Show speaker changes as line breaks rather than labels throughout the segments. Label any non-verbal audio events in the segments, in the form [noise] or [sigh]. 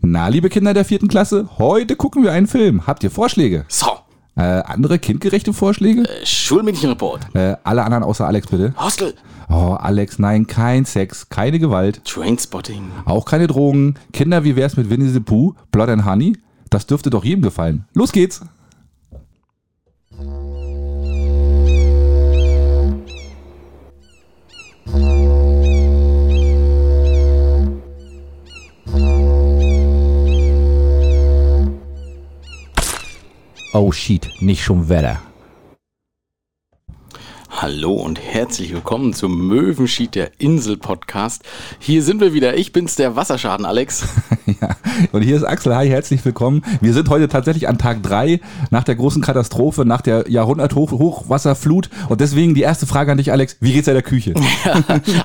Na, liebe Kinder der vierten Klasse, heute gucken wir einen Film. Habt ihr Vorschläge?
So,
Äh, andere kindgerechte Vorschläge?
äh, Schulmedienreport.
Äh, alle anderen außer Alex, bitte.
Hostel.
Oh, Alex, nein, kein Sex, keine Gewalt,
Trainspotting.
auch keine Drogen. Kinder, wie wär's mit Winnie the Pooh, Blood and Honey? Das dürfte doch jedem gefallen. Los geht's!
Oh shit, nicht schon Wetter.
Hallo und herzlich willkommen zum Möwenschied der Insel Podcast. Hier sind wir wieder. Ich bin's, der Wasserschaden, Alex.
[laughs]
[laughs]
Ja. Und hier ist Axel, hi, herzlich willkommen. Wir sind heute tatsächlich an Tag drei nach der großen Katastrophe, nach der Jahrhunderthochwasserflut. Und deswegen die erste Frage an dich, Alex. Wie geht's in der Küche?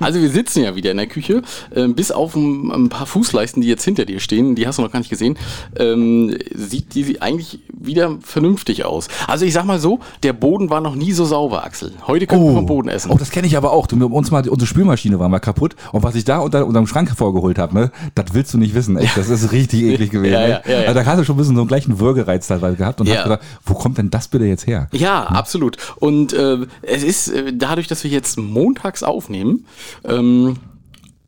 also wir sitzen ja wieder in der Küche, ähm, bis auf ein, ein paar Fußleisten, die jetzt hinter dir stehen, die hast du noch gar nicht gesehen, ähm, sieht die eigentlich wieder vernünftig aus. Also ich sag mal so, der Boden war noch nie so sauber, Axel. Heute können wir vom Boden essen.
Oh, das kenne ich aber auch. Du, uns mal, unsere Spülmaschine war mal kaputt. Und was ich da unter unserem Schrank hervorgeholt habe, ne, das willst du nicht wissen. Echt, das ist richtig eklig gewesen.
Ja, ja,
echt.
ja, ja.
Also da hast du schon ein bisschen so einen gleichen Würgereiz teilweise gehabt und
Ja.
hast gedacht, wo kommt denn das bitte jetzt her?
Ja, absolut. Und äh, es ist äh, dadurch, dass wir jetzt montags aufnehmen, ähm,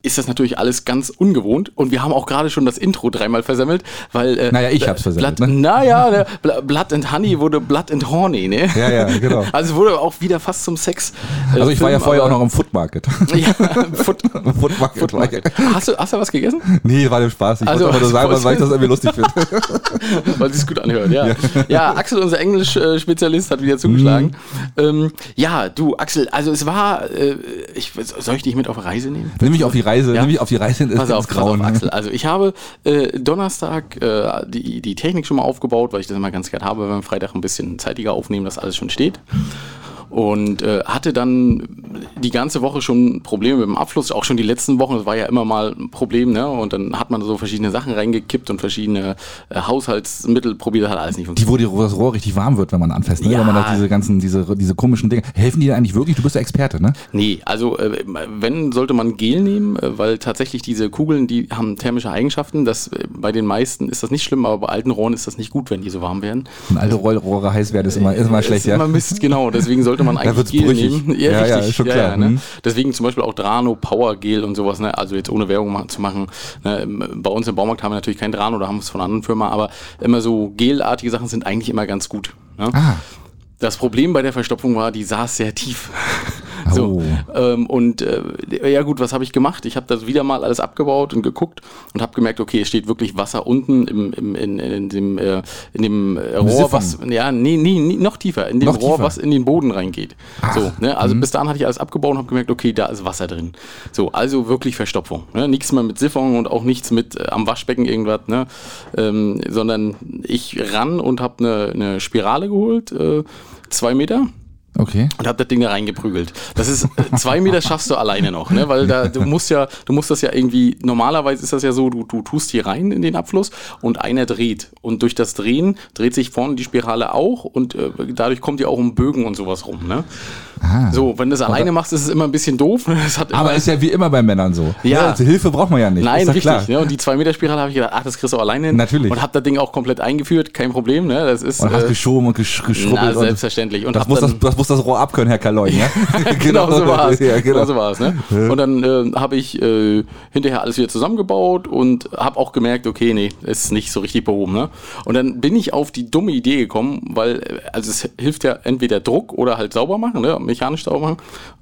ist das natürlich alles ganz ungewohnt. Und wir haben auch gerade schon das Intro dreimal versemmelt, weil. Äh,
Naja, ich hab's versemmelt,
Blood,
ne?
Naja, ne, Bl- Blood and Honey wurde Blood and Horny, ne?
Ja, ja, genau.
[laughs] Also wurde auch wieder fast zum Sex. äh,
Also ich war ja
Film,
vorher auch
aber-
noch im Food [laughs] Market.
[laughs] Ja, Foot,
Food Market.
Foot Market. Hast, du, hast du was gegessen?
Nee, war dem Spaß. Ich
Also,
wollte aber nur sagen,
was-
weil ich das irgendwie lustig finde.
[laughs] Weil sie es gut anhört, ja. ja. Axel, unser Englisch-Spezialist, hat wieder zugeschlagen. Ähm, ja, du, Axel, also es war, äh, ich, soll ich dich mit auf Reise nehmen?
Nimm mich auf die Reise,
Ja.
nimm mich auf die Reise ins,
Pass auf,
ins
pass auf,
Grauen. ne?
Axel. Also ich habe äh, Donnerstag äh, die, die Technik schon mal aufgebaut, weil ich das immer ganz gern habe, wenn wir Freitag ein bisschen zeitiger aufnehmen, dass alles schon steht. Und äh, hatte dann die ganze Woche schon Probleme mit dem Abfluss, auch schon die letzten Wochen, das war ja immer mal ein Problem, ne? Und dann hat man so verschiedene Sachen reingekippt und verschiedene äh, Haushaltsmittel probiert, hat alles nicht funktioniert.
Die, wo die, wo das Rohr richtig warm wird, wenn man anfasst, ne?
Ja.
Wenn man da diese ganzen, diese, diese komischen Dinge. Helfen die dir eigentlich wirklich? Du bist der Experte, ne?
Nee, also äh, wenn sollte man Gel nehmen, äh, weil tatsächlich diese Kugeln, die haben thermische Eigenschaften. Das, äh, bei den meisten ist das nicht schlimm, aber bei alten Rohren ist das nicht gut, wenn die so warm werden. Äh,
Und alte Rohr- Rohre heiß werden, ist immer, ist immer
Es
schlecht,
ist
ja.
immer Mist, genau. Deswegen
[laughs]
sollte man eigentlich
wird's
Gel
brüchig.
nehmen.
Ja, ja, ist schon klar,
ne?
mhm.
Deswegen zum Beispiel auch Drano Power Gel und sowas. Ne? Also jetzt ohne Werbung ma- zu machen. Ne? Bei uns im Baumarkt haben wir natürlich kein Drano, da haben wir es von anderen Firmen. Aber immer so gelartige Sachen sind eigentlich immer ganz gut. Ne?
Ah,
Das Problem bei der Verstopfung war, die saß sehr tief. [laughs] So,
Oh.
ähm, und äh, ja gut, was habe ich gemacht? Ich habe das wieder mal alles abgebaut und geguckt und habe gemerkt, okay, es steht wirklich Wasser unten im, im, in, in dem, äh, in dem äh, Rohr,
Siphon.
was, ja, nee, nee, nee, noch tiefer, in dem
Noch
Rohr,
tiefer. mhm.
was in den Boden reingeht. So, ne? Also bis dahin hatte ich alles abgebaut und habe gemerkt, okay, da ist Wasser drin. So, also wirklich Verstopfung. Ne? Nichts mehr mit Siphon und auch nichts mit äh, am Waschbecken irgendwas, ne? ähm, sondern ich ran und habe eine eine Spirale geholt, äh, zwei Meter
okay.
und hab das Ding da reingeprügelt. Das ist äh, zwei Meter schaffst du alleine noch, ne? Weil da du musst ja, du musst das ja irgendwie. Normalerweise ist das ja so, du, du tust hier rein in den Abfluss und einer dreht und durch das Drehen dreht sich vorne die Spirale auch und äh, dadurch kommt ja auch um Bögen und sowas rum, ne? So, wenn du es alleine machst, ist es immer ein bisschen doof. Ne? Das hat immer,
Ah. Aber ist ja wie immer bei Männern so.
Ja.
Also Hilfe braucht man ja nicht.
Nein,
ist doch
richtig.
klar.
Ne? Und die zwei Meter Spirale habe ich gedacht, ach, das kriegst du auch alleine hin.
Natürlich.
Und hab das Ding auch komplett eingeführt, kein Problem, ne? Das ist
Und hast
äh,
geschoben und gesch geschrubbelt.
na,
und
selbstverständlich. Und
das,
hab
muss
dann-
das, das muss das Rohr abkönnen, Herr Kaloy.
[laughs]
Ne? [laughs]
genau, so war es.
Ja, genau.
genau. so war es. Ne? Und dann äh, habe ich äh, hinterher alles wieder zusammengebaut und habe auch gemerkt, okay, nee, ist nicht so richtig behoben. Ne? Und dann bin ich auf die dumme Idee gekommen, weil äh, also es hilft ja entweder Druck oder halt sauber machen, ne? mechanisch sauber machen.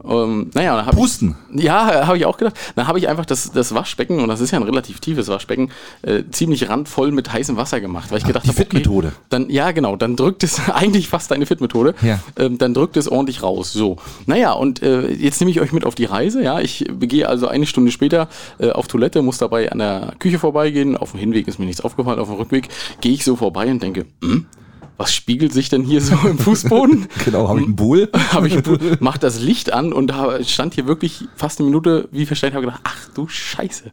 Ähm, naja, dann hab
Pusten.
Ich, ja, habe ich auch gedacht. Dann habe ich einfach das, das Waschbecken, und das ist ja ein relativ tiefes Waschbecken, äh, ziemlich randvoll mit heißem Wasser gemacht, weil ich gedacht
Ah, die
habe,
Fit-Methode.
dann, ja, genau, dann drückt es [laughs] eigentlich fast deine Fit-Methode.
Ja.
Ähm, dann drückt es ordentlich raus. So. Naja, und äh, jetzt nehme ich euch mit auf die Reise. Ja, ich gehe also eine Stunde später äh, auf Toilette, muss dabei an der Küche vorbeigehen. Auf dem Hinweg ist mir nichts aufgefallen, auf dem Rückweg gehe ich so vorbei und denke, hm, was spiegelt sich denn hier so im Fußboden?
Genau, habe ich einen Buhl.
habe ich mach das Licht an und habe- stand hier wirklich fast eine Minute wie versteinert habe gedacht ach du Scheiße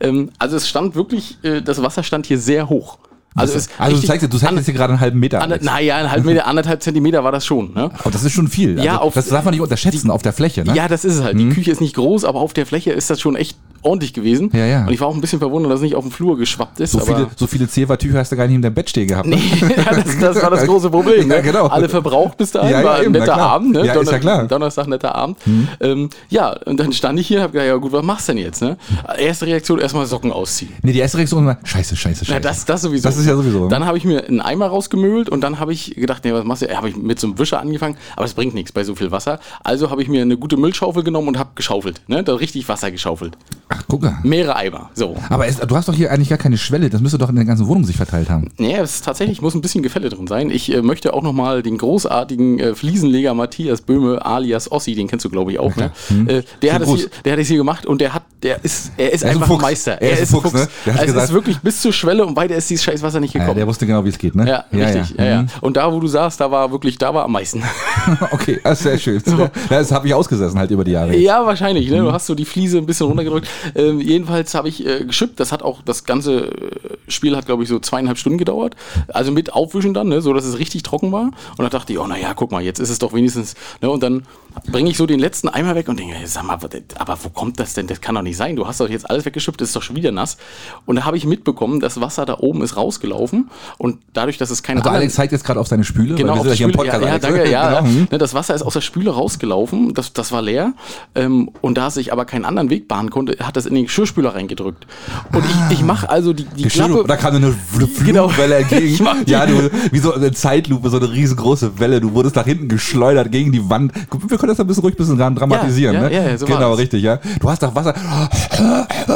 ähm, also es stand wirklich äh, das Wasser stand hier sehr hoch [laughs] also, es
Also du
richtig-
zeigst, du zeigst jetzt hier gerade einen halben Meter.
Ander,
Alex.
naja, einen halben Meter, anderthalb Zentimeter war das schon. Ne?
Aber das ist schon viel.
Ja,
also,
auf-
das darf man nicht unterschätzen auf der Fläche. Ne?
Ja, das ist es halt. Die Küche ist nicht groß, aber auf der Fläche ist das schon echt ordentlich gewesen.
Ja, ja.
Und ich war auch ein bisschen verwundert, dass es nicht auf dem Flur geschwappt ist.
So
aber
viele, so viele Zewa-Tücher hast du gar nicht in deinem Bettstehen gehabt. Ne?
[laughs] ja, das, das war das große Problem. Ne?
Ja, genau.
Alle verbraucht bis dahin,
Ja, ja,
war ein
eben, na
netter
klar.
Abend. Ne?
Ja, ist ja klar. Mhm.
Donnerstag, netter Abend. Ähm, ja, und dann stand ich hier und habe gedacht, ja gut, was machst du denn jetzt? Ne? Erste Reaktion, erstmal Socken ausziehen.
Nee, die erste Reaktion war, scheiße, scheiße, scheiße.
Ja, das, das sowieso.
Das ist ja sowieso.
Dann habe ich mir einen Eimer rausgemühlt und dann habe ich gedacht, nee, was machst du? Ja, Habe ich mit so einem Wischer angefangen, aber es bringt nichts bei so viel Wasser. Also habe ich mir eine gute Müllschaufel genommen und habe geschaufelt. Ne? Da richtig Wasser geschaufelt.
Ach, guck mal.
Mehrere Eimer. So.
Aber es, du hast doch hier eigentlich gar keine Schwelle. Das müsste doch in der ganzen Wohnung sich verteilt haben.
Nee, es ist tatsächlich muss ein bisschen Gefälle drin sein. Ich äh, möchte auch nochmal den großartigen äh, Fliesenleger Matthias Böhme alias Ossi, den kennst du glaube ich auch, ne? Äh, der, hat es
Hm. Gruß.
hier, der hat es hier gemacht und der hat, der ist, er ist
ein
einfach
Fuchs.
Meister.
Er ist ein Fuchs, ne? Der hat
Also es
gesagt-
ist wirklich bis zur Schwelle und weiter ist dieses scheiß Wasser nicht
Ja,
gekommen.
der wusste genau, wie es geht, ne?
Ja, richtig. Ja, ja. Und da, wo du sagst, da war wirklich, da war am meisten.
[laughs] Okay, das ist sehr schön. Das habe ich ausgesessen halt über die Jahre.
ja, wahrscheinlich. Ne? Du hast so die Fliese ein bisschen runtergedrückt. Ähm, jedenfalls habe ich äh, geschippt. Das hat auch, das ganze äh, Spiel hat, glaube ich, so zweieinhalb Stunden gedauert. Also mit Aufwischen dann, ne? so dass es richtig trocken war. Und dann dachte ich, oh naja, guck mal, jetzt ist es doch wenigstens. Ne? Und dann bringe ich so den letzten Eimer weg und denke, ey, sag mal, was- aber wo kommt das denn? Das kann doch nicht sein. Du hast doch jetzt alles weggeschippt, das ist doch schon wieder nass. Und da habe ich mitbekommen, das Wasser da oben ist rausgelaufen. Und dadurch, dass es keine
Also
anderen-
Alex zeigt jetzt gerade auf seine Spüle, weil
Genau,
wir sind
auf
ja hier
die
im
Spüle.
Podcast.
ja, ja,
Alex.
danke, ja.
[laughs] Genau, hm.
Ne, das Wasser ist aus der Spüle rausgelaufen, das, das war leer. Ähm, und da sich aber keinen anderen Weg bahnen konnte, hat das in den Geschirrspüler reingedrückt. Und ich, ich mache also die, die
Geschirr,
Klappe.
da kam eine Fl-
[laughs] Genau.
Flugwelle
Ich
entgegen.
mag die.
Ja, du, wie so eine Zeitlupe, so eine riesengroße Welle. Du wurdest nach hinten geschleudert gegen die Wand. Wir können das ein bisschen ruhig ein bisschen dran dramatisieren,
ja,
ne?
ja, ja, so war
genau,
es.
richtig, ja. Du hast nach Wasser. [laughs] hast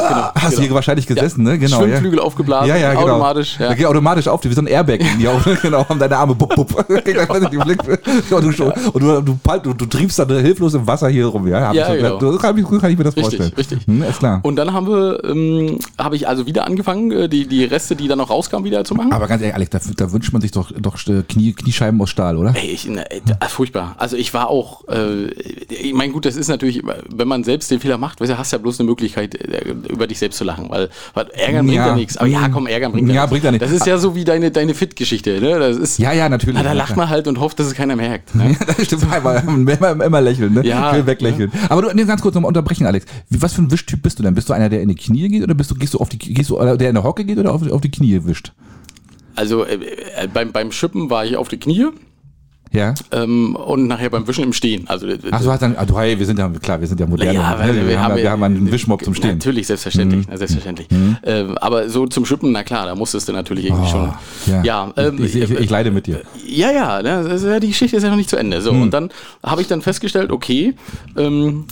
genau.
hier wahrscheinlich gesessen, ne? Genau.
Schwimmflügel aufgeblasen,
ja, ja, genau.
automatisch, ja.
Da geht automatisch auf, die- wie so ein Airbag in die Augen. [laughs] genau, haben deine Arme bupp,
[laughs]
bupp. [laughs] Genau. und du, schon- und du, du, pal- du, du triebst dann hilflos im Wasser hier rum, ja? Hab
Ja,
ich so,
genau.
so kann, ich, so kann ich mir das
Richtig,
vorstellen.
richtig.
Hm, ist klar.
Und dann haben wir, ähm, habe ich also wieder angefangen, äh, die, die Reste, die dann noch rauskamen, wieder zu machen.
aber ganz ehrlich, Alex, da, da wünscht man sich doch, doch Knie, Kniescheiben aus Stahl, oder?
Ey, ich, ne, ey, da- furchtbar. Also ich war auch, äh, ich meine, gut, das ist natürlich, wenn man selbst den Fehler macht, weißt du, hast ja bloß eine Möglichkeit, äh, über dich selbst zu lachen, weil, weil Ärgern bringt
Ja.
ja nichts. Aber ja, komm, Ärgern bringt
Ja,
nichts.
bringt ja nichts. Ah.
Das ist ja so wie deine, deine Fit-Geschichte, ne? Das ist,
Ja, ja, natürlich.
na, da lacht man halt und hofft, dass es keiner merkt. Ne?
[laughs] Ja, Das stimmt, immer, immer, immer lächeln, ne?
Ja.
Ich will weglächeln. Aber du, nee, ganz kurz nochmal unterbrechen, Alex. Wie, was für ein Wischtyp bist du denn? Bist du einer, der in die Knie geht oder bist du, gehst du auf die, gehst du, äh, der in der Hocke geht oder auf, auf die Knie wischt?
Also äh, äh, beim, beim Schippen war ich auf die Knie
Ja.
ähm, und nachher beim Wischen im Stehen. Also äh,
Ach, du hast dann, ah, du, hey, wir sind ja, klar, wir sind ja moderne.
Ja, weil
wir, haben, ja- wir haben einen Wischmob zum Stehen.
äh,
Mhm.
Natürlich, selbstverständlich. na, selbstverständlich. Ähm, aber so zum Schippen, na klar, da musstest du natürlich irgendwie
Oh,
schon.
ja.
ähm,
ich, ich, ich leide mit dir.
Ja, ja, ne, das ist ja, die Geschichte ist ja noch nicht zu Ende.
Hm.
So, und dann habe ich dann festgestellt, okay, ähm,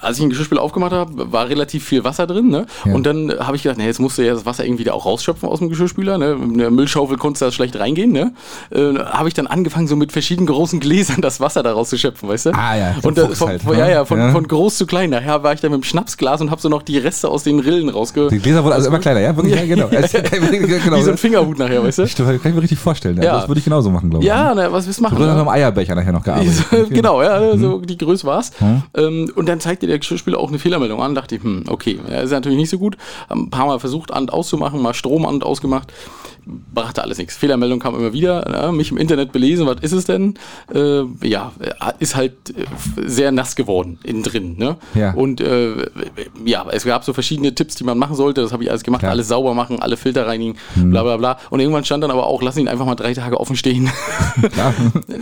als ich ein Geschirrspiel aufgemacht habe, war relativ viel Wasser drin, ne?
Ja.
Und dann habe ich gedacht, nee, jetzt musst du ja das Wasser irgendwie da auch rausschöpfen aus dem Geschirrspüler, ne? Mit einer Müllschaufel konntest du da schlecht reingehen, ne? Äh, habe ich dann angefangen, so mit verschiedenen großen Gläsern das Wasser daraus zu schöpfen, weißt du?
Ah, ja,
Und
so ein
das,
Fuchs
von,
halt,
von,
ne?
ja, ja, von,
Ja.
von groß zu klein. Nachher war ich dann mit dem Schnapsglas und habe so noch die Reste aus den Rillen rausge...
Die Gläser wurden also
[laughs]
immer kleiner, ja? Wirklich, ja, [laughs] genau. Das kann ich mir- genau.
Wie so ein Fingerhut nachher, weißt du?
Stimmt, das kann ich mir richtig vorstellen. Ja.
Ja.
Das würde ich genauso machen, glaube ich.
Ja, na, was willst du machen?
Oder
ne?
noch im Eierbecher nachher noch gearbeitet.
So, genau, ja,
Mhm.
so die Größe war's. Ähm, und dann zeigte der Geschirrspüler auch eine Fehlermeldung an. Dachte ich, hm, okay, ja, ist natürlich nicht so gut. Hab Ein paar Mal versucht, an und auszumachen, mal Strom an und ausgemacht. Brachte alles nichts. Fehlermeldung kam immer wieder. Ja, mich im Internet belesen, was ist es denn? Äh, ja, äh, ist halt äh, sehr nass geworden innen drin. Ne?
Ja.
Und äh, ja, es gab so verschiedene Tipps, die man machen sollte. Das habe ich alles gemacht.
Klar. Mhm.
Alles sauber machen, alle Filter reinigen, bla bla bla. Und irgendwann stand dann aber auch, lass ihn einfach mal drei Tage
[laughs]
offen stehen.
Ja.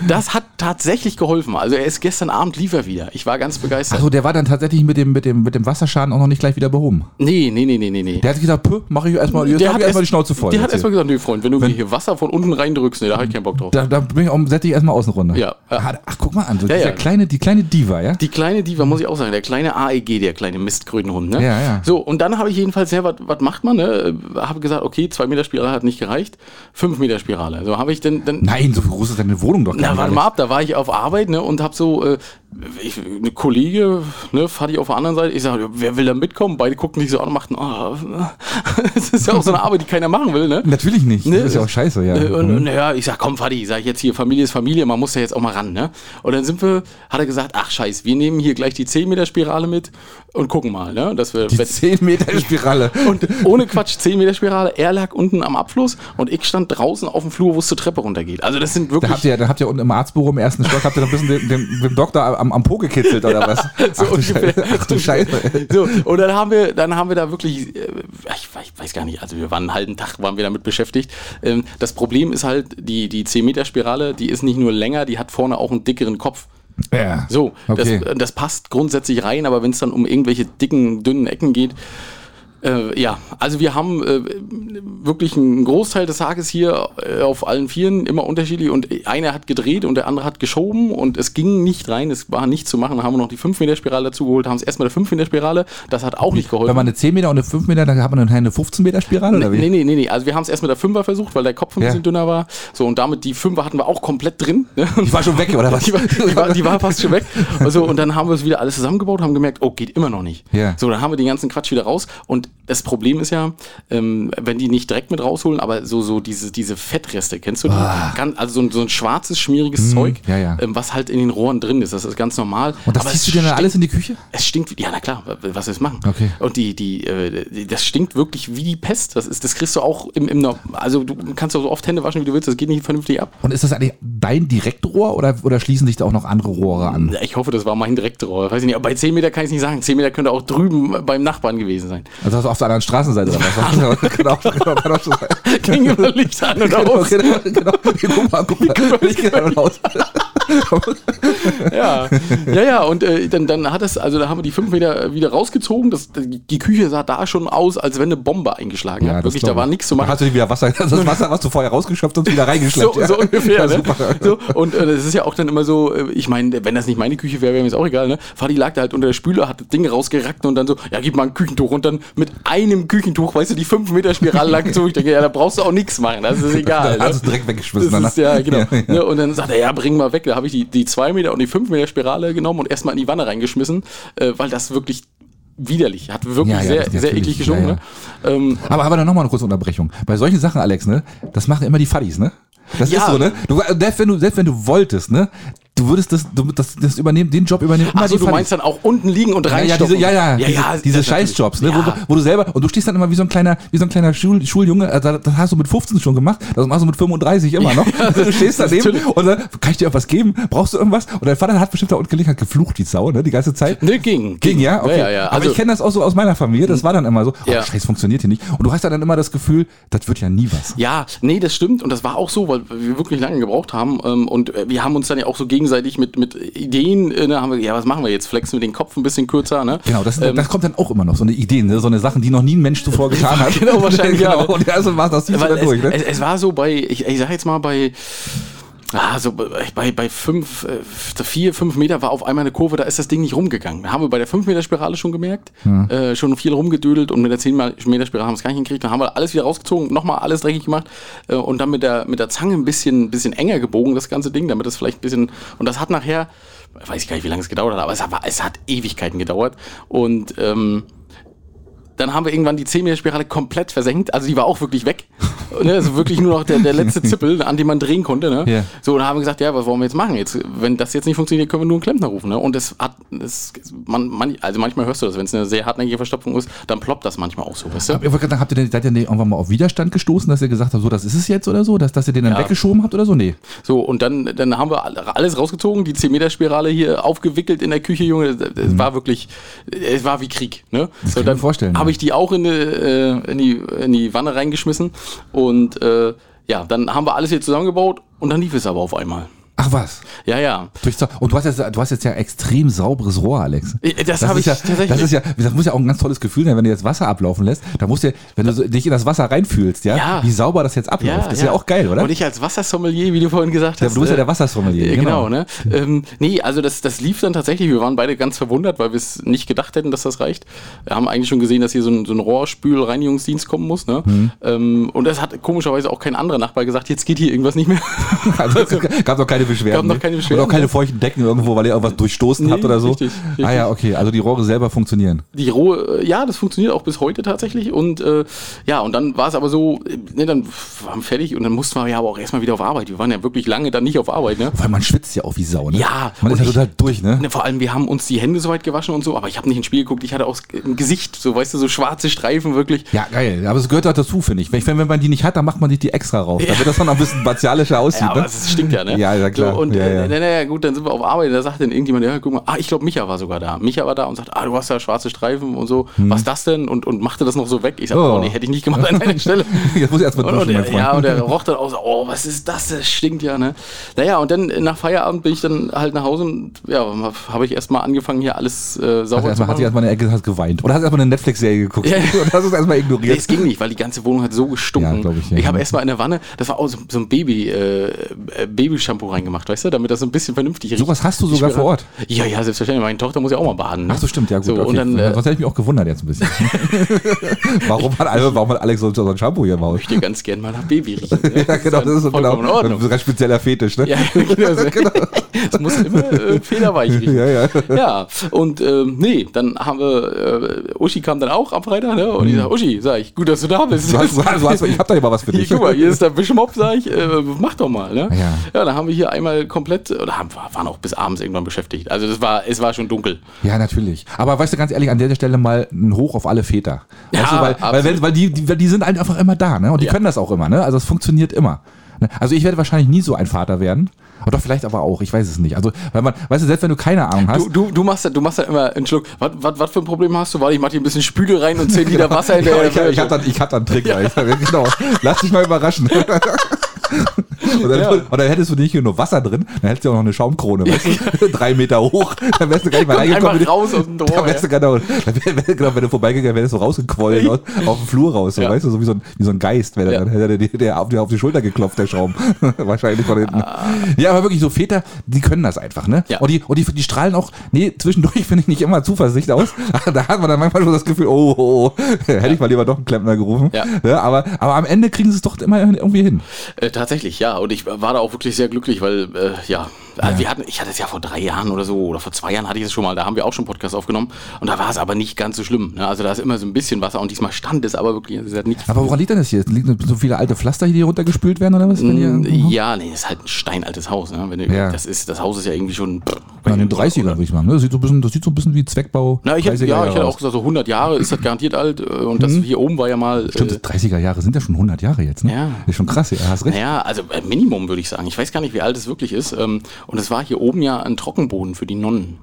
Das hat tatsächlich geholfen. Also er ist gestern Abend lief er wieder. Ich war ganz begeistert.
Achso, der war dann tatsächlich mit dem, mit, dem, mit dem Wasserschaden auch noch nicht gleich wieder behoben.
Nee, nee, nee, nee, nee, nee.
Der hat gesagt, Puh, mach ich erstmal, jetzt hab ich erstmal die
erst-
Schnauze voll.
Der hat
jetzt hier.
erstmal gesagt, nee, Freund, wenn du hier Wasser von unten reindrückst, nee, da habe ich keinen Bock drauf.
da, da bin ich auch, setze ich erstmal außen runter.
Ja, ja.
Ah, Ach, guck mal an, so
Ja,
dieser
ja.
Kleine, die kleine Diva, ja?
Die kleine Diva, muss ich auch sagen, der kleine AEG, der kleine Mistgrünhund, ne?
Ja, ja.
So, und dann habe ich jedenfalls, ja, was was macht man, ne? Habe gesagt, okay, 2 Meter Spirale hat nicht gereicht, 5 Meter Spirale. So habe ich dann, dann
Nein, so groß ist deine Wohnung doch gar
Na, warte
Alex.
mal ab, da war ich auf Arbeit ne, und hab so, äh, ich, eine Kollege, ne, fahrt ich auf der anderen Seite, ich sage, wer will da mitkommen? Beide gucken dich so an und machten, ah, [laughs] das ist ja auch so eine Arbeit, die keiner machen will, ne?
Natürlich nicht,
Ne,
das ist ja auch scheiße, ja. Mhm.
Äh, Und, und ja, ich sag, komm, Fadi, sag ich jetzt hier, Familie ist Familie, man muss ja jetzt auch mal ran, ne? Und dann sind wir, hat er gesagt, ach scheiß, wir nehmen hier gleich die 10 Meter Spirale mit und gucken mal, ne? Dass wir
die 10 Meter Spirale.
und ohne Quatsch, 10 Meter Spirale, er lag unten am Abfluss und ich stand draußen auf dem Flur, wo es zur Treppe runtergeht. Also das sind
Da
wirklich
habt ihr, da habt ihr unten im Arztbüro im ersten Stock, habt ihr noch ein bisschen dem, dem, dem Doktor am am, am Po gekitzelt oder was?
[laughs] So
ach, du
ungefähr. [laughs]
Scheiße. Ach du Scheiße.
So, und dann haben wir, dann haben wir da wirklich, äh, ich, we- ich weiß gar nicht, also wir waren einen halben Tag, waren wir damit beschäftigt. Ähm, das Problem ist halt, die, die 10-Meter-Spirale, die ist nicht nur länger, die hat vorne auch einen dickeren Kopf.
Ja.
So,
Okay.
das, das passt grundsätzlich rein, aber wenn es dann um irgendwelche dicken, dünnen Ecken geht, äh, ja, also wir haben äh, wirklich einen Großteil des Tages hier äh, auf allen Vieren immer unterschiedlich und einer hat gedreht und der andere hat geschoben und es ging nicht rein, es war nicht zu machen, haben wir noch die 5-Meter-Spirale dazu geholt, haben es erstmal der 5-Meter-Spirale, das hat auch nicht geholfen.
Wenn man eine 10 Meter und eine 5 Meter, dann hat man dann eine 15 Meter Spirale oder wie?
Nee, nee, nee, nee. Also wir haben es erst mit der Fünfer versucht, weil der Kopf ein
Ja.
bisschen dünner war. So, und damit die Fünfer hatten wir auch komplett drin. ne?
Die war schon weg, oder was?
[laughs] Die war, die war, die war fast schon weg. Also, und dann haben wir es wieder alles zusammengebaut, haben gemerkt, oh, geht immer noch nicht.
Ja.
So, dann haben wir den ganzen Quatsch wieder raus. Und das Problem ist ja, ähm, wenn die nicht direkt mit rausholen, aber so, so diese, diese Fettreste, kennst du die? Ganz, also so ein, so ein schwarzes, schmieriges Zeug,
Ah. Mhm. ja, ja.
ähm, was halt in den Rohren drin ist. Das ist ganz normal.
[laughs] und das
Aber
ziehst du
es
dir dann
stinkt-
alles in die Küche?
es stinkt, wie- ja, na klar, was wir machen.
Okay.
Und die, die, äh, die- das stinkt wirklich wie die Pest. Das ist, das kriegst du auch im, im, Nor- also du kannst auch so oft Hände waschen, wie du willst, das geht nicht vernünftig ab.
Und ist das eigentlich dein Direktrohr oder, oder schließen sich da auch noch andere Rohre an?
Ja, Ich hoffe, das war mein Direktrohr. Weiß ich nicht, aber bei 10 Meter kann ich nicht sagen. 10 Meter könnte auch drüben beim Nachbarn gewesen sein.
Also hast du auf der anderen Straßenseite oder
[laughs]
was? genau, genau, genau, so sein.
Ging immer Licht an und
genau,
aus.
genau, genau. Hier, Guck mal, guck mal. Ich geh davon
[laughs]
aus.
Ja, ja, ja. Und äh, dann, dann hat es, also da haben wir die 5 Meter wieder rausgezogen. Das, die Küche sah da schon aus, als wenn eine Bombe eingeschlagen hat. Wirklich, da war nichts zu machen.
Da hast du dir wieder
[laughs]
Wasser, das Wasser, was du vorher rausgeschöpft hast, wieder reingeschleppt.
So, so ungefähr.
Ja,
ne?
super.
so, und äh, das ist ja auch dann immer so, äh, ich meine, wenn das nicht meine Küche wäre, wäre mir das auch egal. Ne? Fadi lag da halt unter der Spüle, hat das Ding rausgerackt und dann so, ja, gib mal ein Küchentuch. Und dann mit einem Küchentuch, weißt du, die 5-Meter-Spirale lag so. Ich denke, ja, da brauchst du auch nichts machen, das ist egal.
Dann hast du es
ne?
direkt weggeschmissen.
Das ist, ja, genau.
Ja, ja.
Ne? Und dann sagt er, ja, bring mal weg. Da habe ich die, die 2 Meter und die 5 Meter Spirale genommen und erstmal in die Wanne reingeschmissen, äh, weil das wirklich widerlich, hat wirklich
Ja, ja,
sehr,
das ist
sehr
natürlich,
eklig geschungen.
ja,
Ne? Ähm,
Aber, aber dann nochmal eine kurze Unterbrechung. Bei solchen Sachen, Alex, ne, das machen immer die Fuddies, ne? Das
Ja.
ist so, ne? Du, selbst, wenn du, selbst wenn du wolltest, ne? Du würdest das, du, das, das übernehmen, den Job übernehmen. immer
Achso,
die
du
Fuddies.
meinst dann auch unten liegen und
ja, ja,
reinstoppen.
diese, ja, ja, diese, diese
das
Scheißjobs, ne,
natürlich. Ja.
wo, wo du selber, und du stehst dann immer wie so ein kleiner, wie so ein kleiner Schul, Schuljunge, also das hast du mit 15 schon gemacht, das machst du mit 35 immer
[laughs]
noch. du stehst daneben
natürlich.
und dann, kann ich dir irgendwas geben? Brauchst du irgendwas? Und dein Vater hat bestimmt da unten gelegen, hat geflucht wie Sau, ne, die ganze Zeit.
Ne, ging.
Ging, ja? Okay.
Ja, Also ja,
Aber ich kenne das auch so aus meiner Familie, das war dann immer so, oh,
Ja.
Scheiß, funktioniert hier nicht. Und du hast ja dann immer das Gefühl, das wird ja nie was.
ja, nee, das stimmt. Und das war auch so, weil wir wirklich lange gebraucht haben. ähm, Und äh, wir haben uns dann ja auch so gegenseitig mit, mit Ideen, äh, ne, haben wir, ja, was machen wir jetzt? Flexen wir den Kopf ein bisschen kürzer, ne?
Genau, das, das kommt dann auch immer noch, so eine Ideen, ne? so eine Sachen, die noch nie ein Mensch
[laughs]
zuvor getan hat.
Genau,
[laughs]
wahrscheinlich, ja.
Und der erste macht das ziehst du
Weil
dann
es,
durch, ne?
es, es war so bei, ich, ich sag jetzt mal bei, ah, so bei, bei fünf, äh, vier, fünf Meter war auf einmal eine Kurve, da ist das Ding nicht rumgegangen. Da haben wir bei der 5 Meter Spirale schon gemerkt,
Hm.
äh, schon viel rumgedödelt und mit der 10 Meter Spirale haben wir es gar nicht hingekriegt. Dann haben wir alles wieder rausgezogen, nochmal alles dreckig gemacht äh, und dann mit der, mit der Zange ein bisschen, bisschen enger gebogen, das ganze Ding, damit das vielleicht ein bisschen, und das hat nachher, weiß ich gar nicht, wie lange es gedauert hat, aber es, war, es hat Ewigkeiten gedauert und, ähm, dann haben wir irgendwann die 10 Meter Spirale komplett versenkt. Also die war auch wirklich weg. [laughs] ne? Also wirklich nur noch der, der letzte Zippel, an dem man drehen konnte. Ne?
Ja.
So, und dann haben wir gesagt, ja, was wollen wir jetzt machen? Jetzt, wenn das jetzt nicht funktioniert, können wir nur einen Klempner rufen. Ne? Und das hat, das, man, man, also manchmal hörst du das, wenn es eine sehr hartnäckige Verstopfung ist, dann ploppt das manchmal auch so, weißt du?
Ich wollte gerade sagen, habt ihr denn, seid ihr denn irgendwann mal auf Widerstand gestoßen, dass ihr gesagt habt, so, das ist es jetzt oder so, dass, dass ihr den dann
Ja.
weggeschoben habt oder so? Nee.
So, und dann, dann haben wir alle- alles rausgezogen, die 10 Meter Spirale hier aufgewickelt in der Küche, Junge. Es- Es war wirklich, es war wie Krieg. Ne? so,
Mhm. kann ich mir vorstellen,
Habe
ja.
ich die auch in die, äh, in, die, in die Wanne reingeschmissen. Und äh, ja, dann haben wir alles hier zusammengebaut und dann lief es aber auf einmal.
Ach was.
Ja, ja.
Durch Zau- Und du hast, jetzt, du hast jetzt ja extrem sauberes Rohr, Alex.
Äh, Das, habe ich
ist ja,
tatsächlich.
das ist ja, das muss ja auch ein ganz tolles Gefühl sein, wenn du jetzt Wasser ablaufen lässt. Da musst du, ja- wenn du so, dich in das Wasser reinfühlst, ja,
Ja.
wie sauber das jetzt abläuft. das ist ja. auch geil, oder?
Und ich als Wassersommelier, wie du vorhin gesagt
Ja,
hast.
du bist ja
äh,
der Wassersommelier. Hm.
Äh, Genau, ne? Ähm, nee, also das, das lief dann tatsächlich. Wir waren beide ganz verwundert, weil wir es nicht gedacht hätten, dass das reicht. Wir haben eigentlich schon gesehen, dass hier so ein, so ein Rohrspülreinigungsdienst kommen muss. Ne?
Hm.
Ähm, und das hat komischerweise auch kein anderer Nachbar gesagt, jetzt geht hier irgendwas
[laughs]
nicht mehr.
[laughs] Also,
[laughs]
es gab noch keine Beschwerden.
Gab noch
ne?
keine Beschwerden,
Und auch keine
ne?
feuchten Decken irgendwo, weil ihr irgendwas durchstoßen
Nee,
habt oder so.
richtig, richtig.
Ah ja, okay. Also die Rohre selber funktionieren.
die rohe, äh, ja, das funktioniert auch bis heute tatsächlich. Und äh, ja, und dann war es aber so, äh, ne, dann waren wir fertig und dann mussten wir ja aber auch erstmal wieder auf Arbeit. Wir waren ja wirklich lange dann nicht auf Arbeit, ne?
Weil man schwitzt ja auch wie Sau, ne?
Ja,
Man ist
und
ja
ich-
total durch, ne?
Ne, vor allem, wir haben uns die Hände soweit gewaschen und so, aber ich habe nicht ins Spiel geguckt. Ich hatte auch im Gesicht, so weißt du, so schwarze Streifen wirklich.
Ja, geil. Aber es gehört auch dazu, finde ich. Wenn, wenn man die nicht hat, dann macht man sich die extra rauf, damit das dann noch ein bisschen martialischer aussieht.
Ja, aber
ne?
es stinkt ja, ne?
Ja, ja, klar.
So, und
ja, ja.
äh, na, na, ja, gut, dann sind wir auf Arbeit und da sagt dann irgendjemand, ja, guck mal, ah, ich glaube, Micha war sogar da. Micha war da und sagt, ah, du hast da schwarze Streifen und so, was das denn? Und, und machte das noch so weg. Ich sag,
Hm. Oh.
oh, nee, hätte ich nicht gemacht an
[laughs]
deiner Stelle.
Jetzt muss ich erst mal
Und-
duschen,
und,
mein Freund.
Ja, und er roch dann auch so, oh, was ist das? Das stinkt ja, ne? Naja, und dann äh, nach Feierabend bin ich dann halt nach Hause und ja, habe ich erstmal angefangen, hier alles äh,
Hast
sauber zu
erstmal,
machen.
hast du erstmal eine Ecke hast geweint. Oder hast erstmal eine Netflix-Serie geguckt.
Ja.
[laughs] Und hast es erstmal
Nee,
ignoriert.
es ging nicht, weil die ganze Wohnung hat so gestunken.
Ja, glaub ich,
ich
ja. genau.
habe erstmal in der Wanne, das war auch so, so ein Baby, äh, äh, Baby-Shampoo reingemacht, weißt du, damit das so ein bisschen vernünftig riecht.
Sowas hast du sogar
Ich
vor Ort?
Ja, ja, selbstverständlich. Meine Tochter muss ja auch mal baden. Ne?
Ach so, stimmt, ja gut.
So,
okay.
Und dann, äh,
Sonst hätte ich mich auch gewundert jetzt ein bisschen.
[laughs]
warum, hat, also, warum hat Alex so so ein Shampoo hier im
[laughs]
Haus?
möchte ganz gern mal nach
[laughs]
Baby riechen. ne?
Ja, genau, das ist so
vollkommen
genau.
in Ordnung.
Das ist ein ganz spezieller Fetisch, ne?
Ja, [laughs] genau. so. Es muss immer äh, federweich riechen.
[laughs] Ja, ja.
Ja, und ähm, nee, dann haben wir, äh, Uschi kam dann auch am Freitag, ne? Und ich sag, Uschi, sag ich, gut, dass du da bist.
Du hast, du hast, du hast, ich hab da immer Hm.
[laughs]
was für
Hier,
dich.
guck mal, hier ist der Bischmopp, sag ich, äh, mach doch mal, ne?
Ja.
ja, dann haben wir hier einmal komplett, oder haben, waren auch bis abends irgendwann beschäftigt. Also das war, es war schon dunkel.
Ja, natürlich. Aber weißt du, ganz ehrlich, an der Stelle mal ein Hoch auf alle Väter. Weißt
Ja,
du, weil, weil, wenn- weil die, die, weil die sind halt einfach immer da, ne? Und die
Ja.
können das auch immer, ne? Also es funktioniert immer. Ne? Also ich werde wahrscheinlich nie so ein Vater werden. Oder vielleicht aber auch, ich weiß es nicht. Also, weil man, weißt du, selbst wenn du keine Ahnung hast.
Du, du, du machst da, du machst da immer einen Schluck. Was, was, was für ein Problem hast du? Warte, ich mach dir ein bisschen Spüle rein und 10
[laughs]
Liter [laughs] Wasser
Genau. ja,
hinterher.
ich, hab- ich hab dann, ich hab dann einen Trick, ja. genau. Lass dich mal
[laughs]
überraschen. Und dann,
Ja.
und dann hättest du nicht hier nur Wasser drin, dann hättest du auch noch eine Schaumkrone, weißt
[laughs]
du? Drei Meter hoch, dann wärst du gar nicht mal
Kommt
reingekommen.
einfach raus aus dem Tor,
Dann wärst du genau, dann wär, wär, genau, wenn du vorbeigegangen wärst, wärst du rausgequollen aus, auf den Flur raus, so,
Ja.
weißt du, so wie so ein, wie so ein Geist, wäre
Ja.
dann, hätte der, der auf, dir auf die Schulter geklopft, der Schaum. [laughs] Wahrscheinlich von hinten. Ja, aber wirklich so Väter, die können das einfach, ne?
Ah. Ja.
Und, die, und die, die strahlen auch, nee, zwischendurch [laughs] finde ich nicht immer Zuversicht aus. [laughs] da hat man dann manchmal schon das Gefühl, oh, oh, [laughs] oh hätte ich mal lieber doch einen Klempner gerufen.
Ja.
Ne? Aber, aber am Ende kriegen sie es doch immer irgendwie hin.
Äh, tatsächlich, ja. Und ich war da auch wirklich sehr glücklich, weil, äh, ja, Also wir hatten, ich hatte es ja vor drei Jahren oder so, oder vor zwei Jahren hatte ich es schon mal, da haben wir auch schon einen Podcast aufgenommen und da war es aber nicht ganz so schlimm. Ne? Also da ist immer so ein bisschen Wasser und diesmal stand es aber wirklich, also es hat nicht.
Aber woran liegt denn das hier? Liegen so viele alte Pflaster, die hier runtergespült werden oder was? Wenn
Mm,
ihr-
Ja, nee, ist halt ein steinaltes Haus. Ne? Wenn du,
Ja.
das, ist, das Haus ist ja irgendwie schon. pff,
Ja, in den
oder-
30ern, würde ich sagen. Ne? Das, sieht so ein bisschen, das sieht so ein bisschen wie Zweckbau.
Na, ich hätte,
30er
ja, ich
Jahre
hätte
aus. Mhm.
auch gesagt, so 100 Jahre ist das garantiert alt äh, und das hier oben war ja mal.
Stimmt,
äh,
30er Jahre sind ja schon 100 Jahre jetzt. Ne?
Ja.
Ist schon krass, ja, hast recht.
Naja, also äh, Minimum würde ich sagen. Ich weiß gar nicht, wie alt es wirklich ist. Ähm, Und es war hier oben ja ein Trockenboden für die Nonnen.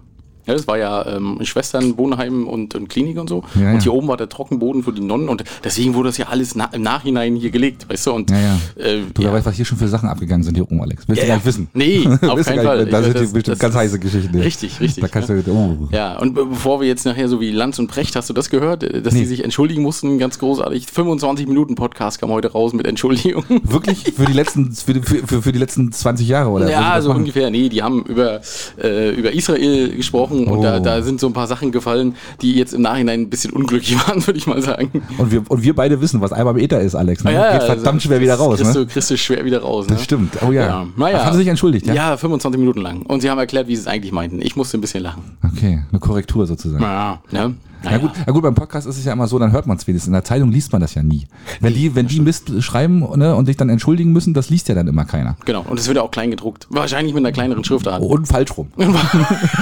Ja, das war ja ähm, Schwestern, Wohnheim und, und Klinik und so.
Ja, ja.
Und hier oben war der Trockenboden für die Nonnen und deswegen wurde das ja alles na im Nachhinein hier gelegt, weißt du? Und
Ja, ja.
Äh,
Du,
ja.
wer weiß, was hier schon für Sachen abgegangen sind hier oben, Alex. Willst
Ja,
du gar
ja.
nicht wissen. [laughs]
Nee,
Willst
auf
du
keinen
gar
Fall.
nicht- Da
Ich-
sind die
das-
bestimmt
das
ganz
ist-
heiße Geschichten. hier.
Richtig, richtig,
Da kannst
ne?
du, oh.
Ja, und be- bevor wir jetzt nachher so wie Lanz und Precht, hast du das gehört, äh, dass die sich entschuldigen mussten, ganz großartig. 25 Minuten Podcast kam heute raus mit Entschuldigung.
Wirklich für die letzten, für die, für, für- für die letzten 20 Jahre oder Willst du
Ja, also
das
so
machen?
ungefähr. Nee, die haben über, äh, über Israel gesprochen und da,
Oh.
da sind so ein paar Sachen gefallen, die jetzt im Nachhinein ein bisschen unglücklich [laughs] waren, würde ich mal sagen.
Und wir, und wir beide wissen, was einmal im Äther ist, Alex. Ne? Geht verdammt
also,
schwer wieder raus.
Kriegst,
Ne?
du, kriegst du schwer wieder raus. Ne?
Das stimmt. Oh ja.
Ja, naja.
Das haben sie sich entschuldigt, ja?
Ja. 25 Minuten lang. Und sie haben erklärt, wie sie es eigentlich meinten. Ich musste ein bisschen lachen.
Okay, eine Korrektur sozusagen.
Ja, ne?
Ja
naja.
gut, ja gut, beim Podcast ist es ja immer so, dann hört man es wenigstens. In der Zeitung liest man das ja nie. Wenn die, wenn die Mist schreiben ne, und sich dann entschuldigen müssen, das liest ja dann immer keiner.
Genau. Und es wird auch klein gedruckt. Wahrscheinlich mit einer kleineren Schriftart.
Und falsch
[laughs]
rum.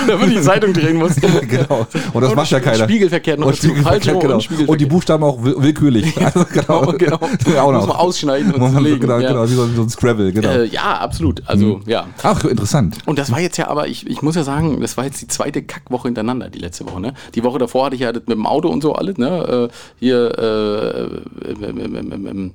da wird die Zeitung drehen
[laughs]
muss.
genau. Und das
Und
macht ja keiner.
spiegelverkehrt noch
und
dazu.
spiegelverkehrt,
Falsch rum
genau.
und
und,
spiegelverkehrt.
die Buchstaben auch will- willkürlich. Also [laughs] genau.
[laughs] [laughs] genau.
Ja, auch
Muss
noch.
man ausschneiden
[laughs]
und
Muss man-
zerlegen,
Genau,
ja.
genau, Mhm. wie so, wie so ein Scrabble, genau.
Äh, ja, absolut. Also, ja.
Ach, interessant.
Und das war jetzt ja aber, ich, ich muss ja sagen, das war jetzt die zweite Kackwoche hintereinander, die letzte Woche, ne? Die Woche davor hatte ich ja das mit dem Auto und so alles, ne? Äh, hier, äh, ähm, ähm, ähm, ähm, ähm,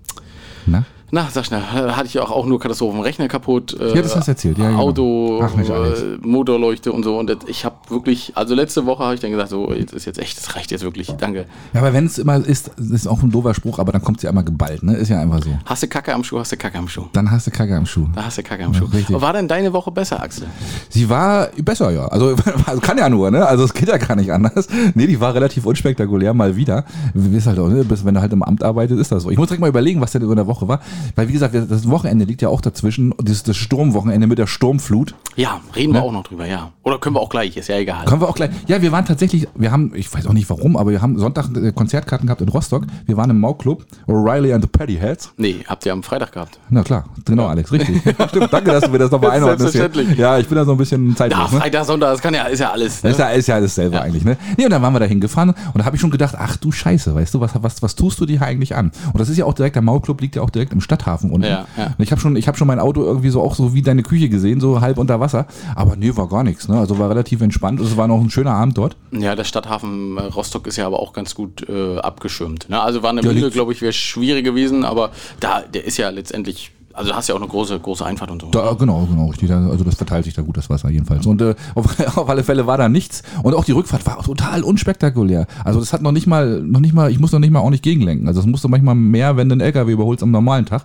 Na?
na, sag schnell, äh, hatte ich auch, auch nur Katastrophen, Rechner kaputt, äh,
Ja, das hast du erzählt, ja, genau.
Auto,
Ach, Mensch, Alex.
äh, Motorleuchte und so. Und das, ich habe wirklich, also letzte Woche habe ich dann gesagt, so, jetzt ist jetzt echt, das reicht jetzt wirklich, danke.
Ja, aber wenn es immer ist, das ist auch ein doofer Spruch, aber dann kommt es ja immer geballt, ne? Ist ja einfach so.
Hast du Kacke am Schuh, hast du Kacke am Schuh.
Dann hast du Kacke am Schuh.
Da hast du Kacke am Schuh.
richtig.
War denn deine Woche besser, Axel?
Sie war besser, ja. Also [laughs] also kann ja nur, ne? Also es geht ja gar nicht anders. Nee, die war relativ unspektakulär, mal wieder. Wie ist halt auch, ne? Bis, wenn du halt im Amt arbeitest, ist das so. Ich muss direkt mal überlegen, was denn über der Woche war. Weil wie gesagt, wir- das Wochenende liegt ja auch dazwischen. Und Das, das Sturmwochenende mit der Sturmflut.
Ja, reden
Ne?
wir auch noch drüber, ja. Oder können wir auch gleich, ist ja egal.
Können wir auch gleich. Ja, wir waren tatsächlich, wir haben, ich weiß auch nicht warum, aber wir haben Sonntag äh, Konzertkarten gehabt in Rostock. Wir waren im Mau-Club, O'Reilly and the Paddyheads.
Nee, habt ihr am Freitag gehabt.
Na klar, genau, Alex, richtig. [laughs] Stimmt, danke, dass du mir das nochmal einordnest. hier.
Selbstverständlich.
Ja, ich bin da so ein bisschen zeitlos.
Ja,
ne?
Freitag, Sonntag, das kann ja, ist ja alles.
Das
Ne?
ist ja, ist ja alles selber eigentlich, ne? Nee, und dann waren wir da hingefahren und da habe ich schon gedacht, ach du Scheiße, weißt du, was, was, was tust du dir hier eigentlich an? Und das ist ja auch direkt, der Maulclub liegt ja auch direkt im Stadthafen unten.
Ja, ja.
Und ich habe schon, ich hab schon mein Auto irgendwie so auch so wie deine Küche gesehen, so halb unter Wasser. Aber nee, war gar nichts. Ne? Also war relativ entspannt. Es war noch ein schöner Abend dort.
Ja, der Stadthafen äh, Rostock ist ja aber auch ganz gut äh, abgeschirmt. Ne? Also Warnemünde,
liegt-
glaube ich, wäre schwierig gewesen, aber da, der ist ja letztendlich, also du hast ja auch eine große, große Einfahrt und so.
Da, genau, genau, richtig. Da- Also das verteilt sich da gut, das Wasser jedenfalls. Und äh, auf, [laughs] auf alle Fälle war da nichts. Und auch die Rückfahrt war total unspektakulär. Also das hat noch nicht mal, noch nicht mal, ich muss noch nicht mal auch nicht gegenlenken. Also das musst du manchmal mehr, wenn du einen LKW überholst am normalen Tag.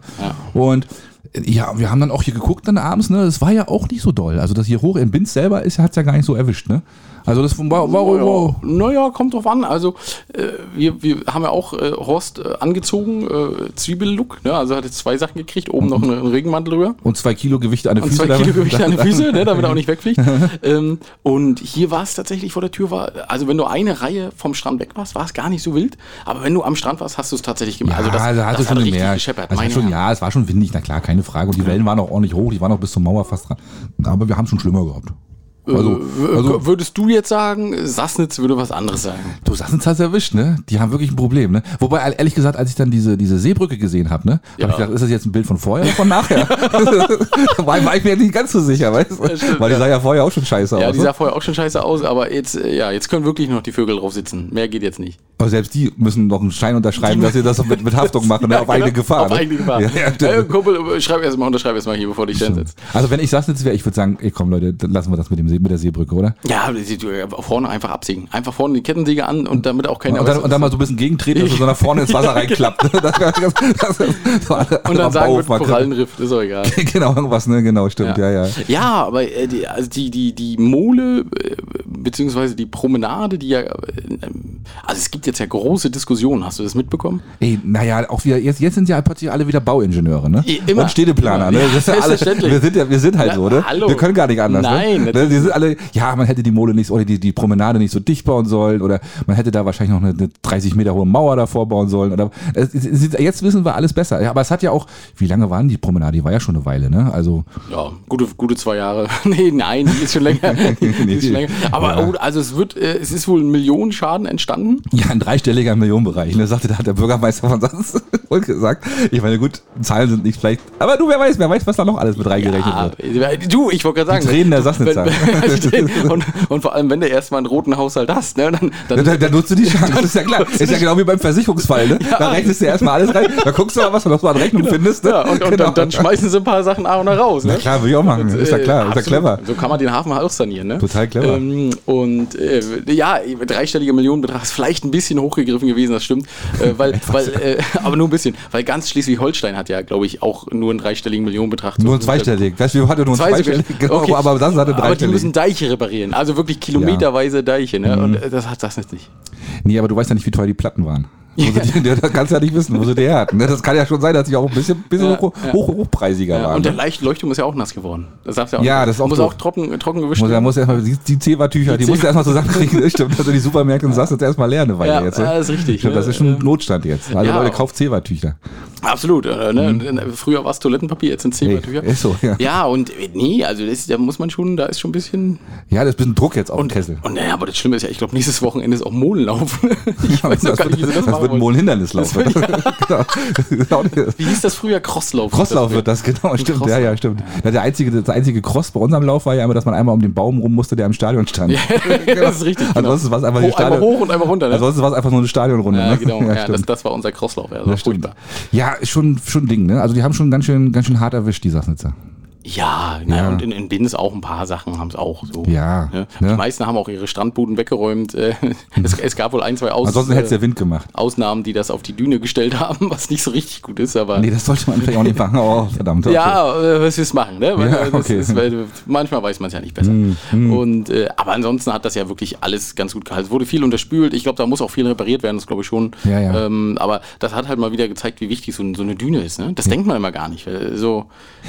Und äh, ja, wir haben dann auch hier geguckt dann abends, ne? Es war ja auch nicht so doll. Also das hier hoch in Binz selber ist, hat's ja gar nicht so erwischt, ne? Also das war, war, war, war
Naja, naja, kommt drauf an. Also äh, wir, wir haben ja auch äh, Horst äh, angezogen, äh, Zwiebellook. Ne? Also hat jetzt zwei Sachen gekriegt, oben
Mhm.
noch einen, einen Regenmantel drüber.
und zwei Kilo Gewichte an den
Und
Füßen.
zwei
oder was?
Kilo Gewicht an den Füßen, ne, damit er auch
[laughs]
nicht wegfliegt. ähm, und hier war es tatsächlich vor der Tür, war, also wenn du eine Reihe vom Strand weg warst, war es gar nicht so wild. Aber wenn du am Strand warst, hast du es tatsächlich
Ja,
gemerkt.
also das, da hat es schon gemerkt.
gescheppert.
Das hat
Meine
schon,
Herren.
ja, es war schon windig, na klar, keine Frage. Und die Wellen waren auch ordentlich hoch, die waren auch bis zur Mauer fast dran. Aber wir haben schon schlimmer gehabt.
Äh,
Also,
W-
also
würdest du jetzt sagen, Sassnitz würde was anderes sagen?
du sagst uns hast erwischt, ne? Die haben wirklich ein Problem, ne? Wobei, ehrlich gesagt, als ich dann diese, diese Seebrücke gesehen habe, ne, hab ich gedacht, ist das jetzt ein Bild von vorher oder von
[laughs]
nachher? [laughs] da war, war ich mir nicht ganz so sicher, weißt du? Weil die sah ja vorher auch schon scheiße
Ja,
aus.
die
ne?
sah vorher auch schon scheiße aus, aber jetzt, äh, ja, jetzt können wirklich noch die Vögel drauf sitzen. Mehr geht jetzt nicht.
Aber selbst die müssen noch einen Schein unterschreiben, dass sie das mit, mit Haftung machen, ne? auf eigene
genau,
Gefahr.
Auf
ne?
eigene Gefahr.
Ja, ja,
Äh, Kumpel, äh, schreib erst mal, unterschreib erst mal hier, bevor du dich dann setzt.
Also wenn ich das jetzt wäre, ich würde sagen, ey, komm Leute, dann lassen wir das mit, dem See, mit der Seebrücke, oder?
Ja, die- die- die- vorne einfach absägen. Einfach vorne die Kettensäge an und damit auch keine
Und dann, und dann mal so ein bisschen gegentreten, dass es so nach vorne ins
[laughs]
Wasser reinklappt. [laughs] Das, das, das, das war alle- alle
genau. Und
am
dann sagen
Bauhof
wird
mal gerade-
Korallenriff, ist auch egal.
[laughs] Genau, irgendwas, ne? Genau, stimmt, ja, ja.
[laughs] Ja, aber äh, die, also die, die, die Mole, äh, beziehungsweise die Promenade, die ja. äh, ähm, Also es gibt jetzt ja große Diskussionen, hast du das mitbekommen?
Ey, naja, auch wir, jetzt, jetzt sind ja plötzlich alle wieder Bauingenieure, ne?
Eh, immer.
Und Städteplaner, ne?
Ja,
Das ist ja alle,
selbstverständlich.
wir sind ja, wir sind halt
Na,
so, ne?
hallo.
Wir können gar nicht anders.
Nein,
ne? ne? Die sind alle, ja, man hätte die Mole nicht, oder die, die Promenade nicht so dicht bauen sollen, oder man hätte da wahrscheinlich noch eine, eine 30 Meter hohe Mauer davor bauen sollen, oder, es, es, es, jetzt wissen wir alles besser. Ja, aber es hat ja auch, wie lange waren die Promenade? Die war ja schon eine Weile, ne? Also,
Ja, gute, gute zwei Jahre. [laughs] nee, nein, die ist schon [laughs] länger. die ist schon länger. Aber
Ja.
oh, also es wird, äh, es ist wohl ein Millionenschaden entstanden.
Ja, ein dreistelliger Millionenbereich. Ne? Sagte, da hat der Bürgermeister von Sachsen [laughs] gesagt. Ich meine, gut, Zahlen sind nicht vielleicht. Aber du, wer weiß, wer weiß, was da noch alles mit reingerechnet wird.
Ah, Du, ich wollte gerade sagen.
Tränen der
du,
Sassnitzer. [laughs]
wenn- [laughs] wenn- die Tränen- und, und vor allem, wenn du erstmal einen roten Haushalt hast, ne, dann, dann,
Da, da nutzt du die Chance, das ist ja klar. Ist ja genau wie beim Versicherungsfall, ne? Da rechnest du erstmal alles rein, da guckst du mal, was du noch so an Rechnung findest. Ne?
[laughs] ja, und, und
Genau.
dann, dann schmeißen sie ein paar Sachen auch noch raus. Ne?
Na klar, würde ich auch machen. Ist ja
Äh,
klar, ist ja
absolut.
clever.
So kann man den Hafen auch sanieren, ne?
Total clever.
Ähm, und äh, ja, dreistelliger Millionenbetrag ist vielleicht ein bisschen hochgegriffen gewesen, das stimmt. Äh,
[laughs]
weil, weil, äh, aber nur ein bisschen. Weil ganz Schleswig-Holstein hat ja, glaube ich, auch nur einen dreistelligen Millionenbetrag. zu-
Nur ein zweistellig. Weißt du, wir hatten nur ein
Zwei
zweistellig.
sogar.
Genau,
Okay.
aber Sachsen hatte
Aber die
dreistellig. Mhm.
müssen Deiche reparieren. Also wirklich kilometerweise Deiche, ne? Und äh, das hat das jetzt nicht.
Nee, aber du weißt ja nicht, wie teuer die Platten waren. Wo sie die, das kannst du ja nicht wissen, wo sie die her hatten. ne? Das kann ja schon sein, dass die auch ein bisschen, bisschen
Ja,
hoch,
ja.
hoch, hochpreisiger
Ja,
waren.
und
ne?
der Leicht- Leuchtturm ist ja auch nass geworden. Das darfst du ja auch
Ja,
nicht.
das ist auch
Muss
doof.
auch trocken, trocken gewischt
Muss, da
werden.
muss erstmal, die, die Zewa-Tücher, die
Die
musst du
Zewa-
erstmal zusammenkriegen. Das stimmt, also die Supermärkte und sagst jetzt erstmal lernen, weil
Ja,
jetzt.
ja, ist richtig,
Stimmt,
ne?
das ist schon Notstand jetzt. Also
ja.
Leute, kauft Zewa-Tücher.
Absolut. Äh, ne? Früher war es Toilettenpapier, jetzt sind
Nee,
Zebertücher.
Mhm. ist so, ja.
Ja, und äh, nee, also das, da muss man schon, da ist schon ein bisschen.
Ja, das ist ein bisschen Druck jetzt auf den Kessel.
Und naja, aber das Schlimme ist ja, ich glaube, nächstes Wochenende ist auch Molenlauf. [laughs] ich weiß noch
das,
gar nicht, wie sie das,
wird, das
machen
wird
wollen.
wohl ein Hindernislauf.
Das
[laughs] genau. Genau.
Wie hieß das früher? Crosslauf.
Crosslauf wird [laughs] das, genau, stimmt, ja, ja, stimmt. Ja, der einzige, das einzige Cross bei unserem Lauf war ja immer, dass man einmal um den Baum rum musste, der im Stadion stand.
[laughs] das ist richtig. Genau.
Ansonsten war es einfach die
Hoch, einmal hoch und einmal runter. Ne?
Ansonsten war es einfach nur eine Stadionrunde.
ja,
ne?
genau.
Ja,
Ja,
stimmt.
das, das war unser Crosslauf. Ja, das war
Das stimmt.
furchtbar.
Ja, ist schon, schon ein Ding, ne? Also die haben schon ganz schön, ganz schön hart erwischt, die Sassnitzer.
Ja, na,
Ja.
und in, in Binz auch ein paar Sachen haben es auch so.
Ja,
Ne?
ne?
Die meisten haben auch ihre Strandbuden weggeräumt. Äh, [laughs] Es, es gab wohl ein, zwei Aus,
Ansonsten hätte es
äh,
der Wind gemacht.
Ausnahmen, die das auf die Düne gestellt [laughs] haben, was nicht so richtig gut ist, aber.
Nee, das sollte man vielleicht
[laughs]
auch nicht machen. Oh, verdammt. okay.
Ja, äh, was wir es machen, ne? Weil,
Ja,
äh, das
okay. Mhm.
ist, weil manchmal weiß man es ja nicht besser. Und äh, aber ansonsten hat das ja wirklich alles ganz gut gehalten. Es wurde viel unterspült. Ich glaube, da muss auch viel repariert werden, das glaube ich schon.
Ja, ja.
Ähm, aber das hat halt mal wieder gezeigt, wie wichtig so, ein- so eine Düne ist. Ne? Das denkt man immer gar nicht. weil, äh, So,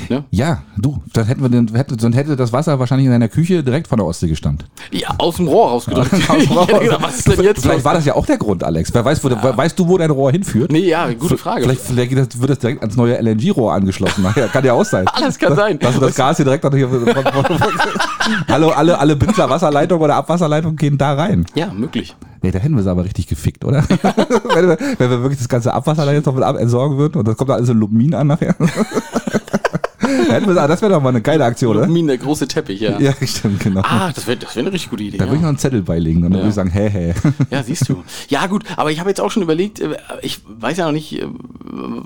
ne?
Ja, Du, das hätten wir denn, hätte, sonst hätte das Wasser wahrscheinlich in deiner Küche direkt von der Ostsee gestammt.
Ja, aus dem
[laughs]
Rohr rausgedrückt. [laughs] Ich hätte gedacht, was ist denn jetzt
Vielleicht
los?
war das ja auch der Grund, Alex. Wer weiß, wo, we- Weißt du, wo dein Rohr hinführt?
Nee, ja, gute Frage.
Vielleicht, vielleicht geht das, wird das direkt ans neue LNG-Rohr angeschlossen. Nachher kann ja auch sein.
[laughs] Alles kann
dass,
sein.
Dass du das Gas hier direkt noch hier von, von, von, Hallo, alle, alle Bindler Wasserleitungen oder Abwasserleitungen gehen da rein.
Ja, möglich.
Nee, da hätten wir es aber richtig gefickt, oder? [laughs] wenn, wir, wenn wir wirklich das ganze Abwasser da jetzt noch mit ab entsorgen würden und das kommt da alles in Lumin an nachher. [laughs] hätten wir's, ah, das wäre doch mal eine geile Aktion, oder?
Min, der große Teppich, ja.
Ja, stimmt, genau.
Ah, das wäre das wär eine richtig gute Idee.
Da würde ich
ja.
noch einen Zettel beilegen und dann würde ich sagen, hä, hä.
ja, siehst du. [laughs] Ja, gut, aber ich habe jetzt auch schon überlegt, äh, ich weiß ja noch nicht, äh,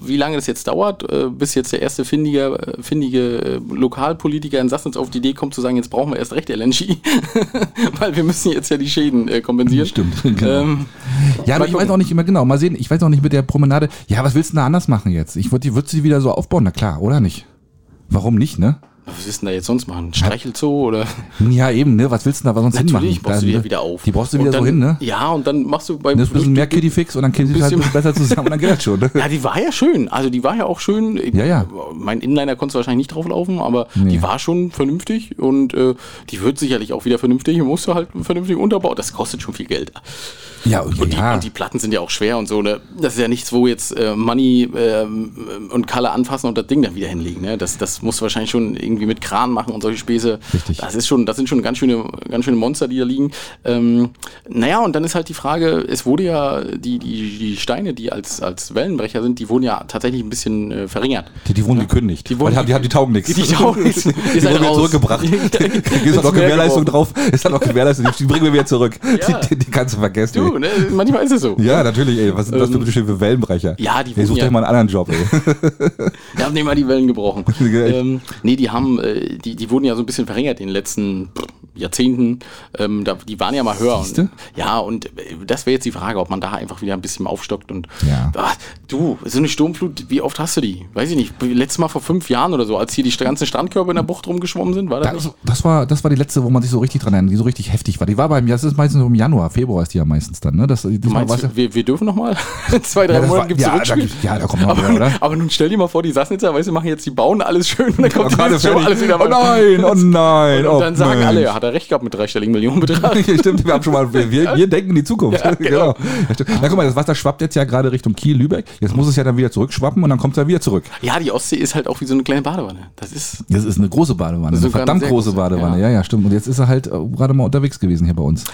wie lange das jetzt dauert, äh, bis jetzt der erste findige, äh, findige äh, Lokalpolitiker in Sassnitz auf die Idee kommt, zu sagen, jetzt brauchen wir erst recht LNG, [laughs] weil wir müssen jetzt ja die Schäden äh, kompensieren.
Stimmt, [laughs] genau.
Ähm,
Ja, aber
Mal
ich weiß
gucken.
auch nicht immer genau. Mal sehen, ich weiß auch nicht mit der Promenade. Ja, was willst du denn da anders machen jetzt? Ich würde die, würd sie wieder so aufbauen, na klar, oder nicht? Warum nicht, ne?
was ist denn da jetzt sonst machen? Streichelzoo oder?
Ja, eben, ne? Was willst du denn da sonst
Natürlich
hinmachen?
brauchst du die
Da-
ja wieder auf.
Die brauchst du
Und
wieder
dann,
so hin, ne?
Ja, und dann machst du beim
Das ist ein bisschen mehr Kitty Fix und dann kämpft es halt ein
bisschen-
bisschen
[laughs]
besser zusammen, dann geht das schon. Ne?
Ja, die war ja schön. Also die war ja auch schön.
Ja, ja.
Mein Inliner konnte wahrscheinlich nicht drauflaufen, aber
Nee.
die war schon vernünftig und äh, die wird sicherlich auch wieder vernünftig. Musst du halt einen vernünftigen Unterbau. Das kostet schon viel Geld.
Ja,
Und, Die,
ja.
und die Platten sind ja auch schwer und so. Ne? Das ist ja nichts, wo jetzt äh, Money ähm, und Kalle anfassen und das Ding dann wieder hinlegen. Ne? Das, das musst du wahrscheinlich schon irgendwie mit Kran machen und solche Späße.
Richtig.
Das, ist schon, das sind schon ganz schöne, ganz schöne Monster, die da liegen. Ähm, naja, und dann ist halt die Frage, es wurde ja, die, die, die Steine, die als, als Wellenbrecher sind, die wurden ja tatsächlich ein bisschen
[laughs]
äh, verringert.
Die, die wurden gekündigt.
Die wurden-
Weil die, haben- die taugen nichts.
Die- die
[laughs]
taugen nichts. halt
Die,
Ihr
die
seid
wurden wieder
raus. [laughs]
zurückgebracht.
Die-
Da
die-
ist
ins
auch noch
Meer
Gewährleistung
geworfen.
drauf. Ist halt dann auch Gewährleistung. Die, die bringen wir wieder zurück.
[laughs] Ja.
Die, die, die kannst du vergessen. ey.
Du, ne? manchmal ist es so.
Ja, natürlich, ey. Was sind das für
Ähm,
Begriffe für Wellenbrecher?
ja, die
Ey,
wurden
sucht
ja-
euch mal einen anderen Job, ey.
Da haben die mal die Wellen gebrochen.
Ja, [laughs] echt.
ähm, nee, die haben, äh, die, die wurden ja so ein bisschen verringert in den letzten pff, Jahrzehnten. Ähm, da, die waren ja mal höher.
Siehste?
Und, ja, und äh, das wäre jetzt die Frage, ob man da einfach wieder ein bisschen aufstockt und
Ja.
Ah, du, so eine Sturmflut, wie oft hast du die? Weiß ich nicht. Letztes Mal vor fünf Jahren oder so, als hier die st- ganzen Strandkörper in der Bucht rumgeschwommen sind, war das, nicht?
Das, das, war, das war die letzte, wo man sich so richtig dran erinnert, die so richtig heftig war. Die war beim, das ist meistens so im Januar, Februar ist die ja meistens dann, ne? Das,
Du
diesmal war's
meinst,
ja-
[laughs] du, wir, wir dürfen noch mal? In zwei, drei
Ja, das war-
Monaten gibt es
ja, da
Rückspiel.
gibt's- ja, da kommt noch
aber,
mehr, oder?
aber nun stell dir mal vor, die Sassnitzer, weißt du, machen jetzt, die bauen alles schön und dann
Oh,
kommt
gerade
die Show
fertig.
alles wieder
oh nein, oh nein.
[laughs] Und,
oh,
dann sagen
[laughs]
alle,
Mensch.
ja, hat er recht gehabt mit dreistelligen Millionenbetrag.
Stimmt, wir haben schon mal, wir, wir denken in die Zukunft.
[laughs] Ja, genau.
[laughs] Ja, stimmt. Na guck mal, das Wasser schwappt jetzt ja gerade Richtung Kiel, Lübeck. Jetzt muss es ja dann wieder zurückschwappen und dann kommt es ja wieder zurück.
[laughs] ja, die Ostsee ist halt auch wie so eine kleine Badewanne. Das ist.
Das ist eine große Badewanne, eine
Sogar eine
verdammt
sehr
große
große,
Badewanne. Ja.
ja.
ja, stimmt. Und jetzt ist er halt äh, gerade mal unterwegs gewesen hier bei uns.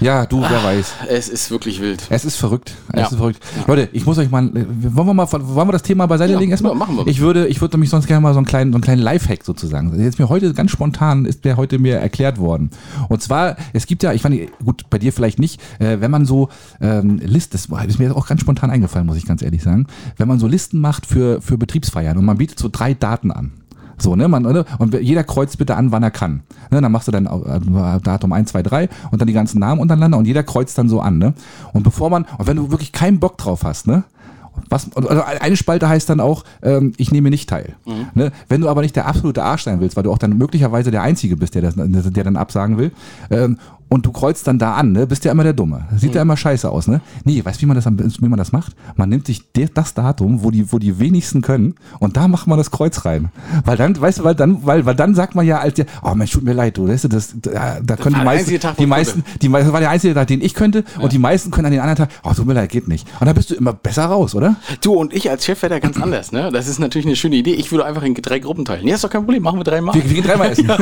Ja, du,
Ah.
wer weiß.
Es ist wirklich wild.
Es ist verrückt. Es
Ja.
ist verrückt. Leute, ich muss euch mal, äh, wollen wir mal, von- wollen wir das Thema beiseite
Ja,
legen erstmal?
ja, machen wir.
Ich würde, ich würde nämlich sonst gerne mal so einen kleinen, so einen kleinen Lifehack sozusagen. Jetzt mir heute ganz spontan ist der heute mir erklärt worden. Und zwar, es gibt ja, ich fand, gut, bei dir vielleicht nicht, äh, wenn man so ähm, List, das war- ist mir jetzt auch ganz spontan eingefallen, muss ich ganz ehrlich sagen, wenn man so Listen macht für, für Betriebsfeiern und man bietet so drei Daten an. So, ne, man, ne? Und jeder kreuzt bitte an, wann er kann. Ne? Dann machst du dann äh, Datum 1, 2, 3 und dann die ganzen Namen untereinander und jeder kreuzt dann so an, ne? Und bevor man, und wenn du wirklich keinen Bock drauf hast, ne? Was, also eine Spalte heißt dann auch, ähm, ich nehme nicht teil.
Mhm.
Ne? Wenn du aber nicht der absolute Arsch sein willst, weil du auch dann möglicherweise der Einzige bist, der, das, der dann absagen will, ähm, und du kreuzt dann da an, ne? bist ja immer der Dumme. Sieht
Mhm.
ja immer scheiße aus. Ne? Nee, weißt du, wie, man das am- wie man das macht? Man nimmt sich de- das Datum, wo die, wo die wenigsten können, und da macht man das Kreuz rein. Weil dann, weißt du, weil dann, weil, weil dann sagt man ja, als der, oh Mensch, tut mir leid, du, weißt du, das, da, da können die
war der
meisten,
einzige Tag, wo
die
ich
meisten, die meisten, das war der einzige Tag, den ich könnte, und die meisten können an den anderen Tag, oh, tut mir leid, geht nicht. Und da bist du immer besser raus, oder?
Du und ich als Chef wäre da ganz anders, ne? Das ist natürlich eine schöne Idee. Ich würde einfach in drei Gruppen teilen. Ja, ist doch kein Problem, machen wir drei Mal.
Wir, wir gehen dreimal
[laughs]
essen. [laughs]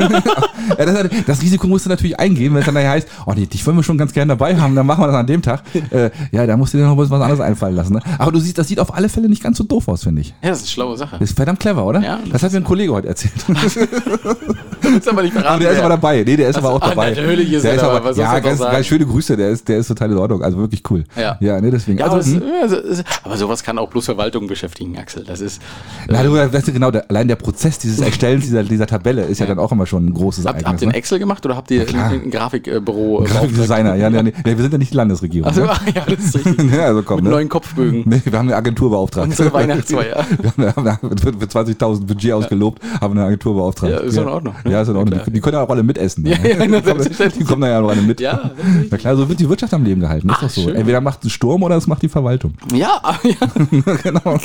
Ja. das, hat- das Risiko musst du natürlich eingehen, wenn es dann nachher heißt, oh nee, dich wollen wir schon ganz gerne dabei haben, dann machen wir das an dem
[laughs]
Tag. Äh, ja, da musst du dir noch was anderes einfallen lassen. Ne? Aber du siehst, das sieht auf alle Fälle nicht ganz so doof aus, finde ich.
Ja, das ist eine schlaue Sache. [laughs]
Das ist verdammt clever, oder?
Ja,
das hat mir ein Kollege heute
[laughs]
erzählt.
Das ist aber nicht verraten.
Aber der ist
wer.
aber dabei. Nee, der ist aber auch
ah,
dabei.
natürlich ist
der
er
ist
dabei.
aber,
Was soll
Ja,
man doch
ganz,
sagen?
ganz schöne Grüße. Der ist, der ist total in Ordnung. Also wirklich cool.
Ja.
ja nee, deswegen.
ja, aber,
also,
das,
hm.
ja, so- aber sowas kann auch bloß Verwaltung beschäftigen, Axel. Das ist.
Na,
Äh,
du weißt du genau, der, allein der Prozess dieses Erstellens dieser, dieser Tabelle ist ja dann auch immer schon ein großes
Habt, habt ihr
ne?
in Excel gemacht oder habt ihr
klar.
in, in Grafik äh, Büro.
Grafikdesigner, ja, nee, nee. Ja, Wir sind ja nicht die Landesregierung.
Also, [laughs]
ne?
ja, das ist richtig.
Ja, also komm,
Mit
ne? [laughs]
neuen Kopfbögen.
Nee, wir haben eine Agentur beauftragt.
Unsere Weihnachtsfeier.
[laughs] Wir haben eine- für für 20.000 Budget ausgelobt, haben eine Agentur beauftragt.
Ja, ist in Ordnung, ne?
Ja, ist in Ordnung. Die, die können ja auch alle mitessen. ne?
ja,
[laughs]
na,
die, kommen, die
selbstverständlich.
kommen da ja auch alle mit.
Ja,
Na klar, so wird die Wirtschaft am Leben gehalten. Ist
Ach,
doch so.
schön.
Entweder macht ein Sturm oder es macht die Verwaltung. [laughs]
Ja, [laughs] ja. genau.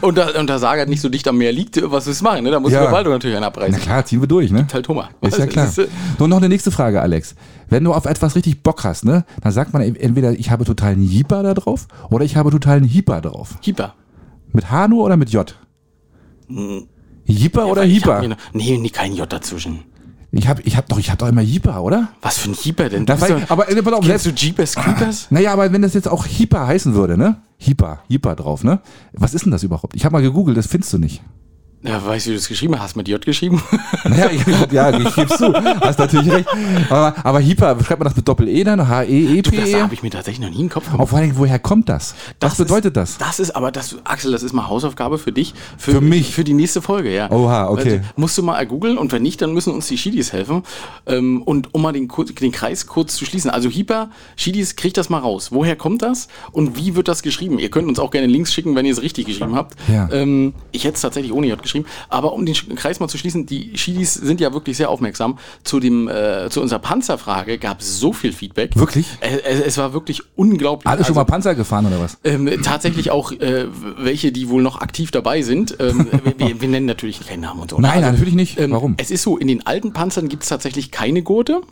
und, da, und da Sager nicht so dicht am Meer liegt, was willst du machen? Ne? Da muss
Ja.
die Verwaltung natürlich einen
Na
abreißen.
klar, ziehen wir durch, ne?
Halt Hummer.
Ist ja
Also,
klar.
das ist, äh,
Nur noch eine nächste Frage, Alex. Wenn du auf etwas richtig Bock hast, ne, dann sagt man entweder ich habe totalen Jeeper da drauf oder ich habe totalen Hieper drauf.
Hieper.
Mit H nur oder mit J? Jeeper oder
Hm. Ich hab
Hieper?
mir noch- Nee, nee, kein J dazwischen.
Ich hab, ich hab doch, ich hab doch immer Jeeper, oder?
Was für ein Hieper denn?
Das
Bist
war,
du-
aber äh, pass auf,
Kennst
selbst,
du Jeepers
[laughs]
Creepers?
naja, aber wenn das jetzt auch Hieper heißen würde, ne? Hieper, Hieper drauf, ne? Was ist denn das überhaupt? Ich habe mal gegoogelt, das findest du
[laughs]
nicht.
Ja, weißt du, wie du es geschrieben hast? Hast du Mit J geschrieben?
Naja, ich, ja, ich geb's zu. Hast natürlich recht. Aber, aber Hieper, schreibt man das mit Doppel-E dann? E
Das
H-E-E-P-E?
habe ich mir tatsächlich noch nie in den Kopf
Auf vor allen Dingen, woher kommt das? Was bedeutet
ist,
das?
Das ist aber, das, Axel, das ist mal Hausaufgabe für dich.
Für mich?
Für die nächste Folge, ja.
Oha, okay.
Also, musst du mal googeln und wenn nicht, dann müssen uns die Schiedis helfen. Ähm, und um mal den, kur- den Kreis kurz zu schließen. Also Hyper, Schiedis, kriegt das mal raus. Woher kommt das und wie wird das geschrieben? Ihr könnt uns auch gerne Links schicken, wenn ihr es richtig geschrieben habt.
Ja.
Ähm, ich hätte es tatsächlich ohne J geschrieben. Aber um den Sch- Kreis mal zu schließen, die Schiedis sind ja wirklich sehr aufmerksam. Zu, dem, äh, zu unserer Panzerfrage gab es so viel Feedback.
Wirklich?
Es, es, es war wirklich unglaublich.
Alle schon
Also-
mal Panzer gefahren oder was?
ähm, tatsächlich auch äh, welche, die wohl noch aktiv dabei sind. Ähm, wir, wir nennen natürlich keinen Namen und so.
Nein,
Also,
natürlich nicht.
ähm,
Warum?
Es ist so, in den alten Panzern gibt es tatsächlich keine Gurte.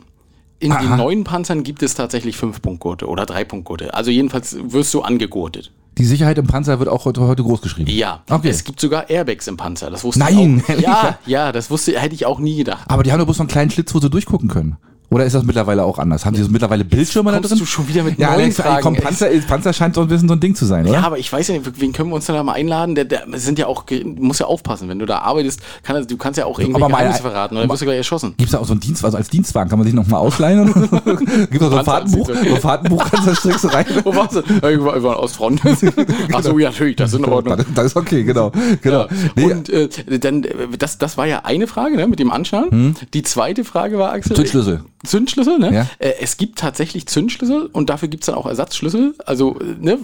In
Aha.
den neuen Panzern gibt es tatsächlich Fünf-Punkt-Gurte oder Drei-Punkt-Gurte. Also jedenfalls wirst du angegurtet.
Die Sicherheit im Panzer wird auch heute, heute groß geschrieben.
Ja.
Okay.
Es gibt sogar Airbags im Panzer. Das wusste
Nein,
ich auch.
ehrlich?
Ja, ja, das wusste, hätte ich auch nie gedacht.
aber die haben doch bloß so einen kleinen Schlitz, wo sie durchgucken können. Oder ist das mittlerweile auch anders? Haben sie so mittlerweile Bildschirme da
kommst
drin?
du schon wieder mit
ja,
neuen
Alex, ey,
Fragen,
komm,
ey.
Panzer, Panzer scheint so ein bisschen so ein Ding zu sein, oder?
Ja, aber ich weiß ja nicht, wen können wir uns denn da mal einladen? Der, der sind ja auch, ge- muss ja aufpassen, wenn du da arbeitest, kann, du kannst ja auch irgendwelche
mal-
Geheimnisse verraten oder
mal-
wirst du gleich erschossen.
Gibt es da auch so einen Dienst, also als Dienstwagen kann man sich nochmal ausleihen? Gibt
[laughs]
es auch so ein Fahrtenbuch? So ein Fahrtenbuch kannst du das strickst du rein.
[laughs] Wo warst du? Ja, Ich war, ich war in
[laughs]
Ostfront. Achso, ja, natürlich, das ist in Ordnung.
Das, das ist okay, genau. genau.
Ja.
Nee,
Und äh, dann, äh, das, das war ja eine Frage ne, mit dem Anschnallen. Die zweite Frage war, Axel.
Zündschlüssel.
Zündschlüssel, ne?
Hm. Ja.
Äh, es gibt tatsächlich Zündschlüssel und dafür gibt es dann auch Ersatzschlüssel. Also, äh, ne,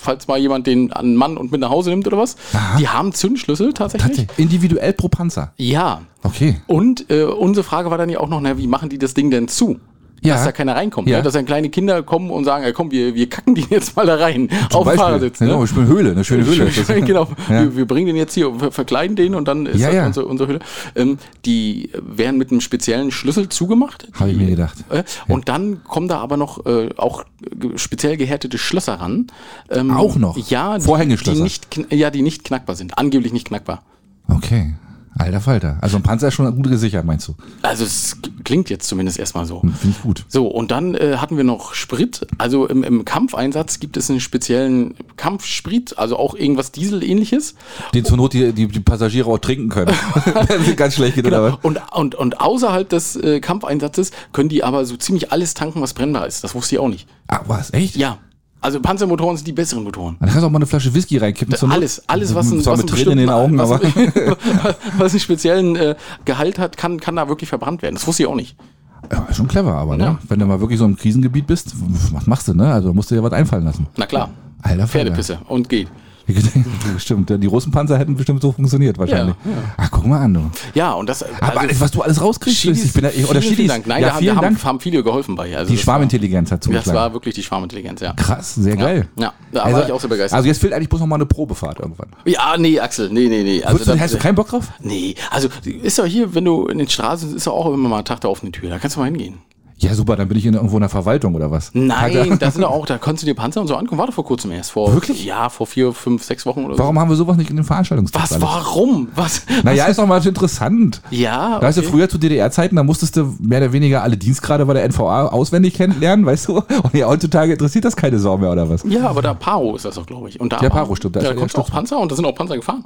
falls mal jemand den an Mann und mit nach Hause nimmt oder was. Die haben Zündschlüssel tatsächlich.
Tatsächlich, individuell pro Panzer.
Ja.
Okay.
Und äh, unsere Frage war dann ja auch noch, na, wie machen die das Ding denn zu?
Ja.
Dass da keiner reinkommt.
Ja.
Ne? Dass dann kleine Kinder kommen und sagen, ja, komm, wir, wir kacken den jetzt mal da rein.
Zum
auf dem Fahrersitz. Ne?
Genau, ich bin Höhle, eine schöne Höhle.
Schön, [laughs] schön, genau.
Ja.
Wir, wir bringen den jetzt hier, wir verkleiden den und dann ist
Ja,
das
ja.
Unsere, unsere Höhle. Ähm, die werden mit einem speziellen Schlüssel zugemacht.
Hab ich
Die,
mir gedacht.
Äh, Und dann kommen da aber noch äh, auch ge- speziell gehärtete Schlösser ran. Ähm,
Auch noch?
Ja, die, die
Vorhängeschlösser?
nicht, kn- ja, die nicht knackbar sind. Angeblich nicht knackbar.
Okay. Alter Falter. Also ein Panzer ist schon gut gesichert, meinst du?
Also es klingt jetzt zumindest erstmal so.
Finde ich gut.
So, und dann äh, hatten wir noch Sprit. Also im, im Kampfeinsatz gibt es einen speziellen Kampfsprit, also auch irgendwas Diesel-ähnliches.
Den zur Not die, die, die Passagiere auch trinken
[laughs]
können. [laughs] Wenn sie ganz schlecht geht,
Genau.
oder
Und, und, und außerhalb des äh, Kampfeinsatzes können die aber so ziemlich alles tanken, was brennbar ist. Das wusste ich auch nicht.
Ah, was? Echt?
Ja. Also Panzermotoren sind die besseren Motoren.
Dann kannst du auch mal eine Flasche Whisky reinkippen. zur Not.
Alles, alles, was einen,
Zwar
was
mit
einen
Tränen in den Augen,
bestimmten- was,
aber.
einen- [laughs] was einen speziellen äh, Gehalt hat, kann, kann da wirklich verbrannt werden. Das wusste ich auch nicht.
[laughs] Ja, ist schon clever, aber ne?
Ja.
wenn du mal wirklich so im Krisengebiet bist, was machst du, ne? Also musst du dir was einfallen lassen.
Na klar.
Alter Falter.
Pferdepisse und geht.
[laughs] Stimmt, die Russenpanzer hätten bestimmt so funktioniert wahrscheinlich.
Ja,
Ach, guck mal an, du.
Ja, und das.
Aber alles, was du alles rauskriegst,
Schiedis,
ich bin da, ich, oder
vielen,
Schiedis.
vielen Dank. Nein,
ja,
da, haben-
vielen
da haben,
Dank.
haben viele geholfen bei. Also
Die
das war-
Schwarmintelligenz hat
Das
zugeschlagen.
war wirklich die Schwarmintelligenz, ja.
Krass, sehr geil.
Ja, da war ich auch sehr begeistert. Also
Also jetzt fehlt eigentlich bloß noch mal eine Probefahrt irgendwann.
Ja, nee, Axel, nee, nee, Also nee.
Würdest
da-
du, hast du keinen Bock drauf?
Nee, also ist doch hier, wenn du in den Straßen ist doch auch immer mal ein Tag der offenen Tür. Da kannst du mal hingehen.
Ja, super, dann bin ich in, irgendwo in der Verwaltung oder was? Alter,
Nein, da sind doch auch, da konntest du dir Panzer und so angucken. War doch vor kurzem erst. Vor,
Wirklich?
Ja, vor vier, fünf, sechs Wochen oder
Warum haben wir sowas nicht in den
so.
Veranstaltungstag?
Was, warum? Was?
Naja, ist doch mal interessant.
Ja,
Weißt du,
okay.
früher zu DDR-Zeiten, da musstest du mehr oder weniger alle Dienstgrade bei der NVA auswendig kennenlernen, weißt du? Und ja, heutzutage interessiert das keine Sau mehr, oder was?
Ja, aber da Paro ist das doch, glaube ich. Und da
Ja,
war-
Paro, stimmt, da
Da,
ist
da
ja-
konntest du
ja,
auch Panzer und da sind auch Panzer gefahren.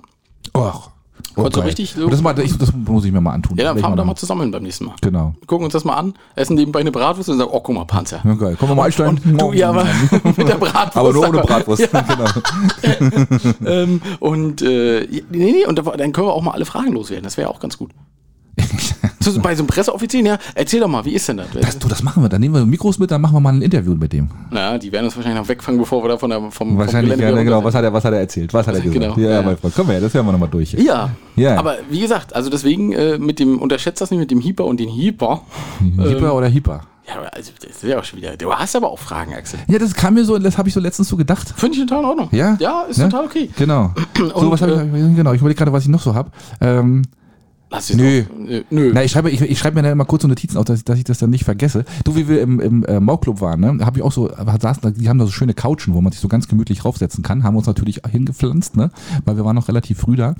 Och. Oh,
Und so
geil.
richtig so-
Und das, mal, ich, das muss ich mir mal antun.
Ja, dann
Vielleicht
fahren wir doch
mal-
mal zusammen beim nächsten Mal.
Genau.
Gucken uns das mal an, essen nebenbei eine Bratwurst und sagen, oh, guck mal, Panzer.
Ja, geil. Kommen wir mal einsteigen.
Und du, ja, aber [laughs] mit der Bratwurst.
Aber nur ohne
aber-
Bratwurst. ne?
Ja.
[laughs] genau.
Ähm, und, äh, nee, nee, und da, war- dann können wir auch mal alle Fragen loswerden. Das wäre ja auch ganz gut. Zu- Bei so einem Presseoffizier, ja, erzähl doch mal, wie ist denn das?
Das, du, das machen wir. Dann nehmen wir Mikros mit, dann machen wir mal ein Interview mit dem.
Na, die werden uns wahrscheinlich noch wegfangen, bevor wir da von der, vom,
Wahrscheinlich,
vom
ja,
wieder
genau.
runter
Was hat er, was hat er erzählt? Was hat er gesagt?
Genau,
ja,
ja.
mein Freund. Komm her, das hören wir nochmal durch.
sind. Ja.
Ja.
aber wie gesagt, also deswegen äh, mit dem, unterschätzt das nicht mit dem Hieper und den Hieper. Ähm.
Hipper oder Hipper?
Ja, aber also das ist ja auch schon wieder. Du hast aber auch Fragen, Axel.
Ja, das kam mir so, das habe ich so letztens so gedacht.
Finde ich total in Ordnung.
Ja?
Ja, ist
Ne?
total okay.
Genau. so,
Und, äh,
was habe ich, genau, ich überlege gerade, was ich noch so habe. Ähm,
Lass es
Nö.
doch. Nö. Nö.
Na, ich schreibe, ich, ich schreibe mir da immer kurze Notizen auf, dass, ich- dass ich das dann nicht vergesse. Du, wie wir im, im äh, Mauclub waren, ne, habe ich auch so, aber saßen, da- die haben da so schöne Couchen, wo man sich so ganz gemütlich raufsetzen kann. Haben uns natürlich hingepflanzt, ne, weil wir waren noch relativ früh da.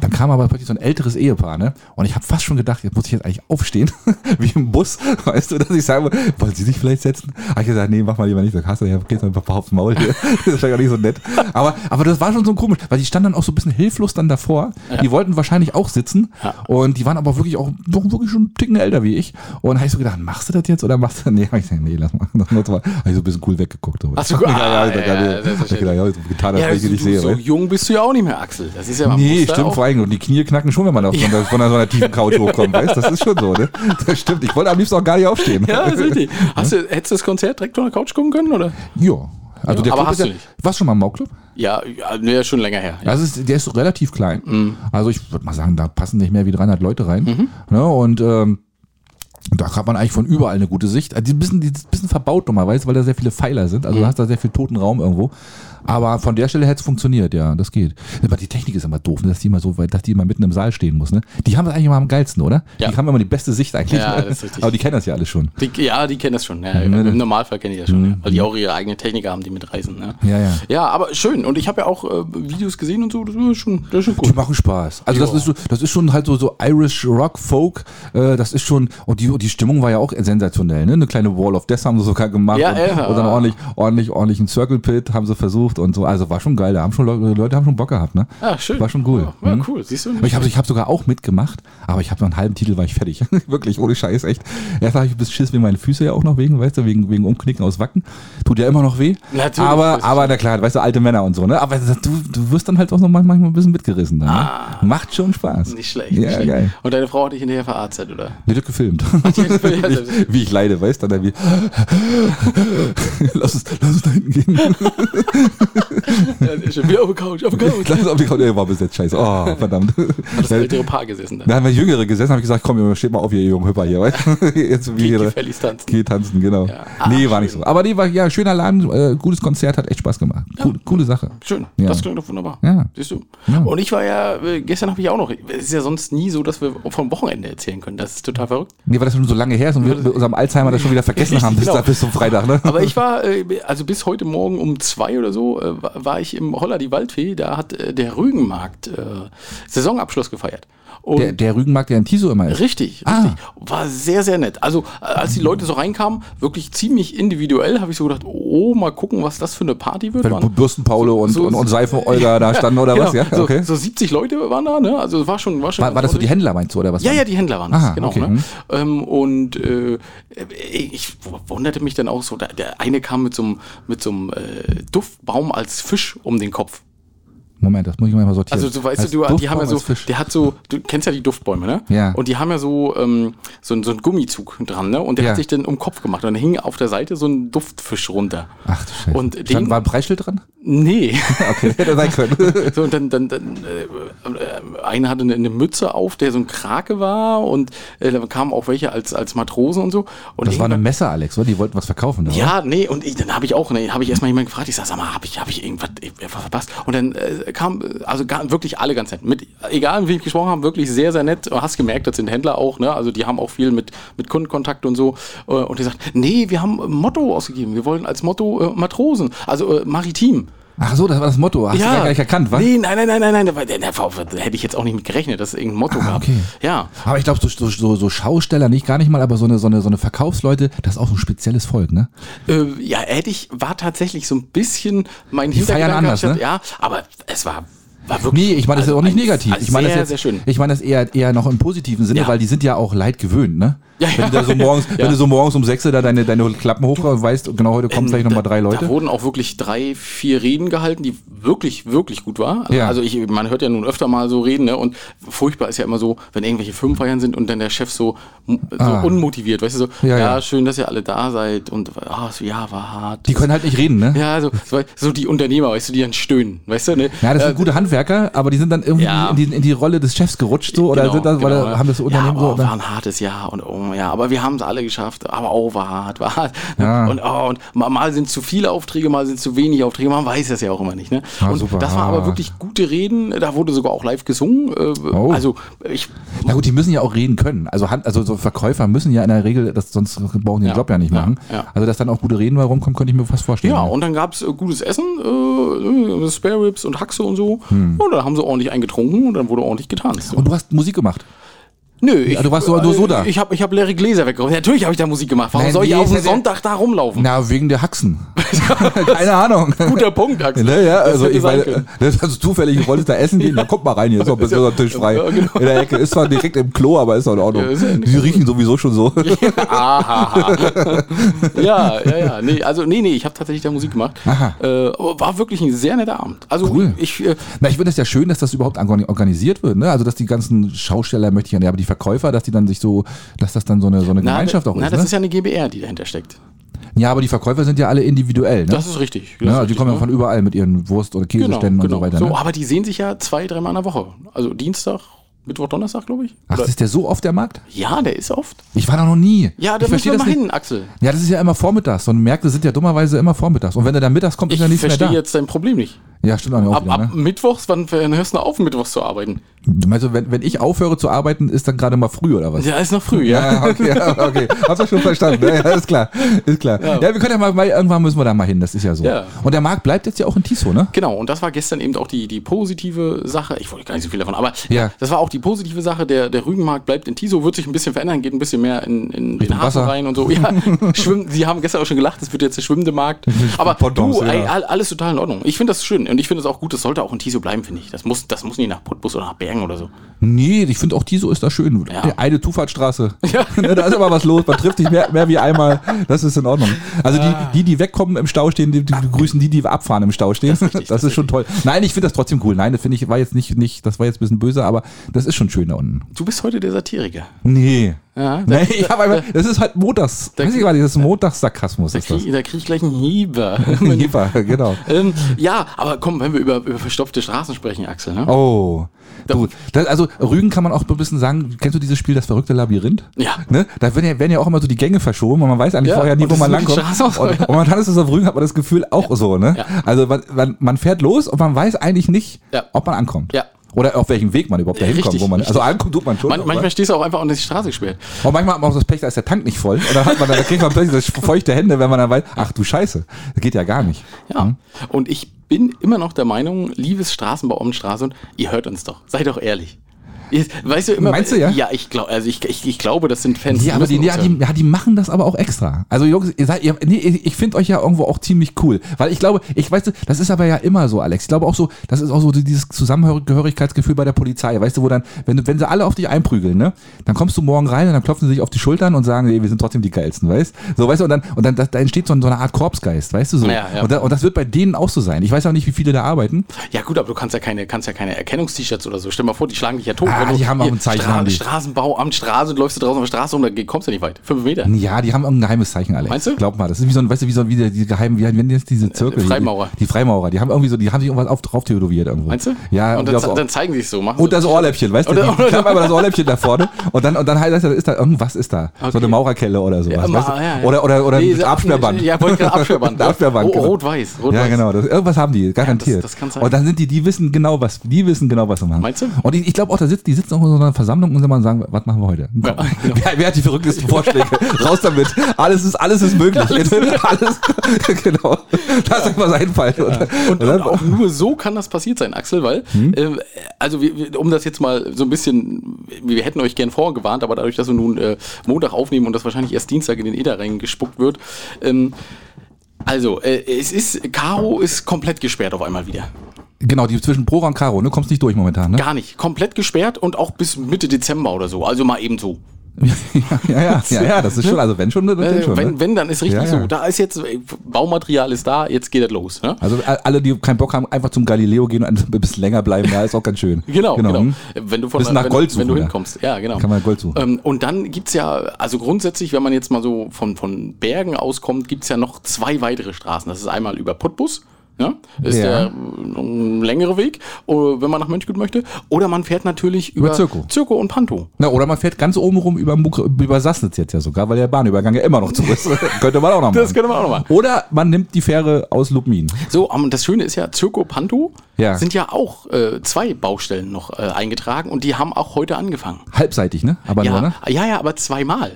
Dann kam aber plötzlich so ein älteres Ehepaar, ne, und ich habe fast schon gedacht, jetzt muss ich jetzt eigentlich aufstehen, [laughs] wie im Bus, weißt du, dass ich sage, [laughs] wollen Sie sich vielleicht setzen? Habe ich gesagt, nee, mach mal lieber nicht, dann hast du ja, geht's einfach aufs Maul [laughs] hier. Das ist ja gar nicht so nett. Aber, aber das war schon so komisch, weil die standen dann auch so ein bisschen hilflos dann davor. Die wollten wahrscheinlich auch sitzen und die waren aber wirklich auch doch wirklich schon einen Ticken älter wie ich. Und habe ich so gedacht, machst du das jetzt oder machst du Nee, hab ich gesagt, nee, lass mal. [laughs] Das war, habe ich so ein bisschen cool weggeguckt.
Ach so,
ja, [laughs] ja, ja,
ah, ja,
ja,
das ist
Ich hab gedacht, ja, hab ich so getan, als
ja,
wenn ich sie
du,
nicht
du,
sehe.
so
weißt du.
jung bist du ja auch nicht mehr, Axel. Das ist ja man
Nee,
muss da
stimmt,
auch-
vor allem. Und die Knie knacken schon, wenn
[laughs]
man auf so einer, von einer, so einer tiefen Couch hochkommt, weißt du? Das ist schon so, ne? Das stimmt. Ich wollte am liebsten auch gar nicht aufstehen.
Ja,
[laughs]
ist richtig. Hast du, hättest du das Konzert direkt von der Couch gucken können, oder?
Ja. Also
Ja,
der
aber
Club
hast
ist
du
ja,
nicht.
warst du schon mal im Mauclub?
Ja, ja, nee, ist schon länger her. Ja. Mhm.
Also es ist, der ist so relativ klein. Also ich würde mal sagen, da passen nicht mehr wie 300 Leute rein. Ne? Und ähm, da hat man eigentlich von überall eine gute Sicht. Also die ist ein bisschen, die ist ein bisschen verbaut normalerweise, weil da sehr viele Pfeiler sind. Also
Mhm.
du hast da sehr viel toten Raum irgendwo. Aber von der Stelle hätte es funktioniert, ja, das geht. Aber die Technik ist immer doof, ne, dass die immer so weit, dass die immer mitten im Saal stehen muss. Ne? Die haben das eigentlich immer am geilsten, oder?
Ja.
Die haben immer die beste Sicht eigentlich. ne.
Ja, das ist richtig.
Aber die kennen das ja alle schon.
Die, ja, die kennen das schon. Ja, Im Normalfall kenne ich das schon, ja, weil die auch ihre eigene Technik haben, die mitreisen. Ne?
Mhm. Ja, ja.
Ja, aber schön. Und ich habe ja auch äh, Videos gesehen und so. Das ist schon, das ist schon
Die
cool.
machen Spaß. Also das
Ja.
ist, so, das ist schon halt so, so Irish Rock, Folk. Äh, das ist schon, und die, und die Stimmung war ja auch sensationell. Ne? Eine kleine Wall of Death haben sie sogar gemacht.
Ja,
und,
ja.
und dann ordentlich, ordentlich, ordentlich einen Circle Pit haben sie versucht und so. Also war schon geil. Da haben schon Leute, Leute haben schon Bock gehabt. Ne?
Ah, schön.
War schon cool.
Ja,
Mhm.
ja, cool. Siehst du?
Ich habe ich hab sogar auch mitgemacht, aber ich habe nach einem halben Titel war ich fertig. [laughs] Wirklich, ohne Scheiß, echt. Erst habe ich ein bisschen Schiss wegen meinen Füßen ja auch noch wegen, weißt du, wegen, wegen Umknicken aus Wacken. Tut ja immer noch weh.
Natürlich.
Aber, aber na klar, weißt du, alte Männer und so, ne? Aber das- du, du wirst dann halt auch noch mal- manchmal ein bisschen mitgerissen. Dann, ne? Macht schon Spaß.
Ah. Nicht schlecht.
Ja,
nicht schlecht.
geil.
Und deine Frau hat dich hinterher verarztet, oder?
Die wird gefilmt.
[laughs] hat gefilmt,
[laughs]
ja,
ich, wie ich leide, weißt du, dann wie. [laughs] lass, uns, lass uns da hinten gehen. [laughs]
Ja, sehr schön. Wir auf der Couch, auf der Couch.
Lass uns auf die Couch. Ey, war besetzt, scheiße. Oh, verdammt.
Das ältere Paar gesessen. Da.
Da haben wir Jüngere gesessen, habe ich gesagt, komm, steht mal auf, ihr jungen Hüpper hier, weißt
[laughs]
du? [laughs] Jetzt wie
Die
ihre-
Fellis tanzen.
Geh tanzen, genau.
Ja. Ah,
nee, war nicht
schön.
so. Aber nee, war ja schöner Laden, äh, gutes Konzert, hat echt Spaß gemacht. Cool, Coole Sache.
Schön,
Ja.
das klingt doch wunderbar.
Ja.
Siehst du? Und ich war ja, äh, gestern habe ich auch noch, es ist ja sonst nie so, dass wir vom Wochenende erzählen können. Das ist total verrückt.
Nee, weil das schon so lange her ist und wir mit unserem Alzheimer das schon wieder vergessen haben bis,
Genau.
da, bis zum Freitag, ne?
Aber ich war, äh, also bis heute Morgen um zwei oder so, äh, war- war ich im Holler die Waldfee, da hat äh, der Rügenmarkt äh, Saisonabschluss gefeiert.
[laughs]
Und
der, der Rügenmarkt, der in Tiso immer ist.
Richtig, richtig.
Ah.
War sehr, sehr nett. Also, äh, als die Leute so reinkamen, wirklich ziemlich individuell, habe ich so gedacht, oh, mal gucken, was das für eine Party wird.
Weil
Waren-
Bürstenpaule und,
So-
und, und Seifen-Olga da standen
[laughs]
oder was, ja?
Genau,
Okay.
so, so 70 Leute waren da, ne? Also, es war schon, war schon.
war, war das so die Händler, meinst du, oder was?
Ja, ja, die Händler waren
Aha,
das, genau.
okay,
Ne?
hm.
Ähm, und äh, ich wunderte mich dann auch so, da- der eine kam mit so einem mit so einem, äh, Duftbaum als Fisch um den Kopf.
Moment, das muss ich mal sortieren.
Also so weißt
Als
du, du die haben
Duftbaum
ja so,
als Fisch.
der hat so, du kennst ja die Duftbäume, ne?
Ja.
Und die haben ja so ähm, so, ein- so einen Gummizug dran, ne? Und der
Ja.
hat sich dann um den Kopf gemacht und dann hing auf der Seite so ein Duftfisch runter.
Ach du Scheiße.
Und
Stand-
den-
war ein Preisschild dran? [laughs]
Nee.
Okay, hätte sein
[laughs]
können.
so, und dann, dann, dann äh, äh, einer hatte eine, eine Mütze auf, der so ein Krake war und äh, da kamen auch welche als als Matrosen und so. Und
Das war eine
irgendwann-
Messe, Alex, oder? Die wollten was verkaufen. Da,
ja, nee, und ich, dann habe ich auch, ne, habe ich erstmal jemanden gefragt, ich sag, sag mal, habe ich, hab ich irgendwas, irgendwas verpasst? Und dann äh, kam, äh, also gar, wirklich alle ganz nett. Mit, egal, mit wem ich gesprochen habe, wirklich sehr, sehr nett. Du Hast gemerkt, das sind Händler auch, ne? Also die haben auch viel mit, mit Kundenkontakt und so. Äh, Und die sagt, nee, wir haben ein Motto ausgegeben. Wir wollen als Motto äh, Matrosen, also äh, maritim.
Ach so, das war das Motto. Hast du gar nicht erkannt, was?
Nee, nein, nein, nein, nein, nein. Da, war- da, war- da hätte ich jetzt auch nicht mit gerechnet, dass es irgendein Motto gab.
Ah, okay.
Ja.
Aber ich glaube, so, so, so, so Schausteller, nicht gar nicht mal, aber so eine, so, eine, so eine Verkaufsleute, das ist auch so ein spezielles Volk, ne?
Äh, ja, hätte ich, war tatsächlich so ein bisschen mein
Die feiern
Hintergedanke.
anders,
anstatt-
ne?
Ja, aber es war, war wirklich.
Nee, ich meine das ist
also
auch nicht
ein-
negativ.
ein
Ich meine das
sehr,
jetzt,
sehr schön.
ich meine das eher eher noch im positiven Sinne,
Ja.
weil die sind ja auch Leid gewöhnt, ne?
Ja,
wenn,
ja.
du da so morgens,
[laughs] Ja.
wenn du so morgens um 6 Uhr da deine, deine Klappen hoch und weißt, genau, heute kommen vielleicht nochmal drei
Ähm, Da
Leute.
wurden auch wirklich drei, vier Reden gehalten, die wirklich, wirklich gut war. Also,
Ja.
also ich, man hört ja nun öfter mal so Reden, ne? Und furchtbar ist ja immer so, wenn irgendwelche Firmenfeiern sind und dann der Chef so, m- so
Ah.
unmotiviert, weißt du, so,
Ja,
ja,
ja.
schön, dass ihr alle da seid und ah, so, ja, war hart.
Die können halt nicht reden, ne?
ja, so, so, so die Unternehmer, weißt du, die dann stöhnen, weißt du, ne?
Ja, das sind
Äh,
gute Handwerker, aber die sind dann irgendwie
Ja.
in, die, in die Rolle des Chefs gerutscht so oder
Genau,
sind das, weil
genau, ja.
haben das Unternehmen
ja, aber
so.
war
Oder?
ein hartes Jahr und oh ja, aber wir haben es alle geschafft, aber oh, war hart, war hart. ne?
Ja.
Und, oh, und mal, mal sind zu viele Aufträge, mal sind zu wenig Aufträge, man weiß das ja auch immer nicht. Ne?
Ja,
und
super
das war
hart.
aber wirklich gute Reden, da wurde sogar auch live gesungen. äh,
Oh.
Also ich
Na gut, die müssen ja auch reden können. Also Hand, also so Verkäufer müssen ja in der Regel, das, sonst brauchen die den
Ja.
Job ja nicht
Ja.
machen.
Ja.
Also dass dann auch gute Reden mal rumkommen, könnte ich mir fast vorstellen.
ja, und dann gab es gutes Essen, äh, äh, Spare Ribs und Haxe und so.
Hm.
Und dann haben sie ordentlich eingetrunken und dann wurde ordentlich getanzt.
Und du hast Musik gemacht.
Nö, ich,
du warst so- nur so da.
Ich habe ich hab leere Gläser weggeräumt. Natürlich habe ich da Musik gemacht. Warum
Nein,
soll ich
nee,
auf dem
hätte-
Sonntag da rumlaufen?
Na, wegen der Haxen. [laughs] Keine Ahnung.
Guter Punkt, Axel.
Ne, ja, also
hätte
ich
sein
meine,
können.
das also zufällig, du wolltest da essen gehen, na kommt mal rein, hier ist auch ein bisschen so ein Tisch frei.
[laughs] Ja, genau.
In der Ecke ist zwar direkt im Klo, aber ist doch in Ordnung.
Ja, ist ja nicht
die riechen sowieso schon so.
[laughs] Aha. ja, ja, ja. Nee, also nee, nee, ich habe tatsächlich da Musik gemacht.
Aha.
Äh, aber war wirklich ein sehr netter Abend. Also
Cool.
ich äh,
Na, ich finde es ja schön, dass das überhaupt an- organisiert wird, ne? Also, dass die ganzen Schausteller, möchte ich ja nicht, aber die Verkäufer, dass die dann sich so, dass das dann so eine, so eine Gemeinschaft
na,
auch
na,
ist,
das
ne?
ist ja eine GBR, die dahinter steckt.
Ja, aber die Verkäufer sind ja alle individuell, ne?
Das ist richtig.
ja,
Das ist
also die
richtig,
kommen ja
ne?
von überall mit ihren Wurst- oder
genau,
Käseständen
genau.
und so weiter, ne?
aber die sehen sich ja zwei, dreimal in der Woche. Also Dienstag, Mittwoch, Donnerstag, glaube ich.
Ach, ist der so oft der Markt?
ja, der ist oft.
Ich war da noch nie.
Ja, da
ich
müssen
verstehe
wir
das
mal
nicht.
hin, Axel.
Ja, das ist ja immer vormittags. Und Märkte sind ja dummerweise immer vormittags. Und wenn er dann mittags kommt, ist
Ich
ja nichts mehr
verstehe
da.
jetzt dein Problem nicht.
Ja, stimmt auch ne? nicht.
Ab,
Ab,
ab Mittwochs, wann wann hörst du auf, Mittwochs zu arbeiten? [laughs]
ne? Also, wenn, wenn ich aufhöre zu arbeiten, ist dann gerade mal früh oder
[laughs]
was?
Ja, ist noch früh, ja.
Ja, okay, ja, okay. Hab's ja schon verstanden. ne? Ja, ist klar. Ist klar. Ja, wir können ja mal, mal, irgendwann müssen wir da mal hin, das ist ja so.
Ja.
Und der Markt bleibt jetzt ja auch in Tiso, ne?
Genau, und das war gestern eben auch die, die positive Sache. Ich wollte gar nicht so viel davon, aber
Ja.
das war auch die positive Sache. Der, der Rügenmarkt bleibt in Tiso, wird sich ein bisschen verändern, geht ein bisschen mehr in, in den Hafen
Wasser.
rein und so.
[laughs]
Ja, schwimmen, Sie haben gestern auch schon gelacht, es wird jetzt der schwimmende Markt. Aber
Pottdams,
du, ey,
ja.
all- alles total in Ordnung. Ich finde das schön und ich finde es auch gut, das sollte auch in Tiso bleiben, finde ich. Das muss, das muss nicht nach Putbus oder nach Bergen oder so.
Nee, ich finde auch Tiso ist da schön.
Ja.
Die Eine
[laughs]
Zufahrtsstraße. [laughs] Ne, Da ist immer was los. Man trifft sich mehr, mehr wie einmal. Das ist in Ordnung. Also die, die, die wegkommen im Stau stehen, die, die begrüßen die, die abfahren im Stau stehen. [laughs] Das ist,
richtig, Ah. das ist
schon toll. Nein, ich finde das trotzdem cool. Nein, das finde ich, war jetzt nicht, nicht, das war jetzt ein bisschen böse, aber das ist schon schön da unten.
Du bist heute der Satiriker.
Nee.
Ja, da,
Nein, ich habe einfach, das ist halt Montags, weiß ich gar nicht, das ist Montagssarkasmus
da
ist das.
kriege krieg ich gleich einen
[laughs]
Hieber.
Jefer,
[laughs]
genau.
ähm, ja, aber komm, wenn wir über, über verstopfte Straßen sprechen, Axel. Ne?
Oh. Du, das, also Rügen kann man auch ein bisschen sagen, kennst du dieses Spiel Das verrückte Labyrinth?
Ja.
Ne? Da werden ja, werden ja auch immer so die Gänge verschoben und man weiß eigentlich
Ja,
vorher nie,
und
wo
das
man
ist mit
langkommt.
Straße auch so,
Und,
ja.
und man hat es das auf Rügen, hat man das Gefühl auch so, ne?
Ja.
Also man, man, man fährt los und man weiß eigentlich nicht,
Ja.
ob man ankommt.
Ja.
Oder auf welchem Weg man überhaupt dahin kommt,
Richtig,
wo man. Also ankommt tut man schon.
Man,
aber-
manchmal stehst du auch einfach unter die Straße gesperrt.
und manchmal hat man auch das Pech, da ist der Tank nicht voll. Und dann hat man, dann kriegt man plötzlich das feuchte Hände, wenn man dann weiß, ach du Scheiße, das geht ja gar nicht. Hm?
Ja.
Mhm.
Und ich bin immer noch der Meinung, liebes Straßenbau Ommenstraße, und ihr hört uns doch. Seid doch ehrlich. Ihr- Weißt du immer.
Meinst du, ja?
Ja, ich glaube, also ich, ich, ich glaube, das sind Fans.
Ja, aber die,
müssen uns
ja, die,
hören.
ja, die machen das aber auch extra. Also Jungs, ihr seid, ihr, nee, ich finde euch ja irgendwo auch ziemlich cool. Weil ich glaube, ich weiß, das ist aber ja immer so, Alex. Ich glaube auch so, das ist auch so dieses Zusammengehörigkeitsgefühl bei der Polizei. Weißt du, wo dann, wenn, du- wenn sie alle auf dich einprügeln, ne, dann kommst du morgen rein und dann klopfen sie sich auf die Schultern und sagen, nee, wir sind trotzdem die geilsten, weißt So, weißt du, und dann, und dann das, da entsteht so, ein- so eine Art Korpsgeist, weißt du so.
Ja, ja.
Und, da, und das wird bei denen auch so sein. Ich weiß auch nicht, wie viele da arbeiten.
ja, gut, aber du kannst ja keine, kannst ja keine Erkennungst-T-Shirts oder so. Stell mal vor, die schlagen dich ja tot.
Ah,
wenn du
die haben auch
hier
ein Zeichen,
Stra
haben die.
Straßenbau am Straße und läufst du draußen auf der Straße rum, da kommst du nicht weit. Fünf Meter.
Ja, die haben irgendein geheimes Zeichen, Alex.
Meinst du? Äh,
Glaub mal, das ist wie so ein, weißt du, wie so ein, wie der- die geheimen, wie wenn jetzt diese Zirkel.
Freimaurer.
Die, die Freimaurer, die haben irgendwie so, die haben sich irgendwas auf, drauf theodoliert irgendwo.
Meinst du?
Ja,
Und
irgendwie
dann,
aufs Ohr.
ze- dann zeigen sie es so. Machen
und
so.
das Ohrläppchen, weißt du? Die
Oder- oder-
klappen
[laughs]
aber das Ohrläppchen da vorne und dann, und dann heißt das, da ist da irgendwas ist da. So eine
Okay.
Maurerkelle oder sowas.
Ja,
weißt du?
ma- ja, ja.
Oder, oder, oder
Nee,
ein
so-
Absperrband.
[laughs] Ja, wollte
[laughs]
gerade Absperrband.
Ein Absperrband,
Ro-
genau.
Rot-Weiß. Rot
ja, genau. Das, irgendwas haben die, garantiert.
das kann sein.
Und dann sind die, die wissen genau was, die wissen genau, was sie machen.
Meinst du?
Und ich, ich glaube auch, da sitzen, die sitzen auch in so einer Versammlung und immer sagen, was machen wir heute?
Ja, genau.
wer, wer hat die verrücktesten Vorschläge?
[laughs]
Raus damit. Alles ist, alles ist möglich. Alles, [laughs] genau. Lass euch was einfallen. Und,
Und,
und
und
dann,
[laughs] auch nur so kann das passiert sein, Axel, weil,
Hm?
ähm, also wir, wir, um das jetzt mal so ein bisschen, wir hätten euch gern vorgewarnt, aber dadurch, dass wir nun äh, Montag aufnehmen und das wahrscheinlich erst Dienstag in den Äther reingespuckt wird, ähm, also, äh, es ist, Caro ist komplett gesperrt auf einmal wieder.
genau, die zwischen Prora und Caro, ne? Kommst nicht durch momentan, ne?
Gar nicht. Komplett gesperrt und auch bis Mitte Dezember oder so. Also mal eben so.
[laughs] ja, ja, ja, ja, das ist schon, also wenn schon, dann
Äh,
denn schon.
wenn,
ne?
wenn, dann ist richtig
Ja, ja.
so. Da ist jetzt, äh, Baumaterial ist da, jetzt geht das los. Ne?
Also a- alle, die keinen Bock haben, einfach zum Galileo gehen und ein bisschen länger bleiben, ja, ist auch ganz schön.
Genau, genau.
hm?
Äh, Wenn du von
Bisschen nach
wenn,
Gold
wenn
suchen,
du
ja.
hinkommst. Ja, genau.
Kann man Gold suchen.
Ähm, und dann gibt's ja, also grundsätzlich, wenn man jetzt mal so von, von Bergen auskommt, gibt's ja noch zwei weitere Straßen. Das ist einmal über Putbus. Ja, ist
Ja.
der ähm, längere Weg, oh, wenn man nach Mönchgut möchte. Oder man fährt natürlich über,
Über Zirko.
Zirko und Pantow.
Na, oder man fährt ganz oben rum über, Mugr- über Sassnitz jetzt ja sogar, weil der Bahnübergang ja immer noch zu ist. [laughs] könnte man auch noch machen.
Das könnte man auch noch machen.
Oder man nimmt die Fähre aus Lubmin.
So, ähm, das Schöne ist ja, Zirko Pantow
Ja.
sind ja auch äh, zwei Baustellen noch äh, eingetragen und die haben auch heute angefangen.
Halbseitig, ne? Aber nur,
Ja,
ne?
ja, ja,
[laughs]
aber zweimal.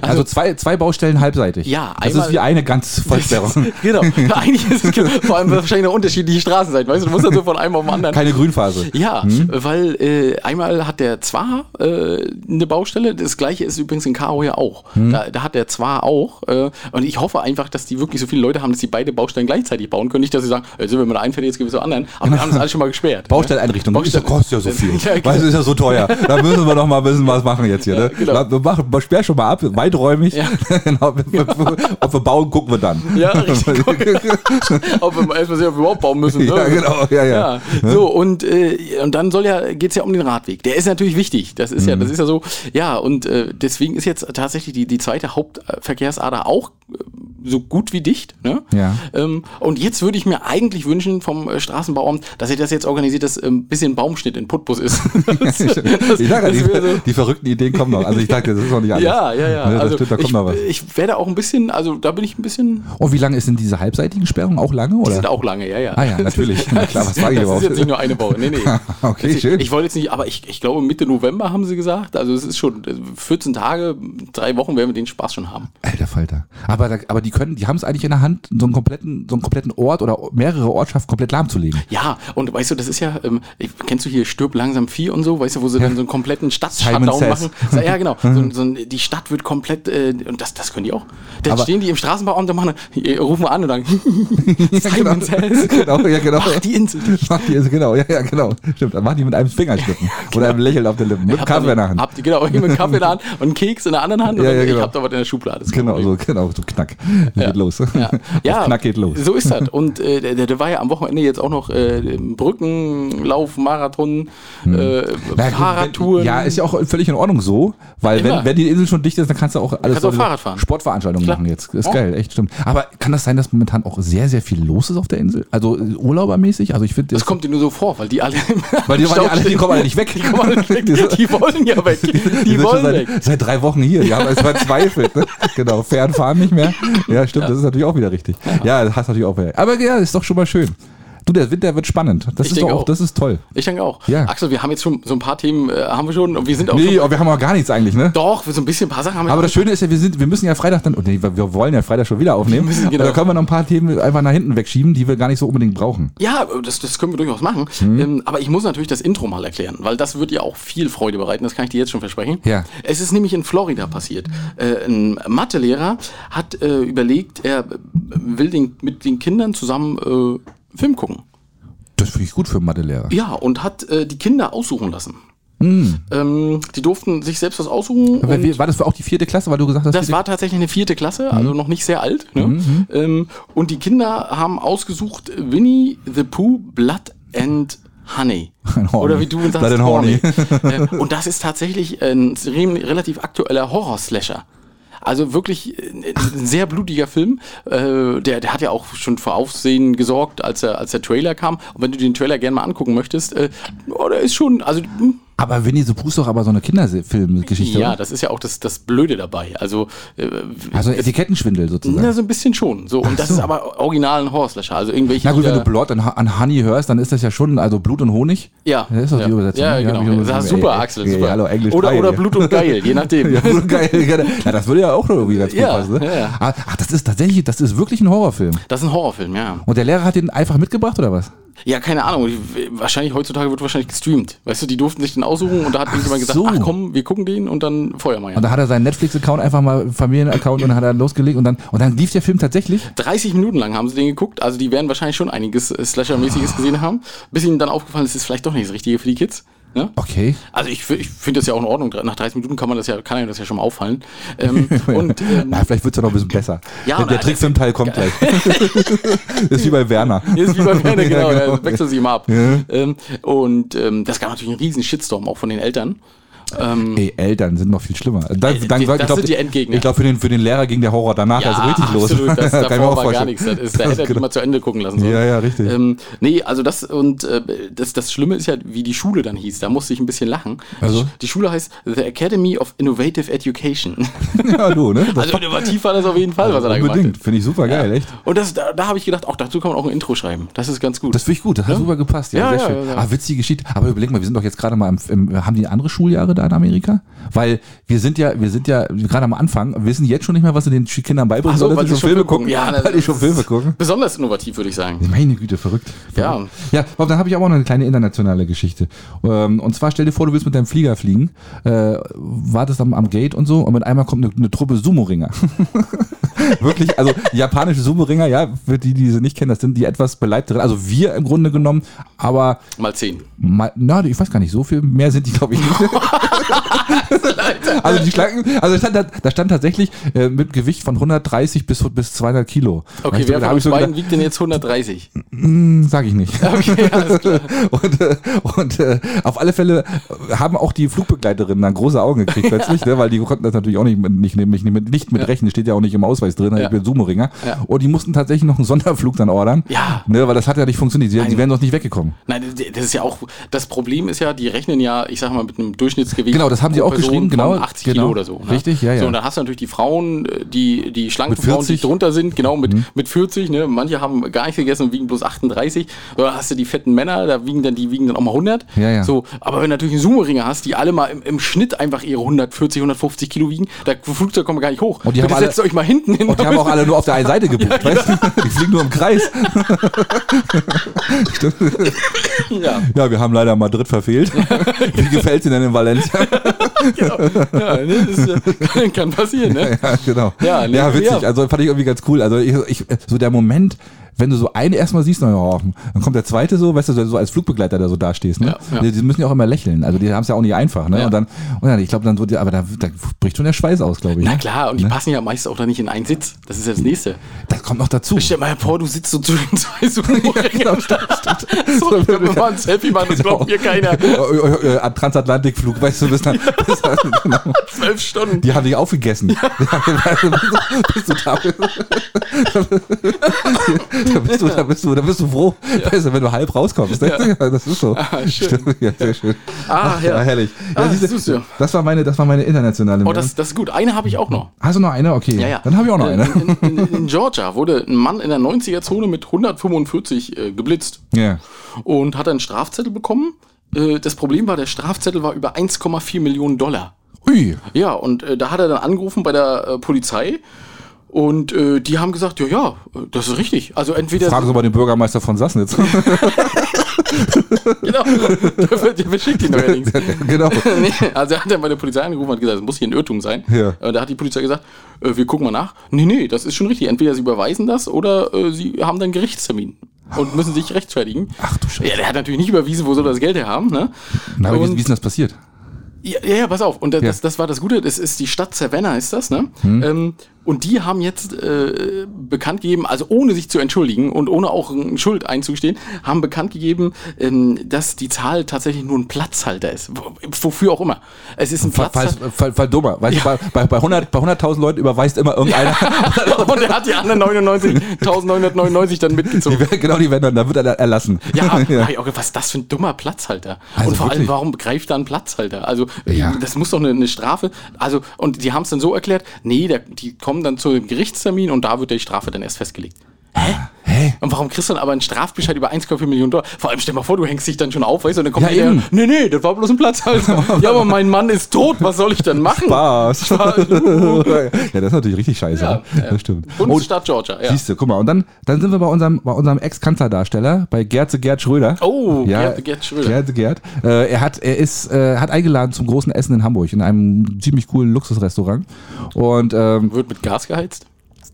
Also, zwei, zwei Baustellen halbseitig.
Ja,
Das
einmal-
ist wie eine
[laughs]
ganz Vollsperrung.
genau. Eigentlich ist es vor allem wahrscheinlich noch unterschiedliche Straßenseiten. Weißt du, du musst dann so von einem auf den anderen.
Keine Grünphase.
ja, weil äh, einmal hat der Zwar äh, eine Baustelle, das gleiche ist übrigens in Karo ja auch.
Hm?
Da, da hat der Zwar auch äh, und ich hoffe einfach, dass die wirklich so viele Leute haben, dass die beide Baustellen gleichzeitig bauen können. Nicht, dass sie sagen, äh, sind wir mit der einen fertig, jetzt gehen wir zur anderen. Aber wir haben das alles schon
[laughs]
mal gesperrt.
Baustelleinrichtung.
Baustelle-
Das kostet ja so viel.
[laughs] Ja, genau.
Weißt du, ist ja so teuer. Da müssen wir doch mal wissen, was machen jetzt hier. Ne?
genau.
Ja, genau. mach, mach- sperr schon mal ab, weiträumig.
Ja.
[laughs] genau, ob, wir- ob wir bauen, gucken wir dann.
Ja, richtig. [laughs] ob wir mal erstmal sehen, ob wir überhaupt bauen
[laughs]
müssen. ne?
Ja, genau, ja, ja.
ja. So, und, äh, und dann soll ja, geht's ja um den Radweg. Der ist natürlich wichtig. Das ist ja,
Mhm.
das ist ja so. Ja, und äh, deswegen ist jetzt tatsächlich die, die zweite Hauptverkehrsader auch äh, so gut wie dicht. Ne?
Ja.
Ähm, und jetzt würde ich mir eigentlich wünschen vom äh, Straßenbauamt, dass ihr das jetzt organisiert, dass ähm, ein bisschen Baumschnitt in
[laughs]
Putbus ist. das,
ich sag ja,
[laughs] das
[laughs]
wäre so-
die, die verrückten Ideen kommen noch. Also ich dachte, das ist noch nicht alles.
ja, ja, ja.
Ne, das
Also
stimmt, da kommt
ich,
noch was.
ich werde auch ein bisschen, also da bin ich ein bisschen
Und wie lange ist denn diese halbseitigen Sperrung? Auch lange? Oder?
Die sind auch lange, ja, ja.
Ah ja, natürlich. Na klar,
[laughs]
was sag ich
das
überhaupt?
ist jetzt nicht nur eine Woche. Nee, nee.
[laughs] Okay,
Das ist-
schön.
Ich wollte jetzt nicht, aber ich, ich glaube Mitte November haben sie gesagt. Also es ist schon äh, 14 Tage, drei Wochen werden wir den Spaß schon haben.
Alter Falter. Aber, da, aber die können, die haben es eigentlich in der Hand, so einen kompletten, so einen kompletten Ort oder mehrere Ortschaften komplett
[laughs]
lahmzulegen.
Ja, und weißt du, das ist ja, ähm, ich- kennst du hier Stirb langsam Vieh und so, weißt du, wo sie dann so einen kompletten
Simon
Stadt-Shutdown
Says. Mhm.
machen? Ja, Ja, genau. So, ein- so, ein- die Stadt wird komplett, äh, und das, das können die auch. Da
Aber-
stehen die im Straßenbauamt und machen, äh, rufen wir an und dann, [laughs]
genau.
Simon [laughs]
[laughs]
Says.
genau, ja, genau.
Mach die Insel dicht.
Macht die, also genau, ja, ja, genau. Stimmt, dann machen die mit einem
[laughs]
Fingerschnippen oder einem Lächeln auf den Lippen. Mit dem
Habt ihr-
Kaffee in der Hand.
Habt ihr, genau, mit dem Kaffee in
[laughs]
der Hand und einen Keks in der anderen Hand und
Ja,
dann,
ja,
ich
genau.
hab da was in der Schublade. Das ist kein
Genau,
Problem.
so, genau, so knack. Geht los.
Ja,
[laughs]
ja
Auf knack geht los.
So ist das.
[laughs]
Und äh, der, der, der war ja am Wochenende jetzt auch noch äh, Brückenlauf, Marathon, äh,
Hm. Na ja, gut,
Fahrradtouren.
wenn- Ja, ist ja auch völlig in Ordnung so, weil
Immer.
wenn, wenn die Insel schon dicht ist, dann kannst du auch alles
Kannst auch
solche
Fahrrad fahren.
Sportveranstaltungen
Klar.
machen jetzt. Ist
Ja.
geil, echt stimmt. Aber kann das sein, dass momentan auch sehr, sehr viel los ist auf der Insel? Also äh, urlaubermäßig? Also ich finde,
das kommt dir nur so vor, weil die alle im
[laughs] weil die, weil
Stau
die, alle, die
stehen.
kommen alle nicht weg. Die,
Die kommen alle
[laughs]
nicht weg. Die wollen ja weg. Die,
sind schon
wollen
seit,
weg.
seit drei Wochen hier. Die haben es verzweifelt.
[laughs]
Ne? Genau, fern fahren nicht mehr. Ja, stimmt, das ist natürlich auch wieder richtig. Ja, das hast du natürlich auch wieder. Aber ja, ist doch schon mal schön. Du, der Winter wird spannend. Das ist
Ich
doch
denke
auch,
auch.
das ist toll.
Ich denke auch.
Ja.
Axel, wir haben jetzt schon so ein paar Themen, äh, haben wir schon und wir sind auch
Nee,
schon,
aber wir haben auch gar nichts eigentlich, ne?
doch, so ein bisschen ein paar Sachen haben wir
Aber das Schöne ist ja, wir, sind, wir müssen ja Freitag dann, oh nee, wir wir wollen ja Freitag schon wieder aufnehmen.
Wir müssen,
Und
genau.
Da können wir noch ein paar Themen einfach nach hinten wegschieben, die wir gar nicht so unbedingt brauchen.
Ja, das, das können wir durchaus machen.
Mhm.
Ähm, aber ich muss natürlich das Intro mal erklären, weil das wird dir auch viel Freude bereiten, das kann ich dir jetzt schon versprechen.
Ja.
Es ist nämlich in Florida passiert. Äh, ein Mathelehrer hat äh, überlegt, er will den, mit den Kindern zusammen äh, Film gucken.
Das finde ich gut für einen Mathelehrer.
Ja, und hat äh, die Kinder aussuchen lassen. Ähm, die durften sich selbst was aussuchen.
Mhm. Aber
und-
wir- war das für auch die vierte Klasse, weil du gesagt hast,
das
vierte-
war tatsächlich eine vierte Klasse,
Mhm.
also noch nicht sehr alt. Ne? Ähm, und die Kinder haben ausgesucht Winnie the Pooh, Blood and Honey.
[laughs] Ein Horny.
Oder wie du sagst,
Blood and Horny. [laughs]
Äh, und das ist tatsächlich ein re- relativ aktueller Horror-Slasher. Also wirklich äh, ein sehr blutiger Film. Äh, der, der hat ja auch schon für Aufsehen gesorgt, als, er, als der Trailer kam. Und wenn du den Trailer gerne mal angucken möchtest, äh, oh, der ist schon, also hm,
aber Winnie the Pooh ist doch aber so eine Kinderfilmgeschichte.
ja,
oder?
das ist ja auch das, das Blöde dabei. Also äh,
also Etikettenschwindel sozusagen.
Na, so ein bisschen schon. So. Und das
Ne? so.
ist aber original ein Horror-Slasher. Also irgendwelche.
Na gut, wenn
äh,
du Blood an, an Honey hörst, dann ist das ja schon, also Blut und Honig.
Ja.
Das ist doch
ja.
die Übersetzung.
Ja,
ne?
genau.
hab ich auch
das
gesagt.
ist super,
Ey,
Axel.
ey,
Super.
hallo, Englisch.
oder
drei,
oder
ja.
Blut und Geil, je
[laughs]
nachdem.
Ja, Blut und geil. genau. Na, das würde ja auch irgendwie ganz gut
Ja,
passen. Ne?
ja, ja.
Ah, Ach, das ist tatsächlich, das ist wirklich ein Horrorfilm.
Das ist ein Horrorfilm, ja.
Und der Lehrer hat den einfach mitgebracht oder was?
Ja, keine Ahnung. Ich- Wahrscheinlich heutzutage wird wahrscheinlich gestreamt. Weißt du, die durften sich den aussuchen und da hat irgendjemand gesagt,
so.
ach komm, wir gucken den und dann Feuermeier.
Und da hat er seinen Netflix-Account einfach mal, Familien-Account, und dann hat er losgelegt und dann, und dann lief der Film tatsächlich.
30 Minuten lang haben sie den geguckt,
Ah.
also die werden wahrscheinlich schon einiges äh, Slasher-mäßiges gesehen haben, bis ihnen dann aufgefallen ist, es ist vielleicht doch nicht das Richtige für die Kids. Ne?
Okay.
Also ich, fi- ich finde das ja auch in Ordnung. Nach 30 Minuten kann man das ja, kann einem das ja schon mal auffallen.
[laughs]
Ähm, und ähm,
Na, vielleicht wird es ja noch ein bisschen besser.
Ja, also
der der
na,
Trickfilmteil kommt gleich.
[laughs]
ist wie bei Werner.
Hier ist wie bei
[laughs]
Werner, genau,
Ja,
ja,
genau.
wechseln sie immer ab. Ähm, und ähm, das gab natürlich einen riesen Shitstorm auch von den Eltern.
Ey, Eltern sind noch viel schlimmer. Dann,
Äh,
dann,
die-
ich
das
glaub,
sind die Endgegner.
Ich glaube, für den, für den Lehrer ging der Horror danach erst richtig los.
Absolut,
[laughs]
das
Kann ich mir
davor
auch
war gar
vorstellen.
nichts. Das ist,
[laughs]
da
Das
hätte er
genau-
mal zu Ende gucken lassen sollen.
Ja, ja, richtig.
Ähm, nee, also das und äh, das, das Schlimme ist ja, wie die Schule dann hieß. Da musste ich ein bisschen lachen.
Also?
Die Schule heißt The Academy of Innovative
[laughs]
Education.
ja, du,
[laughs]
ne? Das
Also innovativ war das auf jeden Fall, was er da gemacht hat.
unbedingt. Finde ich super geil, echt.
Und das, da, da habe ich gedacht, auch dazu kann man auch ein Intro schreiben. Das ist ganz gut.
Das finde ich gut, das hat super gepasst. Ja,
Ja,
sehr
ja,
schön.
ja, ja.
Ah, witzige Geschichte. Aber überleg mal, wir sind doch jetzt gerade mal im, im, haben die andere Schuljahre da in Amerika? Weil wir sind ja, wir sind ja gerade am Anfang, wissen jetzt schon nicht mehr, was sie den Sch- Kindern beibringen
Ach so,
sollen,
weil
dass sie
sie
schon Filme gucken.
Ja, das
[laughs] weil die schon
ist-
Filme gucken.
besonders innovativ, würde ich sagen.
Meine Güte, verrückt.
Ja.
verrückt. Ja, Bob, dann habe ich aber auch noch eine kleine internationale Geschichte. Ähm, Und zwar stell dir vor, du willst mit deinem Flieger fliegen, äh, wartest am, am Gate und so und mit einmal kommt eine, eine Truppe Sumo-Ringer. [laughs] Wirklich, also japanische Sumo-Ringer, ja, für die, die sie nicht kennen, das sind die etwas beleibteren, also wir im Grunde genommen, aber
Mal zehn.
mal, na, ich weiß gar nicht, so viel mehr sind die, glaube ich,
[laughs]
nicht. Also die Schlanken, also da stand, da- da stand tatsächlich äh, mit Gewicht von 130 bis, bis 200 Kilo.
Okay,
ich,
wer
da
von
habe ich
uns
so
beiden
gedacht,
wiegt denn jetzt 130?
sage ich nicht.
[laughs] Okay, alles klar.
[laughs] Und, äh, und äh, auf alle Fälle äh, haben auch die Flugbegleiterinnen dann große Augen gekriegt
[laughs]
plötzlich, ne, weil die konnten das natürlich auch nicht mit, nicht, nicht, nicht mit, nicht mit rechnen, steht ja auch nicht im Ausweis drin, ich
Ja.
bin Sumo-Ringer.
Ja.
Und die mussten tatsächlich noch einen Sonderflug dann ordern,
Ja.
ne, weil das hat ja nicht funktioniert, die, die wären doch nicht weggekommen.
Nein, das ist ja auch, das Problem ist ja, die rechnen ja, ich sag mal, mit einem Durchschnittsgewicht.
Genau, das haben sie
pro
auch
Person
geschrieben, genau,
Von 80
genau.
Kilo oder so. ne?
Richtig, ja, ja.
So, und dann hast du natürlich die Frauen, äh, die, die schlanken
Mit Mhm.
Frauen, die
40.
drunter sind, genau, mit, mit 40, ne? Manche haben gar nicht gegessen und wiegen bloß 38. So, dann hast du die fetten Männer, da wiegen dann, die wiegen dann auch mal 100.
Ja, ja.
So, aber wenn du natürlich einen Sumo-Ringer hast, die alle mal im, im Schnitt einfach ihre 140, 150 Kilo wiegen, da Flugzeug kommt gar nicht hoch.
Und die haben alle-
setzt euch mal hinten hin.
Und die haben auch alle nur auf der einen Seite gebucht, weißt
genau.
du? Die fliegen nur im Kreis.
[laughs] ja.
Ja, wir haben leider Madrid verfehlt. Wie gefällt Ihnen denn in Valencia?
[laughs] Ja, ne, das ist, ja- [laughs] kann passieren, ne?
[laughs] Ja, genau.
Ja, nee,
ja witzig.
ja.
Also fand ich irgendwie ganz cool. Also ich, ich, so der Moment, wenn du so einen erstmal siehst, na ja, dann kommt der zweite so, weißt du, so als Flugbegleiter da so dastehst. Ne?
Ja, ja.
Die, die müssen ja auch immer lächeln. Also die haben es ja auch nicht einfach. Ne?
Ja.
Und dann, und dann, ich glaube, dann wird, ja- aber da, da bricht schon der Schweiß aus, glaube ich.
Na
ne?
klar, und die passen ja meist auch da nicht in einen Sitz. Das ist ja das nächste.
Das kommt noch dazu. [laughs]
Stell mal vor, du sitzt so zwischen zwei Sumo-Ringen.
genau,
[laughs] so, ich glaub, wir mal ein Selfie machen, das glaubt mir keiner.
[laughs] Äh, äh, äh, Transatlantikflug, weißt du, bis
[laughs]
dann, bis dann genau.
Zwölf Stunden.
Die haben dich aufgegessen. [laughs] bist du da, da, bist du, da, bist du, da bist du froh, weißt du, wenn du halb rauskommst. Ne? Das ist so.
Ah, schön.
[laughs] Stimmt, Ja, sehr schön.
Ah, ja.
herrlich. Ja,
Ah,
siehst
siehst
du,
du.
das, war meine, das war meine internationale
Oh,
Meldung.
das, das ist gut. Eine habe ich auch noch.
Hast du noch eine? Okay. Dann habe ich auch noch
Äh,
eine.
In, in, in Georgia wurde ein Mann in der 90er-Zone mit 145 äh, geblitzt
Ja.
und hat einen Strafzettel bekommen. Äh, das Problem war, der Strafzettel war über 1,4 Millionen Dollar.
Ui.
Ja, und äh, da hat er dann angerufen bei der äh, Polizei und äh, die haben gesagt, ja, ja, äh, das ist richtig. Also entweder
Fragen Sie mal den Bürgermeister von Sassnitz.
[laughs] Genau. [laughs] Der, wird- der verschickt
[laughs]
ihn neuerdings.
genau.
[laughs] Nee, also er hat dann bei der Polizei angerufen und hat gesagt, es muss hier ein Irrtum sein.
Ja.
Und da hat die Polizei gesagt, äh, wir gucken mal nach. Nee, nee, das ist schon richtig. Entweder sie überweisen das oder äh, sie haben dann einen Gerichtstermin und müssen sich rechtfertigen.
Ach du Scheiße.
Ja, der hat natürlich nicht überwiesen, wo soll er das Geld her haben. Ne?
Na, aber wie,
Und-
wie ist denn das passiert?
ja, ja, ja, pass auf. Und das, das, das war das Gute. Das ist die Stadt Savannah, ist das, ne? Ähm, und die haben jetzt äh, bekannt gegeben, also ohne sich zu entschuldigen und ohne auch n- Schuld einzugestehen, haben bekannt gegeben, ähm, dass die Zahl tatsächlich nur ein Platzhalter ist. W- Wofür auch immer. Es ist ein
Fall,
[laughs]
Fall,
Platzhalter.
Fall, Fall dummer. Weißt du, bei- bei bei 100 bei 100.000 Leuten überweist immer irgendeiner.
und er hat die anderen 99.999 dann mitgezogen.
Die werden- genau, die werden dann, da wird er erlassen. [laughs]
Ja, ja. Hab ich auch gedacht, was das für ein dummer Platzhalter.
Also
und vor
wirklich.
allem, warum greift da ein Platzhalter? Also,
Ja.
das muss doch eine, eine Strafe. Also, und die haben es dann so erklärt, nee, der, die kommen dann zu dem Gerichtstermin und da wird die Strafe dann erst festgelegt.
Hä?
Und warum kriegst du dann aber einen Strafbescheid über 1,4 Millionen Dollar? Vor allem stell dir mal vor, du hängst dich dann schon auf, weißt du, und dann kommt
Ja,
der,
eben.
nee, nee, das war bloß ein Platzhalter.
[laughs]
ja, aber mein Mann ist tot, was soll ich dann machen?
Spaß.
[laughs]
ja, das ist natürlich richtig scheiße.
Ja,
ne?
ja.
Das stimmt.
Bundesstaat Georgia, ja.
Siehst du, guck mal. Und dann, dann sind wir bei unserem, bei unserem Ex-Kanzlerdarsteller, bei Gerze Gerd Schröder.
Oh,
ja,
Gerd- Gerd Schröder.
Gerze Gerd. Äh, er hat, er ist, äh, hat eingeladen zum großen Essen in Hamburg, in einem ziemlich coolen Luxusrestaurant. Und ähm,
Wird mit Gas geheizt?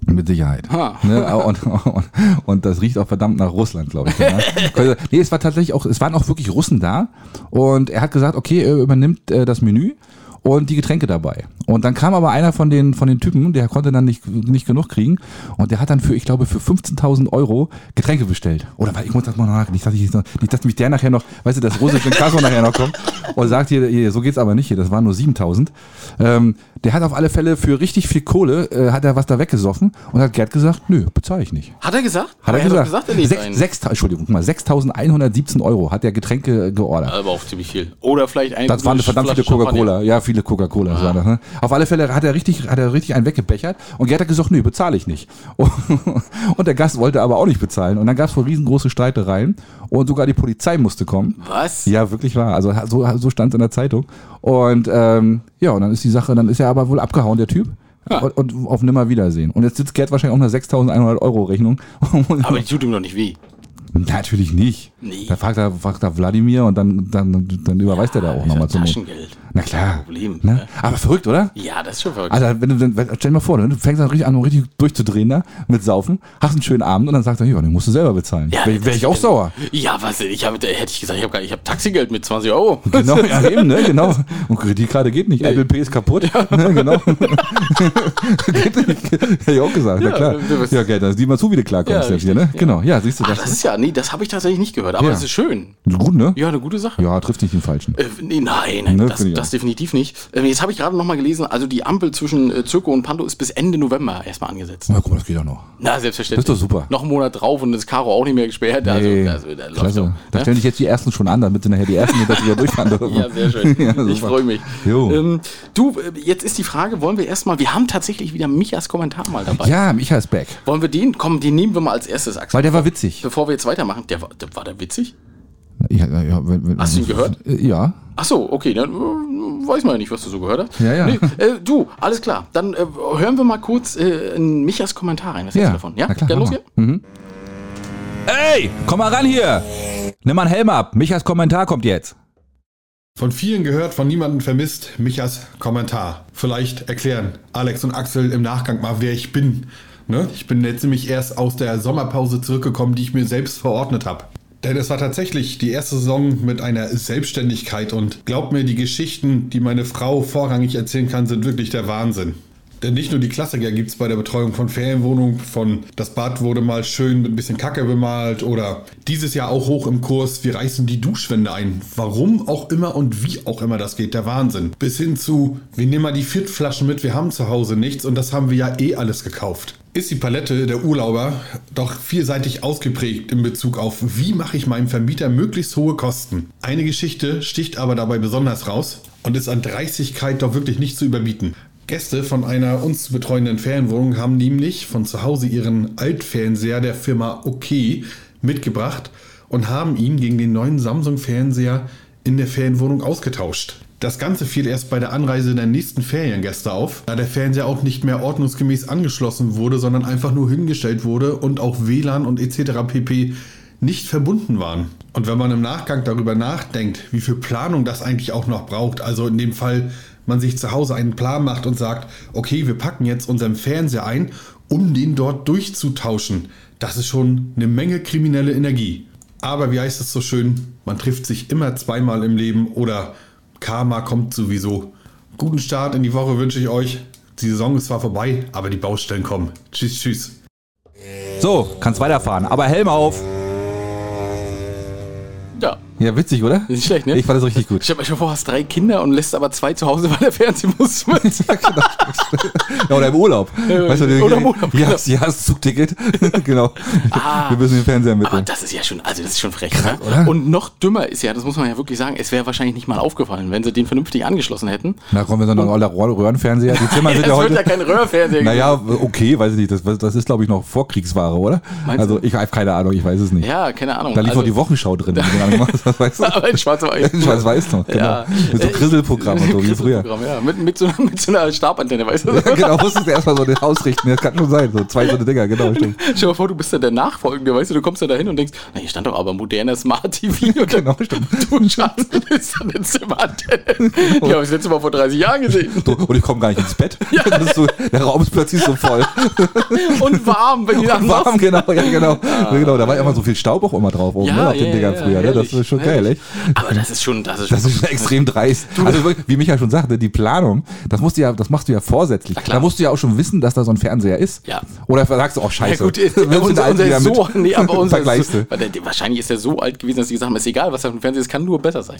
Mit Sicherheit.
Ha.
Ne, und, und, und das riecht auch verdammt nach Russland, glaube ich. Ne? nee, es war tatsächlich auch, es waren auch wirklich Russen da. Und er hat gesagt, okay, er übernimmt äh, das Menü und die Getränke dabei. Und dann kam aber einer von den, von den Typen, der konnte dann nicht, nicht genug kriegen. Und der hat dann für, ich glaube, für 15.000 Euro Getränke bestellt. Oder weil ich muss das mal nach, nicht, dass ich, nicht, dass mich der nachher noch, weißt du, das russische Kasso nachher noch kommt und sagt hier, hier, so geht's aber nicht hier, das waren nur 7.000. Ähm, der hat auf alle Fälle für richtig viel Kohle, äh, hat er was da weggesoffen und hat Gerd gesagt, nö, bezahle ich nicht.
Hat er gesagt?
Hat er,
doch
gesagt,
er lädt
sechs-
ein.
sechs- Entschuldigung, guck mal, 6.117 Euro hat der Getränke geordert.
Aber auch ziemlich viel. Oder vielleicht ein
Das waren
gute
verdammt viele
Flasche Champagner.
Coca-Cola. Ja, viele Coca-Cola. das war das, Ne? Auf alle Fälle hat er richtig, hat er richtig einen weggebechert und Gerd hat gesagt, nö, bezahle ich nicht. [laughs] Und der Gast wollte aber auch nicht bezahlen. Und dann gab es wohl riesengroße Streitereien und sogar die Polizei musste kommen.
Was?
Ja, wirklich wahr. Also so, so stand es in der Zeitung. Und ähm, ja, und dann ist die Sache, dann ist er aber wohl abgehauen, der Typ.
Ja.
Und, und auf Nimmerwiedersehen. Und jetzt sitzt Gerd wahrscheinlich auf einer 6.100 Euro Rechnung. [laughs]
Aber die tut ihm doch nicht weh.
Natürlich nicht.
Nee.
Da fragt er, fragt er Wladimir und dann, dann, dann überweist er da auch nochmal zum
Taschengeld.
Na klar.
Problem,
Ne?
ne?
Aber verrückt, oder?
Ja, das ist schon verrückt.
Also, wenn du, dann- wenn, stell dir mal vor, ne, du fängst dann richtig an, um richtig durchzudrehen da mit Saufen, hast einen schönen Abend und dann sagt er, ja, den musst du selber bezahlen. Ja, Wäre wär ich auch sauer.
Ja, was denn? Ich hab, da hätte ich gesagt, ich habe ich hab Taxigeld mit 20
[laughs]
Euro.
Genau, ja,
[laughs]
eben, ne, genau. Und Kreditkarte geht nicht. Apple Pay ist kaputt. Ne,
[laughs]
genau. geht nicht. Hätte ich auch gesagt, ja,
Ja,
klar.
du bist-
Ja, okay, dann sieh mal zu, wie du klarkommst
Ja,
jetzt hier, ne?
richtig, ja.
Genau, ja, siehst du
Ach,
das.
das ist ja, nee, das habe ich tatsächlich nicht gehört. Aber
Ja.
es ist schön.
Gut, ne?
Ja, eine gute Sache.
Ja, trifft nicht den Falschen.
Äh, nee, nein, nein
Ne,
das,
find ich
das
auch.
definitiv nicht. Äh, jetzt habe ich gerade nochmal gelesen, also die Ampel zwischen äh, Zirko und Pando ist bis Ende November erstmal angesetzt.
Na, guck mal, das geht auch noch.
Na, selbstverständlich.
Das Oh. ist doch super.
Noch einen Monat drauf und ist Karo auch nicht mehr gesperrt. Also,
Ey,
also da läuft
klasse. Da
doch. Ne?
stellen dich jetzt die ersten schon an, damit sie nachher die ersten hinter
[laughs]
dir durchfahren dürfen.
Ja, sehr schön.
[laughs] Ja,
ich
super.
freue mich.
Jo.
Ähm, du, äh, jetzt ist die Frage, wollen wir erstmal, wir haben tatsächlich wieder Michas Kommentar mal dabei.
Ja, Micha ist back.
Wollen wir den? Komm, den nehmen wir mal als erstes, Axel.
Weil der war witzig.
Bevor wir jetzt weitermachen, der war, der, war der witzig?
Ja, ja, ja, wenn- wenn-
Hast du ihn gehört?
Äh, Ja.
Ach so, okay, dann äh, weiß man ja nicht, was du so gehört hast.
Ja, ja.
äh, du, alles klar. Dann äh, hören wir mal kurz äh, in Michas Kommentar rein. Was
Ja,
hältst du davon? Ja,
na klar,
Gerne
mach
los
mal.
hier.
Ey, komm mal ran hier. Nimm mal einen Helm ab. Michas Kommentar kommt jetzt.
Von vielen gehört, von niemandem vermisst, Michas Kommentar. Vielleicht erklären Alex und Axel im Nachgang mal, wer ich bin. Ne? Ich bin jetzt nämlich erst aus der Sommerpause zurückgekommen, die ich mir selbst verordnet habe. Denn es war tatsächlich die erste Saison mit einer Selbstständigkeit und glaubt mir, die Geschichten, die meine Frau vorrangig erzählen kann, sind wirklich der Wahnsinn. Denn nicht nur die Klassiker gibt es bei der Betreuung von Ferienwohnungen, von das Bad wurde mal schön mit ein bisschen Kacke bemalt oder dieses Jahr auch hoch im Kurs, wir reißen die Duschwände ein. Warum auch immer und wie auch immer das geht, der Wahnsinn. Bis hin zu, wir nehmen mal die Viertflaschen mit, wir haben zu Hause nichts und das haben wir ja eh alles gekauft. Ist die Palette der Urlauber doch vielseitig ausgeprägt in Bezug auf, wie mache ich meinem Vermieter möglichst hohe Kosten. Eine Geschichte sticht aber dabei besonders raus und ist an Dreistigkeit doch wirklich nicht zu überbieten. Gäste von einer uns zu betreuenden Ferienwohnung haben nämlich von zu Hause ihren Altfernseher der Firma OK mitgebracht und haben ihn gegen den neuen Samsung-Fernseher in der Ferienwohnung ausgetauscht. Das Ganze fiel erst bei der Anreise der nächsten Feriengäste auf, da der Fernseher auch nicht mehr ordnungsgemäß angeschlossen wurde, sondern einfach nur hingestellt wurde und auch WLAN und etc. pp nicht verbunden waren. Und wenn man im Nachgang darüber nachdenkt, wie viel Planung das eigentlich auch noch braucht, also in dem Fall, man sich zu Hause einen Plan macht und sagt, okay, wir packen jetzt unseren Fernseher ein, um den dort durchzutauschen, das ist schon eine Menge kriminelle Energie. Aber wie heißt es so schön, man trifft sich immer zweimal im Leben oder Karma kommt sowieso. Guten Start in die Woche wünsche ich euch. Die Saison ist zwar vorbei, aber die Baustellen kommen. Tschüss, tschüss.
So, kannst weiterfahren. Aber Helm auf.
Ja.
Ja, witzig, oder?
Nicht schlecht, ne?
Ich fand das richtig gut.
[laughs] Ich habe schon vor, hast drei Kinder und lässt aber zwei zu Hause, [laughs] weil der Fernseher muss mit.
Ja, oder im Urlaub. weißt du,
oder im Urlaub, Ah.
Ja, hast, ja, hast Zugticket. [laughs] genau. Wir müssen den Fernseher
Aber
mitnehmen.
das ist ja schon, also das ist schon frech, ne? Und noch dümmer ist ja, das muss man ja wirklich sagen, es wäre wahrscheinlich nicht mal aufgefallen, wenn sie den vernünftig angeschlossen hätten.
Na komm, wir sind noch ein alter Rohr- Röhrenfernseher. Die
[laughs]
Zimmer sind ja
es wird ja
heute.
kein Röhrfernseher
Naja, okay, weiß ich nicht. Das, das ist, glaube ich, noch Vorkriegsware, oder?
Meinst
also, ich habe keine Ahnung, ich weiß es nicht.
Ja, keine Ahnung.
Da lief auch
Also-
die Wochenschau drin. die du angemacht hast. weißt du?
[laughs] Aber in Schwarz-Weiß.
In Schwarz-Weiß noch, genau. Mit so Krisselprogramm und so wie früher.
Äh, [laughs] Krisselprogramm, ja. Mit, mit, so, mit so einer Stabantenne, weißt du?
Ja, genau, musstest du erstmal so den ausrichten. Das kann schon sein. So zwei so eine Dinger, genau,
[laughs]
stimmt.
[laughs] Stell dir mal vor, du bist ja der Nachfolgende, weißt du, du kommst ja dahin und denkst, na, hier stand doch aber moderner
[laughs]
Smart TV und
Genau, stimmt.
du schaffst es dann
[laughs]
eine Zimmerantenne. Die habe ich das letzte Mal vor 30 Jahren gesehen.
So, und ich komme gar nicht ins Bett. [laughs] Das ist so, der Raum ist plötzlich so
[laughs]
voll.
Und warm, wenn die dann
Warm, genau, ja, genau.
Ah.
genau. Da war ja immer so viel Staub auch immer drauf, oben, ne, auf den Dingern früher. Ne? Das
herrlich,
ist schon geil,
herrlich.
echt.
Aber das ist schon, das ist schon
Das ist schon extrem dreist. Also wirklich, wie Michael schon sagte, die Planung, das musst du ja, das machst du ja vorsätzlich.
klar.
Da musst du ja auch schon wissen, dass da so ein Fernseher ist.
Ja.
Oder sagst du, oh scheiße,
[laughs] Ja gut, ist,
wir sind
unser,
alt
unser
wieder
ist
mit. [laughs]
so, nee, aber unser ist
Vergleichst ne?
so,
du.
weil der, wahrscheinlich ist er so alt gewesen, dass die gesagt haben, ist egal, was da für ein Fernseher ist, kann nur besser sein.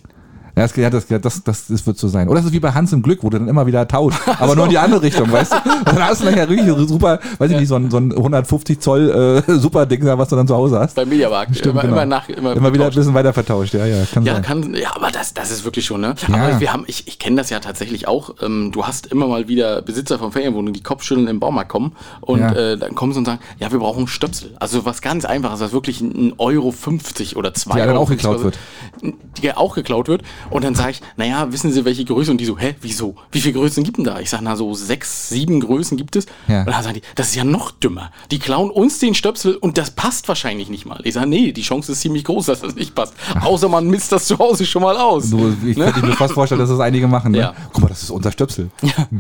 Ja, das, ja, das, ja, das, das, das wird so sein. Oder es ist wie bei Hans im Glück, wo du dann immer wieder tauscht, aber nur in
Also.
die andere Richtung, weißt du? Und dann hast du nachher wirklich so super, weiß ich nicht, so ein, so ein 150 Zoll äh, [laughs] super Ding da, was du dann zu Hause hast.
Bei Mediamarkt.
Stimmt,
immer,
genau.
immer nach, immer,
immer wieder ein bisschen weiter vertauscht, ja, ja, kann
Ja,
sein.
kann, ja, aber das, das ist wirklich schon, ne?
Ja.
Aber wir haben, ich, ich kenne das ja tatsächlich auch. Ähm, du hast immer mal wieder Besitzer von Ferienwohnungen, die Kopfschütteln im Baumarkt kommen und
Ja.
äh, dann kommen sie und sagen, ja, wir brauchen Stöpsel. Also was ganz einfaches, was wirklich ein Euro 50 oder zwei
Die ja
Euro.
dann auch geklaut
beziehungsweise- Die ja auch geklaut wird. Und dann sage ich, naja, wissen Sie, welche Größe? Und die so, hä, wieso? Wie viele Größen gibt denn da? Ich sage, na, so sechs, sieben Größen gibt es.
Ja.
Und dann sagen die, das ist ja noch dümmer. Die klauen uns den Stöpsel und das passt wahrscheinlich nicht mal. Ich sage, nee, die Chance ist ziemlich groß, dass das
[laughs]
nicht passt. Außer man misst das zu Hause schon mal aus. [laughs]
So, ich könnte mir fast vorstellen, dass das einige machen. Ne?
Ja.
Guck mal, das ist unser Stöpsel.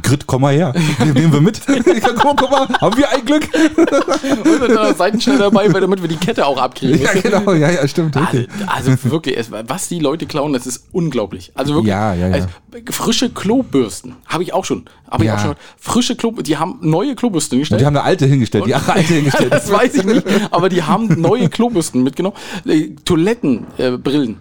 Grit, komm mal her. Den nehmen wir
[laughs]
mit. [laughs] guck, mal, guck mal, haben wir ein Glück?
Und dann da Seitenschneider dabei, weil damit wir die Kette auch abkriegen.
Ja, genau, ja, [laughs] ja, stimmt.
Also,
wirklich.
also wirklich, es, was die Leute klauen, das ist unglaublich. Also wirklich,
Ja, ja, ja.
Also, frische Klobürsten habe ich auch schon. Habe ich
Ja.
auch schon. Frische Klobürsten, die haben neue Klobürsten
Und
gestellt.
die haben eine alte hingestellt,
[laughs]
die alte hingestellt.
das weiß ich nicht, aber die haben neue Klobürsten mitgenommen. Äh, Toilettenbrillen. Äh, Brillen.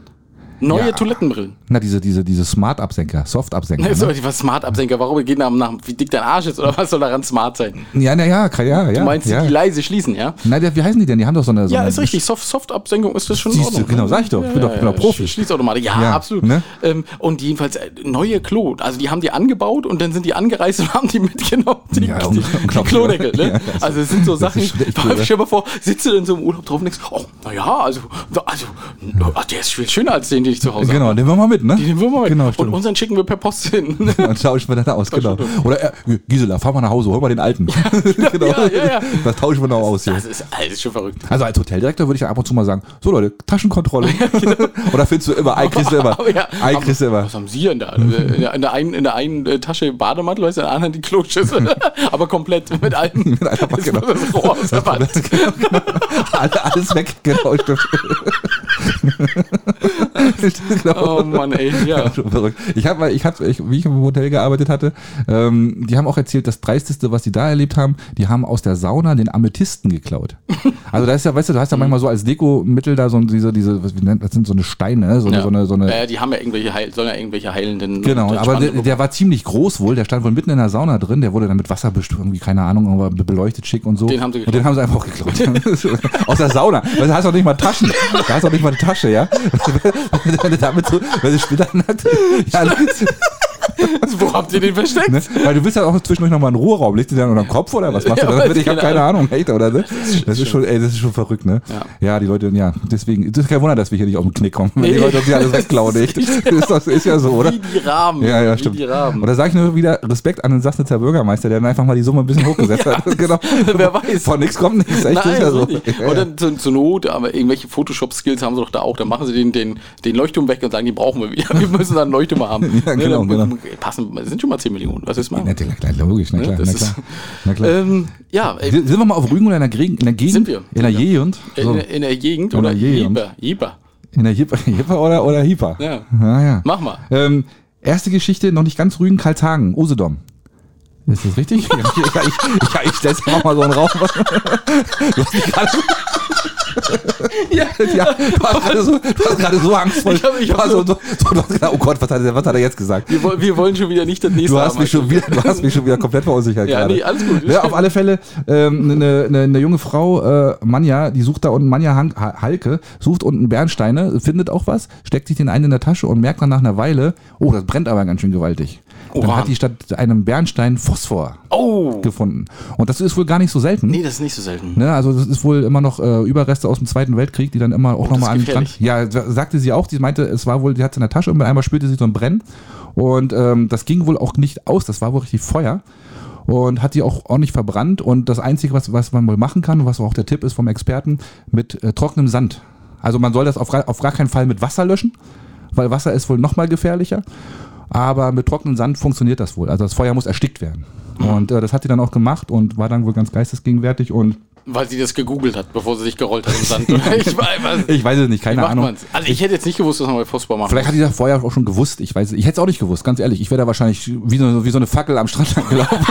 neue
Ja.
Toilettenbrillen.
Na, diese, diese, diese Smart-Absenker, Soft-Absenker.
Ne?
Ne?
So, die was Smart-Absenker, warum geht nach, nach, wie dick dein Arsch ist oder was soll daran smart sein?
Ja, na ja, kann- ja, ja.
Du meinst,
ja.
die leise schließen, ja?
Na, der, wie heißen die denn? Die haben doch so eine. so
Ja,
eine
ist richtig. Soft- Soft-Absenkung ist das schon ne?
Siehst du, genau, sag ich doch. Ich bin doch- bin doch Profi.
Sch- Schließautomatik, ja,
Ja,
absolut.
ne?
Ähm, und jedenfalls äh, neue Klo. Also die haben die angebaut und dann sind die angereist und [laughs] haben die mitgenommen. Die,
Ja,
die, die
unglaublich.
Klodeckel.
[laughs]
Ne?
Ja, ja, so.
also es sind so
Das
Sachen,
ist
[laughs]
schon echt cool,
stell dir mal vor, sitzt du in so einem Urlaub drauf und denkst, oh, naja, also, also ach, der ist viel schöner als den, den ich zu Hause
Genau,
habe.
nehmen wir mal mit, ne?
Den nehmen wir mal mit.
Genau,
und
stimmt.
unseren schicken wir per Post hin.
[laughs] Dann tauschen wir dann aus, genau. Oder äh, Gisela, fahr mal nach Hause, hol mal den alten. [laughs] genau.
ja, ja, ja.
Das tauschen wir noch aus hier.
Das ist alles schon verrückt.
Also als Hoteldirektor würde ich ja ab und zu mal sagen, so Leute,
[laughs]
Taschenkontrolle. [laughs] Oder findest du immer, ein kriegst du immer,
genau. Aber [laughs] ja,
ein
aber
kriegst du immer.
Was haben Sie denn da? Also, In der, in der einen, in der einen äh, Tasche Bademantel, weißt du, in der anderen
[laughs]
die Kloschüssel. aber komplett mit allem. Mit
einer Packung, genau.
das Rohr aus der Wand.
[laughs] Alle, alles weg, genau.
[laughs]
Stimmt. genau.
Oh Mann, ey, ja.
[laughs] Schon verrückt. Ich habe, ich hab, ich, wie ich im Hotel gearbeitet hatte, ähm, die haben auch erzählt, das Dreisteste, was die da erlebt haben, die haben aus der Sauna den Amethysten geklaut. Also da ist ja, weißt du, du hast
Mhm.
ja manchmal so als Dekomittel da so ein- diese, diese, was wie nennt das sind so eine Steine, ne? so, eine-
Ja.
so eine, so eine
Äh, die haben ja irgendwelche, Heil, sollen ja irgendwelche heilenden.
Genau,
und
aber der,
entspannenden-
der war ziemlich groß wohl, der stand wohl mitten in der Sauna drin, der wurde dann mit Wasser bestimmt, irgendwie, keine Ahnung, aber be- beleuchtet schick und so.
Den haben sie
und den haben sie einfach auch geklaut. [laughs] Aus der Sauna. Weil da hast du auch nicht mal Taschen. Da hast du auch nicht mal eine Tasche, ja. [laughs] Wenn du damit so, wenn du später nackt. Ja,
[laughs] Wo habt ihr den versteckt?
ne? Weil du willst ja auch zwischendurch nochmal einen Ruheraum. Legst du dir dann unter den Kopf oder was machst
Ja,
du damit?
weiß genau.
Ich habe
keine
keine Ahnung, echt, oder? Ne? Das ist schon, ey, das ist schon verrückt, ne?
Ja.
die Leute, ja, deswegen, das ist kein Wunder, dass wir hier nicht auf den Knick kommen. Wenn die
Nee.
Leute uns hier alles wegklauen,
[laughs]
echt. Ist, das, ist ja so, oder?
Wie die Rahmen.
Ja, ja,
wie
stimmt.
Die Rahmen.
Und da sage ich nur wieder Respekt an den Sassnitzer Bürgermeister, der dann einfach mal die Summe ein bisschen hochgesetzt
[laughs]
hat. [laughs] genau.
wer weiß.
Von nichts kommt nichts. Echt,
Nein,
ist ja so.
richtig.
Ja,
Und
ja.
dann zur, zur Not, aber irgendwelche Photoshop-Skills haben sie doch da auch. Dann machen sie den, den, den Leuchtturm weg und sagen, den brauchen wir wieder. [laughs] Wir müssen da einen Leuchtturm haben.
[laughs] Ja, genau,
ne, dann,
genau.
Passen, das sind schon mal 10 Millionen. Was ist mal?
Na klar, klar, logisch, na klar,
Ne, das
na
ist-
klar. Na klar.
Ähm, ja, ey,
sind wir mal auf Rügen oder in der, Gre- in der Gegend?
Sind wir.
In der
Ja. Äh,
Gegend?
in,
So.
der- in der Gegend
In
oder
der Gegend.
Jeber. Jeber.
In der [laughs] Hipper Hipper oder, oder Hipper?
Ja.
Ah, ja.
Mach mal.
Ähm, erste Geschichte, noch nicht ganz Rügen, Karlshagen, Usedom. Ist das richtig? ja, ich, ja, ich, ja, ich stell's einfach mal so einen Raum. Du hast mich gerade- ja, du hast gerade so, du hast gerade so angstvoll.
Ich hab- ich hab
du, hast so, so, so, du hast gedacht, oh Gott, was hat, er- was hat er jetzt gesagt?
Wir, woll- wir wollen schon wieder nicht das nächste
Du hast,
haben,
mich schon wieder, du hast mich schon wieder komplett verunsichert
[laughs] Ja,
gerade.
nee, alles gut.
Ja, auf alle Fälle, eine ähm, ne, ne, ne junge Frau, äh, Manja, die sucht da unten, Manja Han Ha- Halke, sucht unten Bernsteine, findet auch was, steckt sich den einen in der Tasche und merkt dann nach einer Weile, oh, das brennt aber ganz schön gewaltig.
Uran.
Dann hat die statt einem Bernstein Phosphor
Oh!
gefunden. Und das ist wohl gar nicht so selten.
Nee, das ist nicht so selten.
Ne, also das ist wohl immer noch äh, Überreste Ärzte aus dem Zweiten Weltkrieg, die dann immer auch
Oh, das
nochmal an
ist
den Strand. Ja,
gefährlich.
sa- sagte sie auch, sie meinte, es war wohl, sie hatte in der Tasche und einmal spürte sie so ein Brennen. Und ähm, das ging wohl auch nicht aus, das war wohl richtig Feuer. Und hat die auch ordentlich verbrannt. Und das Einzige, was, was man wohl machen kann, und was auch der Tipp ist vom Experten, mit äh, trockenem Sand. Also man soll das auf, gar- auf gar keinen Fall mit Wasser löschen, weil Wasser ist wohl nochmal gefährlicher. Aber mit trockenem Sand funktioniert das wohl. Also das Feuer muss erstickt werden. Und äh, das hat sie dann auch gemacht und war dann wohl ganz geistesgegenwärtig. Und
Weil sie das gegoogelt hat, bevor sie sich gerollt hat
[laughs]
im Sand. ich weiß, was,
ich weiß es nicht, keine Ahnung.
Also ich hätte jetzt nicht gewusst, dass man bei Fußball macht.
Vielleicht hat die das vorher auch schon gewusst. Ich weiß, es- ich hätte es auch nicht gewusst, ganz ehrlich. Ich wäre da wahrscheinlich wie so, wie so eine Fackel am Strand [laughs] lang gelaufen.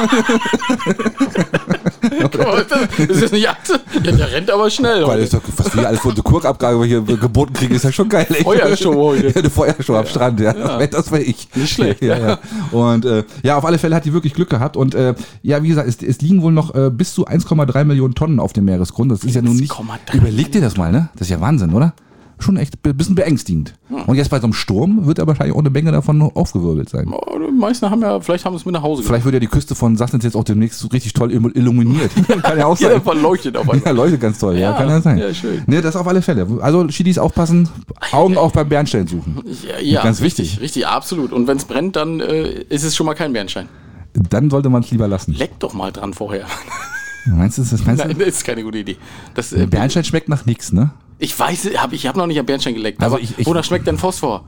[laughs] Ist das nicht Atze? Ja, der rennt aber schnell.
Weil
heute.
ist doch, was wir hier alles für eine Kurkabgabe hier geboten kriegen, ist ja schon geil. ey.
Feuershow heute.
Ja, [laughs] eine Feuershow am Strand, oh, ja. Das wäre das wär ich.
Nicht schlecht.
Ja, ja. Und äh, ja, auf alle Fälle hat die wirklich Glück gehabt. Und äh, ja, wie gesagt, es, es liegen wohl noch äh, bis zu 1,3 Millionen Tonnen auf dem Meeresgrund. Das ist ja nun nicht.
1,3
Überleg dir das mal, ne? Das ist ja Wahnsinn, oder? Schon echt ein bisschen beängstigend. Und jetzt bei so einem Sturm wird er wahrscheinlich auch eine Menge davon aufgewirbelt sein.
Oh, die meisten haben ja, vielleicht haben sie es mit nach Hause
Vielleicht wird ja die Küste von Sassnitz jetzt auch demnächst so richtig toll illu-
[laughs]
illuminiert. kann ja auch
Jeder
sein.
verleuchtet
[laughs]
auf
Ja,
einmal.
Leute, ganz toll. Ja,
Ja,
kann ja sein.
ja, schön.
Ne, das auf alle Fälle. Also, Schiedis aufpassen, Augen auch beim Bernstein suchen.
Ja, ja,
Ganz
richtig,
wichtig.
Richtig, absolut. Und wenn es brennt, dann äh, ist es schon mal kein Bernstein.
Dann sollte man es lieber lassen.
Leck doch mal dran vorher. [laughs]
Meinst du, ist das meinst [laughs]
Nein,
du?
das ist keine gute Idee. Das, äh,
Bernstein schmeckt nach nichts, ne?
ich weiß, hab, ich habe noch nicht am Bernstein geleckt.
Also
aber
ich- ich-
wonach schmeckt denn Phosphor?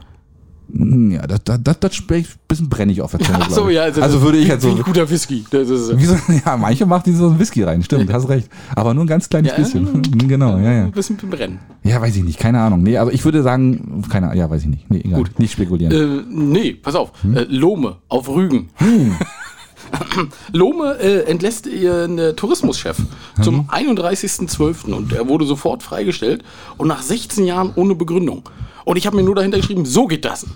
Hm, Ja, das, das, das, das schmeckt ein bisschen brennig auf der Zunge.
Ach so,
glaub ich.
ja,
Also,
also
also
das-
würde ich jetzt
Wie
so.
ein guter Whisky. Das ist, äh,
Wie so, [laughs] ja, manche machen die so einen Whisky rein, stimmt, hast recht. Aber nur ein ganz kleines
Ja,
bisschen. genau, ja, ja.
ein bisschen brennen.
Ja, weiß ich nicht, keine Ahnung. Nee, aber ich würde sagen, keine Ahnung, ja, weiß ich nicht. Nee, egal. Gut. Nicht spekulieren.
Äh, nee, pass auf.
Hm?
Äh, Lohme auf Rügen. [laughs] Lohme äh, entlässt ihren äh, Tourismuschef
Hm?
zum 31.12. und er wurde sofort freigestellt und nach 16 Jahren ohne Begründung. Und ich habe mir nur dahinter geschrieben, so geht das.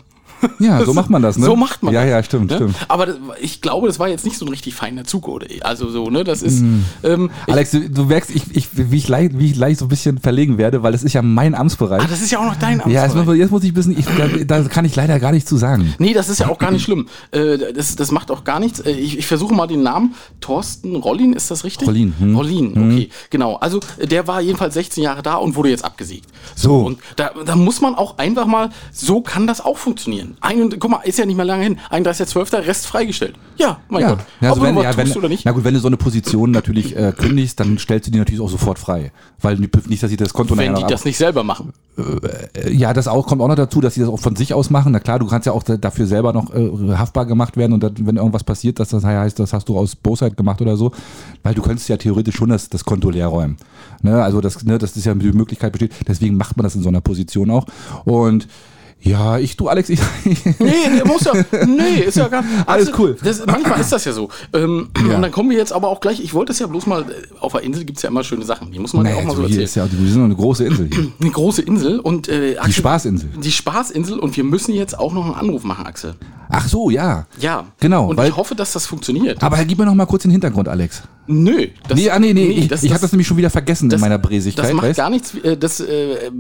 ja, so macht man das, ne?
So macht man
Ja,
das,
ja, stimmt,
ne?
stimmt.
Aber das, ich glaube, das war jetzt nicht so ein richtig feiner Zug, oder? Also so, ne? Das ist.
Hm.
Ähm, ich,
Alex, du, du merkst, ich, ich, wie, ich leicht, wie ich leicht so ein bisschen verlegen werde, weil das ist ja mein Amtsbereich.
ah, das ist ja auch noch dein
ja, jetzt
Amtsbereich.
muss, jetzt muss ich ein bisschen, ich, da, da kann ich leider gar nichts zu sagen.
Nee, das ist ja auch gar nicht schlimm. Äh, das, das macht auch gar nichts. Äh, ich ich versuche mal den Namen. Thorsten Rollin, ist das richtig?
Rollin, hm.
Rollin, okay. Genau. Also äh, der war jedenfalls 16 Jahre da und wurde jetzt abgesiegt.
So.
Und da, da muss man auch einfach mal, so kann das auch funktionieren. Ein, und, guck mal, ist ja nicht mehr lange hin. 31.12. Rest freigestellt. Ja, mein Gott.
Ja, also
Ob
wenn,
du was
ja,
tust
wenn,
oder nicht.
Na gut, wenn du so eine Position natürlich äh, kündigst, dann stellst du die natürlich auch sofort frei. Weil die- nicht, dass sie das Konto
wenn
nachher
die das nicht selber machen.
Ja, das auch, kommt auch noch dazu, dass sie das auch von sich aus machen. Na klar, du kannst ja auch da- dafür selber noch äh, haftbar gemacht werden und dann, wenn irgendwas passiert, dass das heißt, das hast du aus Bosheit gemacht oder so, weil du könntest ja theoretisch schon das, das Konto leer räumen. Ne? Also das, ne, das ist ja die Möglichkeit besteht, deswegen macht man das in so einer Position auch. Und ja, ich, du Alex,
[laughs]
ich,
Nee, der muss ja. Nee, ist ja gar also
Alles cool.
Das, manchmal ist das ja so. Ähm,
Ja.
Und dann kommen wir jetzt aber auch gleich. Ich wollte es ja bloß mal. Auf der Insel gibt es ja immer schöne Sachen. Die muss man ja auch mal so
also hier
erzählen.
ist ja, wir sind noch eine große Insel hier.
Eine große Insel und. Äh,
Die
Axel-
Spaßinsel.
Die Spaßinsel und wir müssen jetzt auch noch einen Anruf machen, Axel.
Ach so, ja.
Ja.
Genau,
Und
weil-
ich hoffe, dass das funktioniert.
Aber gib mir noch mal kurz den Hintergrund, Alex.
Nö. Das,
nee, ah, nee, nee, ich,
das-
ich habe
das-
das nämlich schon wieder vergessen in meiner Bresigkeit.
Das macht
weißt?
gar nichts. äh, Das äh,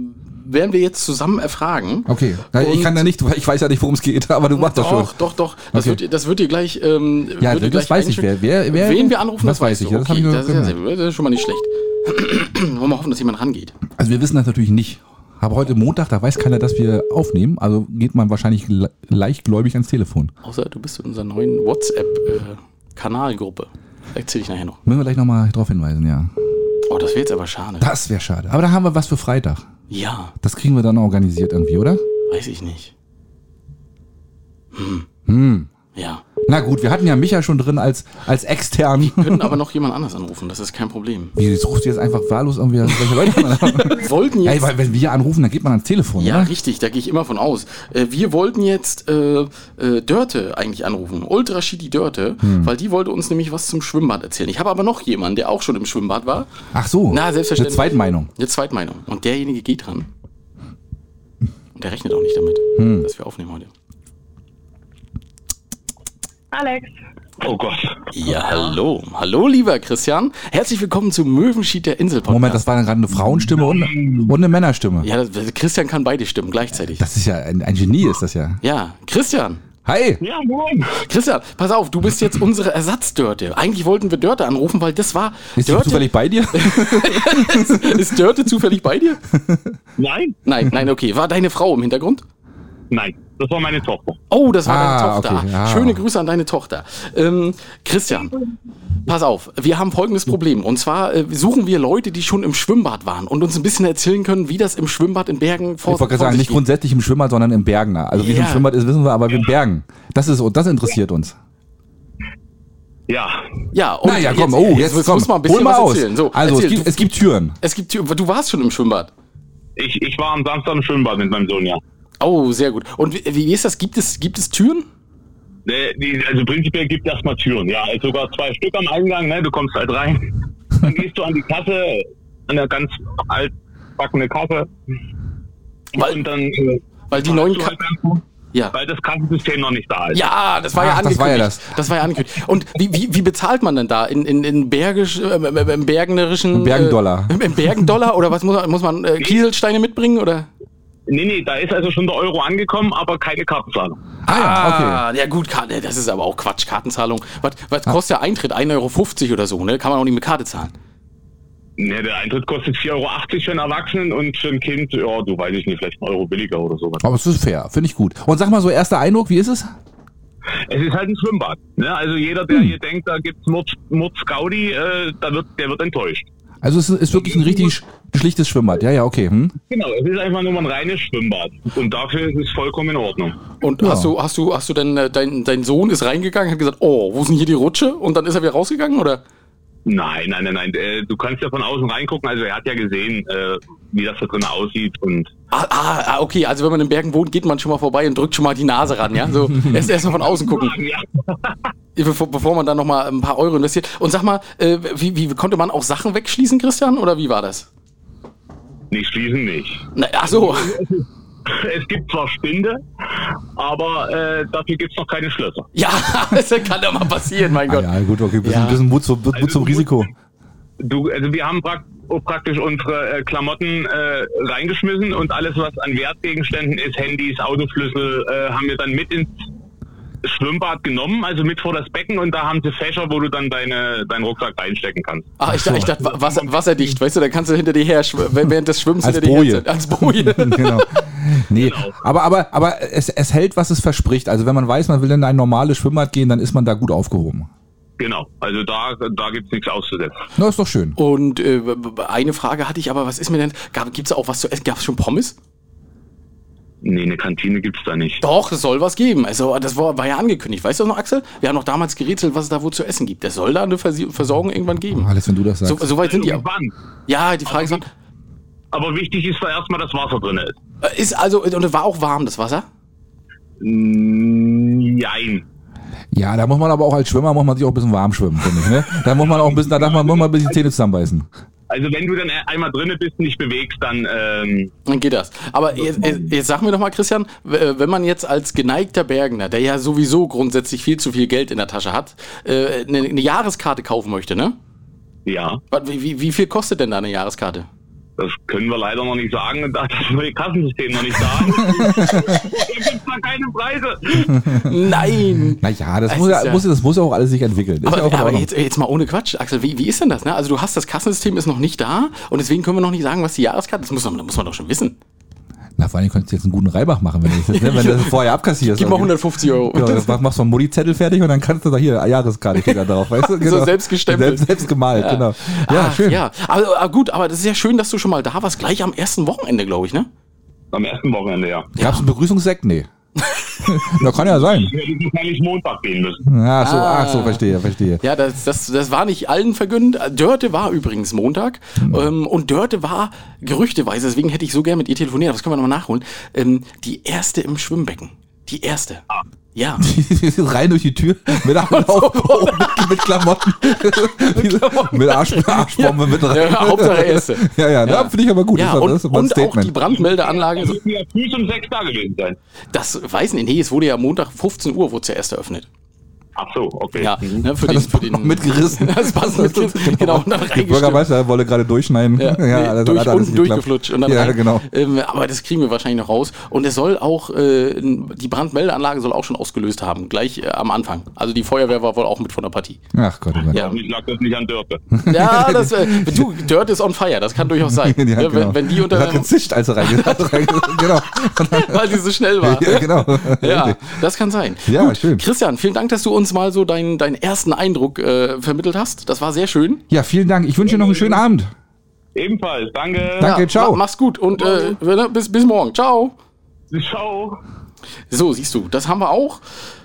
werden wir jetzt zusammen erfragen.
Okay, Na, ich
Und-
kann da nicht, weil ich weiß ja nicht, worum es geht, [laughs] aber du machst das schon.
Doch, doch, doch. Das,
Okay.
wird, ihr- das wird dir gleich. Ähm,
Ja,
wird ihr
das weiß ich,
einschätzen.
wer- wer- wer-
Wen wir anrufen,
das weiß
weißt
ich,
du.
ja, das hab
okay,
ich nur
das, ist ja
gemerkt.
sehr- das ist schon mal nicht schlecht. [clears throat] Wollen wir hoffen, dass jemand rangeht.
Also wir wissen das natürlich nicht. Aber heute Montag, da weiß keiner, dass wir aufnehmen. Also geht man wahrscheinlich le- leichtgläubig ans Telefon.
Außer du bist in unserer neuen äh, WhatsApp-Kanalgruppe. Erzähl ich nachher noch.
Müssen wir gleich nochmal drauf hinweisen, ja.
Oh, das wäre jetzt aber schade.
Das wäre schade. Aber da haben wir was für Freitag.
Ja,
Das kriegen wir dann organisiert irgendwie, oder?
weiß ich nicht. Hm. Ja.
Na gut, wir hatten ja Micha schon drin als, als extern. [laughs]
Können aber noch jemand anders anrufen, das ist kein Problem.
Wie, jetzt rufst du jetzt einfach wahllos irgendwie welche Leute man an?
[laughs] Wollten jetzt.
Ey, weil wenn wir anrufen, dann geht man ans Telefon,
Ja,
oder?
richtig, da gehe ich immer von aus. Äh, wir wollten jetzt äh, äh, Dörte eigentlich anrufen, Ultra Shitty Dörte,
Hm.
weil die wollte uns nämlich was zum Schwimmbad erzählen. Ich habe aber noch jemanden, der auch schon im Schwimmbad war.
Ach so,
Na, selbstverständlich.
eine Zweitmeinung.
Eine Zweitmeinung. Und derjenige geht dran. Und der rechnet auch nicht damit,
Hm.
dass wir aufnehmen heute.
Alex.
Oh Gott.
Ja, hallo. Hallo, lieber Christian. Herzlich willkommen zu Möwenschied der Insel Podcast.
Moment, das war dann gerade eine Frauenstimme und, und eine Männerstimme.
ja, das, Christian kann beide stimmen gleichzeitig.
Das ist ja ein, ein Genie, ist das ja.
ja, Christian.
Hi!
Ja, moin.
Christian, pass auf, du bist jetzt unsere Ersatzdörte. Eigentlich wollten wir Dörte anrufen, weil das war.
Ist die zufällig bei
[laughs]
dir?
ist Dörte zufällig bei dir?
Nein,
Nein, nein, okay. War deine Frau im Hintergrund?
nein, das war meine Tochter.
Oh, das war
Ah,
deine Tochter.
okay, ja.
Schöne Grüße an deine Tochter. Ähm, Christian, pass auf, wir haben folgendes Problem. Und zwar äh, suchen wir Leute, die schon im Schwimmbad waren und uns ein bisschen erzählen können, wie das im Schwimmbad in Bergen vor,
Ich wollte gerade
vor
sagen,
sich
nicht
geht.
grundsätzlich im Schwimmbad, sondern im Bergen. Also wie es im
Ja.
Schwimmbad ist, wissen wir, aber im Bergen. Das ist das interessiert uns.
Ja,
Ja, und
Naja, komm, oh, jetzt, komm,
muss man ein bisschen
hol mal
was
aus.
erzählen. So,
also
erzähl,
es, gibt,
du,
es gibt Türen.
es gibt, du warst schon im Schwimmbad.
ich, ich war am Samstag im Schwimmbad mit meinem Sohn, ja.
Oh, sehr gut. Und wie, wie ist das? Gibt es, gibt es Türen?
Ne, die- Also prinzipiell gibt es erstmal Türen, ja. Also sogar zwei Stück am Eingang, ne? Du kommst halt rein. Dann gehst du an die Kasse, an der ganz altbackene Kasse.
Weil-
und dann äh,
Weil die neuen...
hast du
Ka
halt dann-
ja.
weil das Kassensystem noch nicht da ist.
Ja, das war ja
Ach, das
angekündigt.
war ja
war ja angekündigt. Und wie, wie, wie bezahlt man denn da? In, in, in Bergisch, äh, im- im- im Bergnerischen?
Im Bergendollar.
Äh, Im im Bergendollar? Oder was muss man, muss man äh, Kieselsteine mitbringen? Oder?
Nee, nee, da ist also schon der Euro angekommen, aber keine Kartenzahlung.
Ah ja, okay. Ah.
Ah, ja gut, Kar- nee, das ist aber auch Quatsch, Kartenzahlung. Was, was kostet der Eintritt? 1,50 Euro oder so, ne? Kann man auch nicht mit Karte zahlen.
Ne, der Eintritt kostet 4,80 Euro für einen Erwachsenen und für ein Kind, ja, du weiß ich nicht, vielleicht einen Euro billiger oder sowas.
Aber es ist fair, finde ich gut. Und sag mal so, erster Eindruck, wie ist es?
Es ist halt ein Schwimmbad. Ne? Also jeder, der hier denkt, da gibt's Murz, Murz Gaudi, äh, da wird, der wird enttäuscht.
Also es ist wirklich ein richtig sch- schlichtes Schwimmbad. Ja, ja, okay. Hm?
Genau, es ist einfach nur mal ein reines Schwimmbad. Und dafür ist es vollkommen in Ordnung.
Und hast du, hast du, hast du denn, äh, dein, dein Sohn ist reingegangen, hat gesagt, oh, wo ist denn hier die Rutsche? Und dann ist er wieder rausgegangen, oder?
Nein, nein, nein, nein. Äh, du kannst ja von außen reingucken. Also er hat ja gesehen, äh, wie das da drin aussieht. Und
Ah, ah, ah, okay, also wenn man in Bergen wohnt, geht man schon mal vorbei und drückt schon mal die Nase ran, ja?
[laughs]
So, erst erst mal von außen gucken.
ja,
Bevor, bevor man dann nochmal ein paar Euro investiert. Und sag mal, äh, wie, wie konnte man auch Sachen wegschließen, Christian? Oder wie war das?
nicht schließen nicht. [laughs]
Na,
[laughs]
ach so.
Es gibt zwar Spinde, aber äh, dafür gibt's noch keine Schlösser.
Ja, das kann doch mal passieren, mein
Ah,
Gott.
ja, gut, okay. Bisschen,
Ja.
bisschen Mut, zu, Mut zum Risiko. [laughs]
Du, also wir haben prak oh, praktisch unsere äh, Klamotten äh, reingeschmissen und alles, was an Wertgegenständen ist, Handys, Autoschlüssel, äh, haben wir dann mit ins Schwimmbad genommen, also mit vor das Becken und da haben sie Fächer, wo du dann deine, deinen Rucksack reinstecken kannst.
Ah, ich, dachte- ich dachte, wa- wasser, wasserdicht, weißt du, dann kannst du hinter dir her, schw- während des Schwimmens
Als
hinter dir
Boje.
her- Als Boje.
genau. Nee,
Genau.
aber, aber, aber es, es hält, was es verspricht. Also wenn man weiß, man will in ein normales Schwimmbad gehen, dann ist man da gut aufgehoben.
Genau, also da, da gibt's nichts auszusetzen.
Na, ist doch schön.
Und äh, b- b- eine Frage hatte ich aber, was ist mir denn, gab, gibt's auch was zu essen? Gab's schon Pommes?
Nee, eine Kantine gibt's da nicht.
Doch, es soll was geben. Also, das war, war ja angekündigt. Weißt du noch, Axel? Wir haben noch damals gerätselt, was es da wo zu essen gibt. Es soll da eine Versi- Versorgung irgendwann geben.
Alles, wenn du das
So, also
sagst.
so weit sind die auch.
Irgendwann.
Ja, die Frage ist, wann-
Aber wichtig ist da erstmal, dass Wasser drin ist.
Äh, ist also, und es war auch warm, das Wasser?
Mm, Nein.
Ja, da muss man aber auch als Schwimmer muss man sich auch ein bisschen warm schwimmen, finde ich. Ne? Da muss man auch ein bisschen, da darf man, muss man ein bisschen Zähne zusammenbeißen.
Also wenn du dann einmal drinne bist und dich bewegst, dann ähm,
Dann geht das. Aber jetzt, jetzt jetzt sag mir doch mal, Christian, w- äh, wenn man jetzt als geneigter Bergner, der ja sowieso grundsätzlich viel zu viel Geld in der Tasche hat, äh, eine, eine Jahreskarte kaufen möchte, ne?
ja,
Was- Wie, wie, wie viel kostet denn da eine Jahreskarte?
das können wir leider noch nicht sagen, da das neue Kassensystem noch nicht sagen. da gibt's da keine Preise.
Nein!
Naja, das
Es
muss
ist
ja,
ja-
muss, das muss ja auch alles sich entwickeln. Ist ja auch
[laughs] Aber,
in
aber
Ordnung.
jetzt, jetzt mal ohne Quatsch, Axel, wie, wie ist denn das? Ne? Also du hast das Kassensystem ist noch nicht da und deswegen können wir noch nicht sagen, was die Jahreskarte ist. Das muss man, das muss man doch schon wissen.
Na, vor allem könntest du jetzt einen guten Reibach machen, wenn du [laughs] das, jetzt, ne? wenn du das vorher abkassierst.
Gib mal 150 [laughs] Euro.
Genau, das mach- machst du einen Mutti-Zettel fertig und dann kannst du da hier Jahreskarte steht da drauf,
[laughs]
weißt du? Genau.
selbst gestempelt.
Selbst, selbst gemalt, genau. Ja,
Ach,
schön.
Ja, aber, aber gut, aber das ist ja schön, dass du schon mal da warst, gleich am ersten Wochenende, glaube ich, ne?
Am ersten Wochenende, ja.
Gab's einen Begrüßungssekt?
[laughs]
Nee. Na, kann ja sein.
Wir hätten wahrscheinlich Montag gehen müssen.
Ach so,
Ah.
ach so, verstehe, verstehe.
Ja, das, das, das war nicht allen vergönnt. Dörte war übrigens Montag.
Hm.
Ähm, und Dörte war gerüchteweise, deswegen hätte ich so gern mit ihr telefoniert, aber das können wir nochmal nachholen. Ähm, die erste im Schwimmbecken. Die erste. Ja.
[laughs] Rein durch die Tür mit, Ablauf, oh, mit, mit
[laughs]
Klamotten. mit Arsch, Arschbombe mit rein.
Ja, Hauptsache erste.
Ja, ja, ja. finde ich aber gut.
Ja,
das war,
und,
das war ein
und auch die
Statement.
Brandmeldeanlage. so-
Also müssen wir früh um sechs da gewesen sein.
Das weiß nicht. Nee, es wurde ja Montag 15 Uhr wurde es ja erst eröffnet.
Ach so, okay.
Ja, ne, für,
Hat
den,
das
für
Band noch
den
mitgerissen.
[laughs] Das passt
[laughs]
mitgerissen, genau. Und dann
Die Bürgermeister wolle gerade durchschneiden. [laughs]
Ja, nee,
das
durch,
hat alles
unten
nicht geklappt.
durchgeflutscht. Und dann
ja,
rein.
genau.
Ähm, aber das kriegen wir wahrscheinlich noch raus. Und es soll auch, äh, die Brandmeldeanlage soll auch schon ausgelöst haben, gleich äh, am Anfang. Also die Feuerwehr war wohl auch mit von der Partie.
Ach Gott, oh Gott.
Ja,
Hoffentlich lag das nicht an Dörte.
[laughs]
ja das, äh, du, Dirt is on fire, das kann durchaus sein.
Ja,
Ne,
genau.
wenn, wenn die
Das hat
unter,
gezischt, als er reingegangen Genau.
[laughs] weil sie so schnell war.
[laughs] Ja, genau.
Ja, das kann sein.
Ja, schön.
Christian, vielen Dank, dass du uns mal so deinen, deinen ersten Eindruck äh, vermittelt hast. Das war sehr schön.
ja, vielen Dank. Ich wünsche dir noch einen schönen Abend.
Ebenfalls, danke.
Danke, ciao.
Ma- Mach's gut und äh, ne, bis, bis morgen. Ciao.
Ciao.
So, siehst du, das haben wir auch.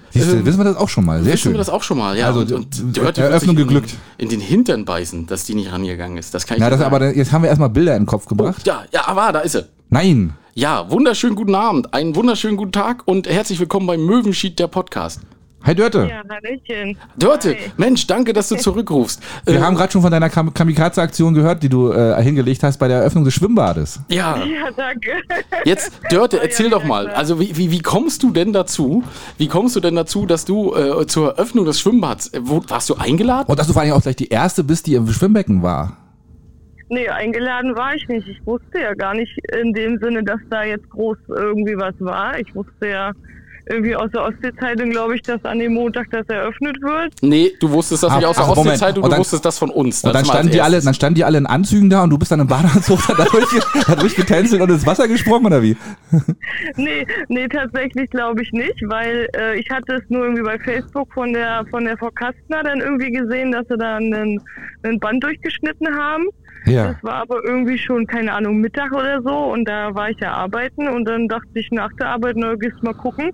Siehst du, wissen wir das auch schon mal. Sehr
Ähm, Wissen
schön.
wir das auch schon mal, ja.
Also,
Dörte wird sich
Eröffnung
in-
geglückt.
In den Hintern beißen, dass die nicht rangegangen ist. Das kann ich
Na,
dir
das
sagen.
aber, jetzt haben wir erstmal Bilder in den Kopf gebracht.
Ja, ja, aber da ist sie.
Nein.
Ja, wunderschönen guten Abend, einen wunderschönen guten Tag und herzlich willkommen beim Möwenschied der Podcast.
Hi Dörte.
Ja, Hallöchen.
Dörte,
Hi.
Mensch, danke, dass du zurückrufst.
Wir
Äh,
haben gerade schon von deiner Kam- Kamikaze-Aktion gehört, die du äh, hingelegt hast bei der Eröffnung des Schwimmbades.
ja,
Ja, danke.
jetzt, Dörte, erzähl doch mal. Also, wie, wie, wie kommst du denn dazu? Wie kommst du denn dazu, dass du äh, zur Eröffnung des Schwimmbads, äh, wo, warst du eingeladen?
Und dass du vor allem auch gleich die erste bist, die im Schwimmbecken war.
Nee, eingeladen war ich nicht. Ich wusste ja gar nicht in dem Sinne, dass da jetzt groß irgendwie was war. Ich wusste ja irgendwie aus der Ostsee-Zeitung, glaube ich, dass an dem Montag das eröffnet wird.
Nee, du wusstest das
Ah,
nicht aus der
ach, Moment.
Ostsee-Zeitung, du
Und dann-
wusstest das von uns.
Und dann
Das mal als
standen, die alle,
erstes.
dann standen die alle in Anzügen da und du bist dann im Badeanzug [laughs] dadurch, dadurch getänzelt und ins Wasser gesprungen oder wie?
Nee, nee, tatsächlich glaube ich nicht, weil äh, ich hatte es nur irgendwie bei Facebook von der von der Frau Kastner dann irgendwie gesehen, dass sie da einen, einen Band durchgeschnitten haben.
Ja.
Das war aber irgendwie schon, keine Ahnung, Mittag oder so und da war ich ja arbeiten und dann dachte ich nach der Arbeit, na, gehst mal gucken.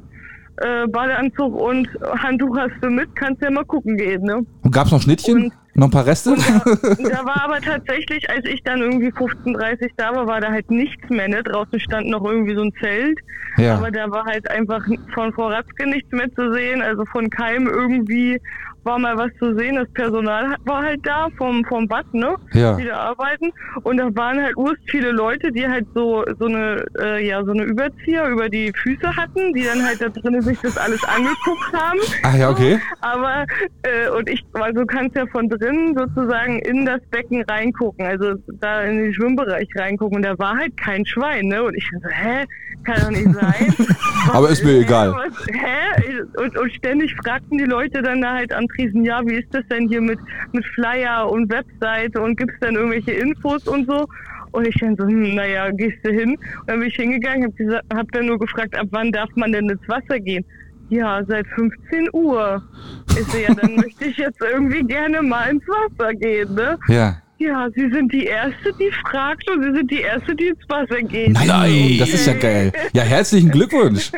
Äh, Badeanzug und Handtuch hast du mit, kannst ja mal gucken gehen, ne?
Und gab's noch Schnittchen? Noch ein paar Reste?
da war aber tatsächlich, als ich dann irgendwie 15.30 da war, war da halt nichts mehr, ne? Draußen stand noch irgendwie so ein Zelt.
ja.
Aber da war halt einfach von Frau Ratzke nichts mehr zu sehen. Also von Keim irgendwie war mal was zu sehen. Das Personal hat- war halt da vom, vom Bad, ne?
Ja.
Die da arbeiten. Und da waren halt urst viele Leute, die halt so, so eine, äh, ja, so eine Überzieher über die Füße hatten, die dann halt da drinnen sich das alles angeguckt haben.
Ach Ah, ja, okay.
Aber, äh, und ich, also kannst ja von drinnen sozusagen in das Becken reingucken, also da in den Schwimmbereich reingucken. Und da war halt kein Schwein, ne? Und ich so, hä? Kann doch nicht sein.
[laughs]
Was
Aber ist mir
hä?
egal.
Was, hä? Und, und ständig fragten die Leute dann da halt am Tresen, ja, wie ist das denn hier mit, mit Flyer und Webseite und gibt's dann irgendwelche Infos und so? Und ich dann so, hm, naja, gehst du hin? Und dann bin ich hingegangen, hab, gesagt, hab dann nur gefragt, ab wann darf man denn ins Wasser gehen? Ja, seit 15 Uhr. Ich so, ja, dann möchte ich jetzt irgendwie gerne mal ins Wasser gehen, ne?
Ja.
Ja, Sie sind die Erste, die fragt und Sie sind die Erste, die ins Wasser geht.
Nein, das ist ja geil. Ja, herzlichen Glückwunsch.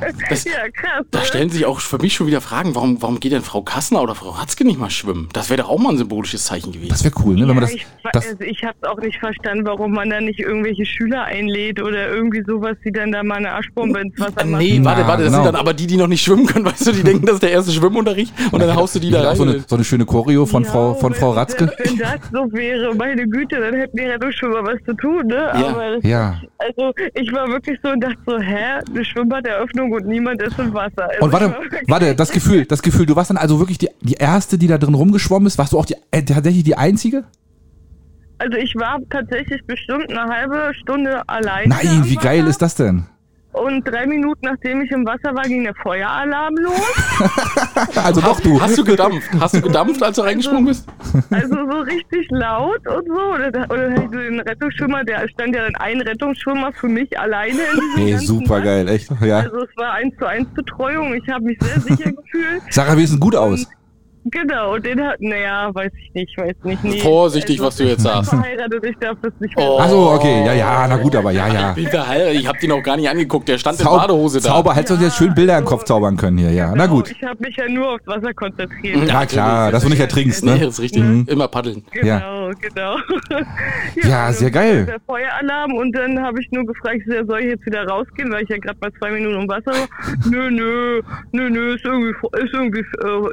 Ja, krass.
Da
ne?
stellen sich auch für mich schon wieder Fragen, warum, warum geht denn Frau Kassner oder Frau Ratzke nicht mal schwimmen? Das wäre doch auch mal ein symbolisches Zeichen gewesen.
Das wäre cool, ne? Wenn man
Ja,
das,
ich
das
also ich habe es auch nicht verstanden, warum man da nicht irgendwelche Schüler einlädt oder irgendwie sowas, die dann da mal eine Arschbombe ins
Äh,
Wasser machen.
nee, warte,
Na,
warte, das
genau.
sind dann aber die, die noch nicht schwimmen können, [laughs] weißt du, die denken, das ist der erste Schwimmunterricht und dann haust du die
ich will
da
auch
rein.
so eine, so eine schöne Choreo von
Ja,
Frau, von
wenn-
Frau Ratzke.
Wenn, wenn das so wäre, meine Güte, dann hätten wir ja doch schon mal was zu tun, ne? Aber das,
Ja.
Also ich war wirklich so und dachte so, hä, eine Schwimmbaderöffnung und niemand ist im Wasser. Also
Und
ich
warte,
war wirklich-
warte, das Gefühl, das Gefühl, du warst dann also wirklich die, die erste, die da drin rumgeschwommen ist. Warst du auch die, äh, tatsächlich die einzige?
Also ich war tatsächlich bestimmt eine halbe Stunde alleine.
Nein,
am
wie geil
Wasser.
ist das denn?
Und drei Minuten nachdem ich im Wasser war, ging der Feueralarm los.
Also doch du.
Hast du gedampft? Hast du gedampft, als du reingesprungen bist?
Also so richtig laut und so. Oder, da- oder halt so den Rettungsschwimmer, der stand ja dann ein Rettungsschwimmer für mich alleine in diesem
Nee,
ganzen
super
Bad.
geil, echt. Ja.
Also es war eins zu eins Betreuung. Ich habe mich
[laughs]
sehr sicher gefühlt.
Sarah, wir sind gut aus.
oh.
Genau, und den hat, naja, weiß ich nicht, weiß nicht. Nee. Also
Vorsichtig, was du jetzt sagst.
Verheiratet, ich darf das nicht mehr.
Oh.
Ach so, okay, ja, ja, na gut, aber ja, ja.
Bin verheiratet, Ich hab den auch gar nicht angeguckt, der stand in
Zau-
Badehose da.
Zauber, hättest du uns jetzt schön Bilder in den Kopf zaubern können hier, ja. Na
Genau,
gut.
Ich habe mich ja nur aufs Wasser konzentriert.
Na klar, dass du nicht ertrinkst,
Nee,
ne?
ist richtig. Immer paddeln.
Genau, genau. [laughs]
Ja, sehr
dann
geil. [laughs]
Der Feueralarm und dann habe ich nur gefragt, ich so, ja, soll ich jetzt wieder rausgehen, weil ich ja gerade mal zwei Minuten im Wasser war. nö, nö, nö, nö, ist irgendwie, ist irgendwie,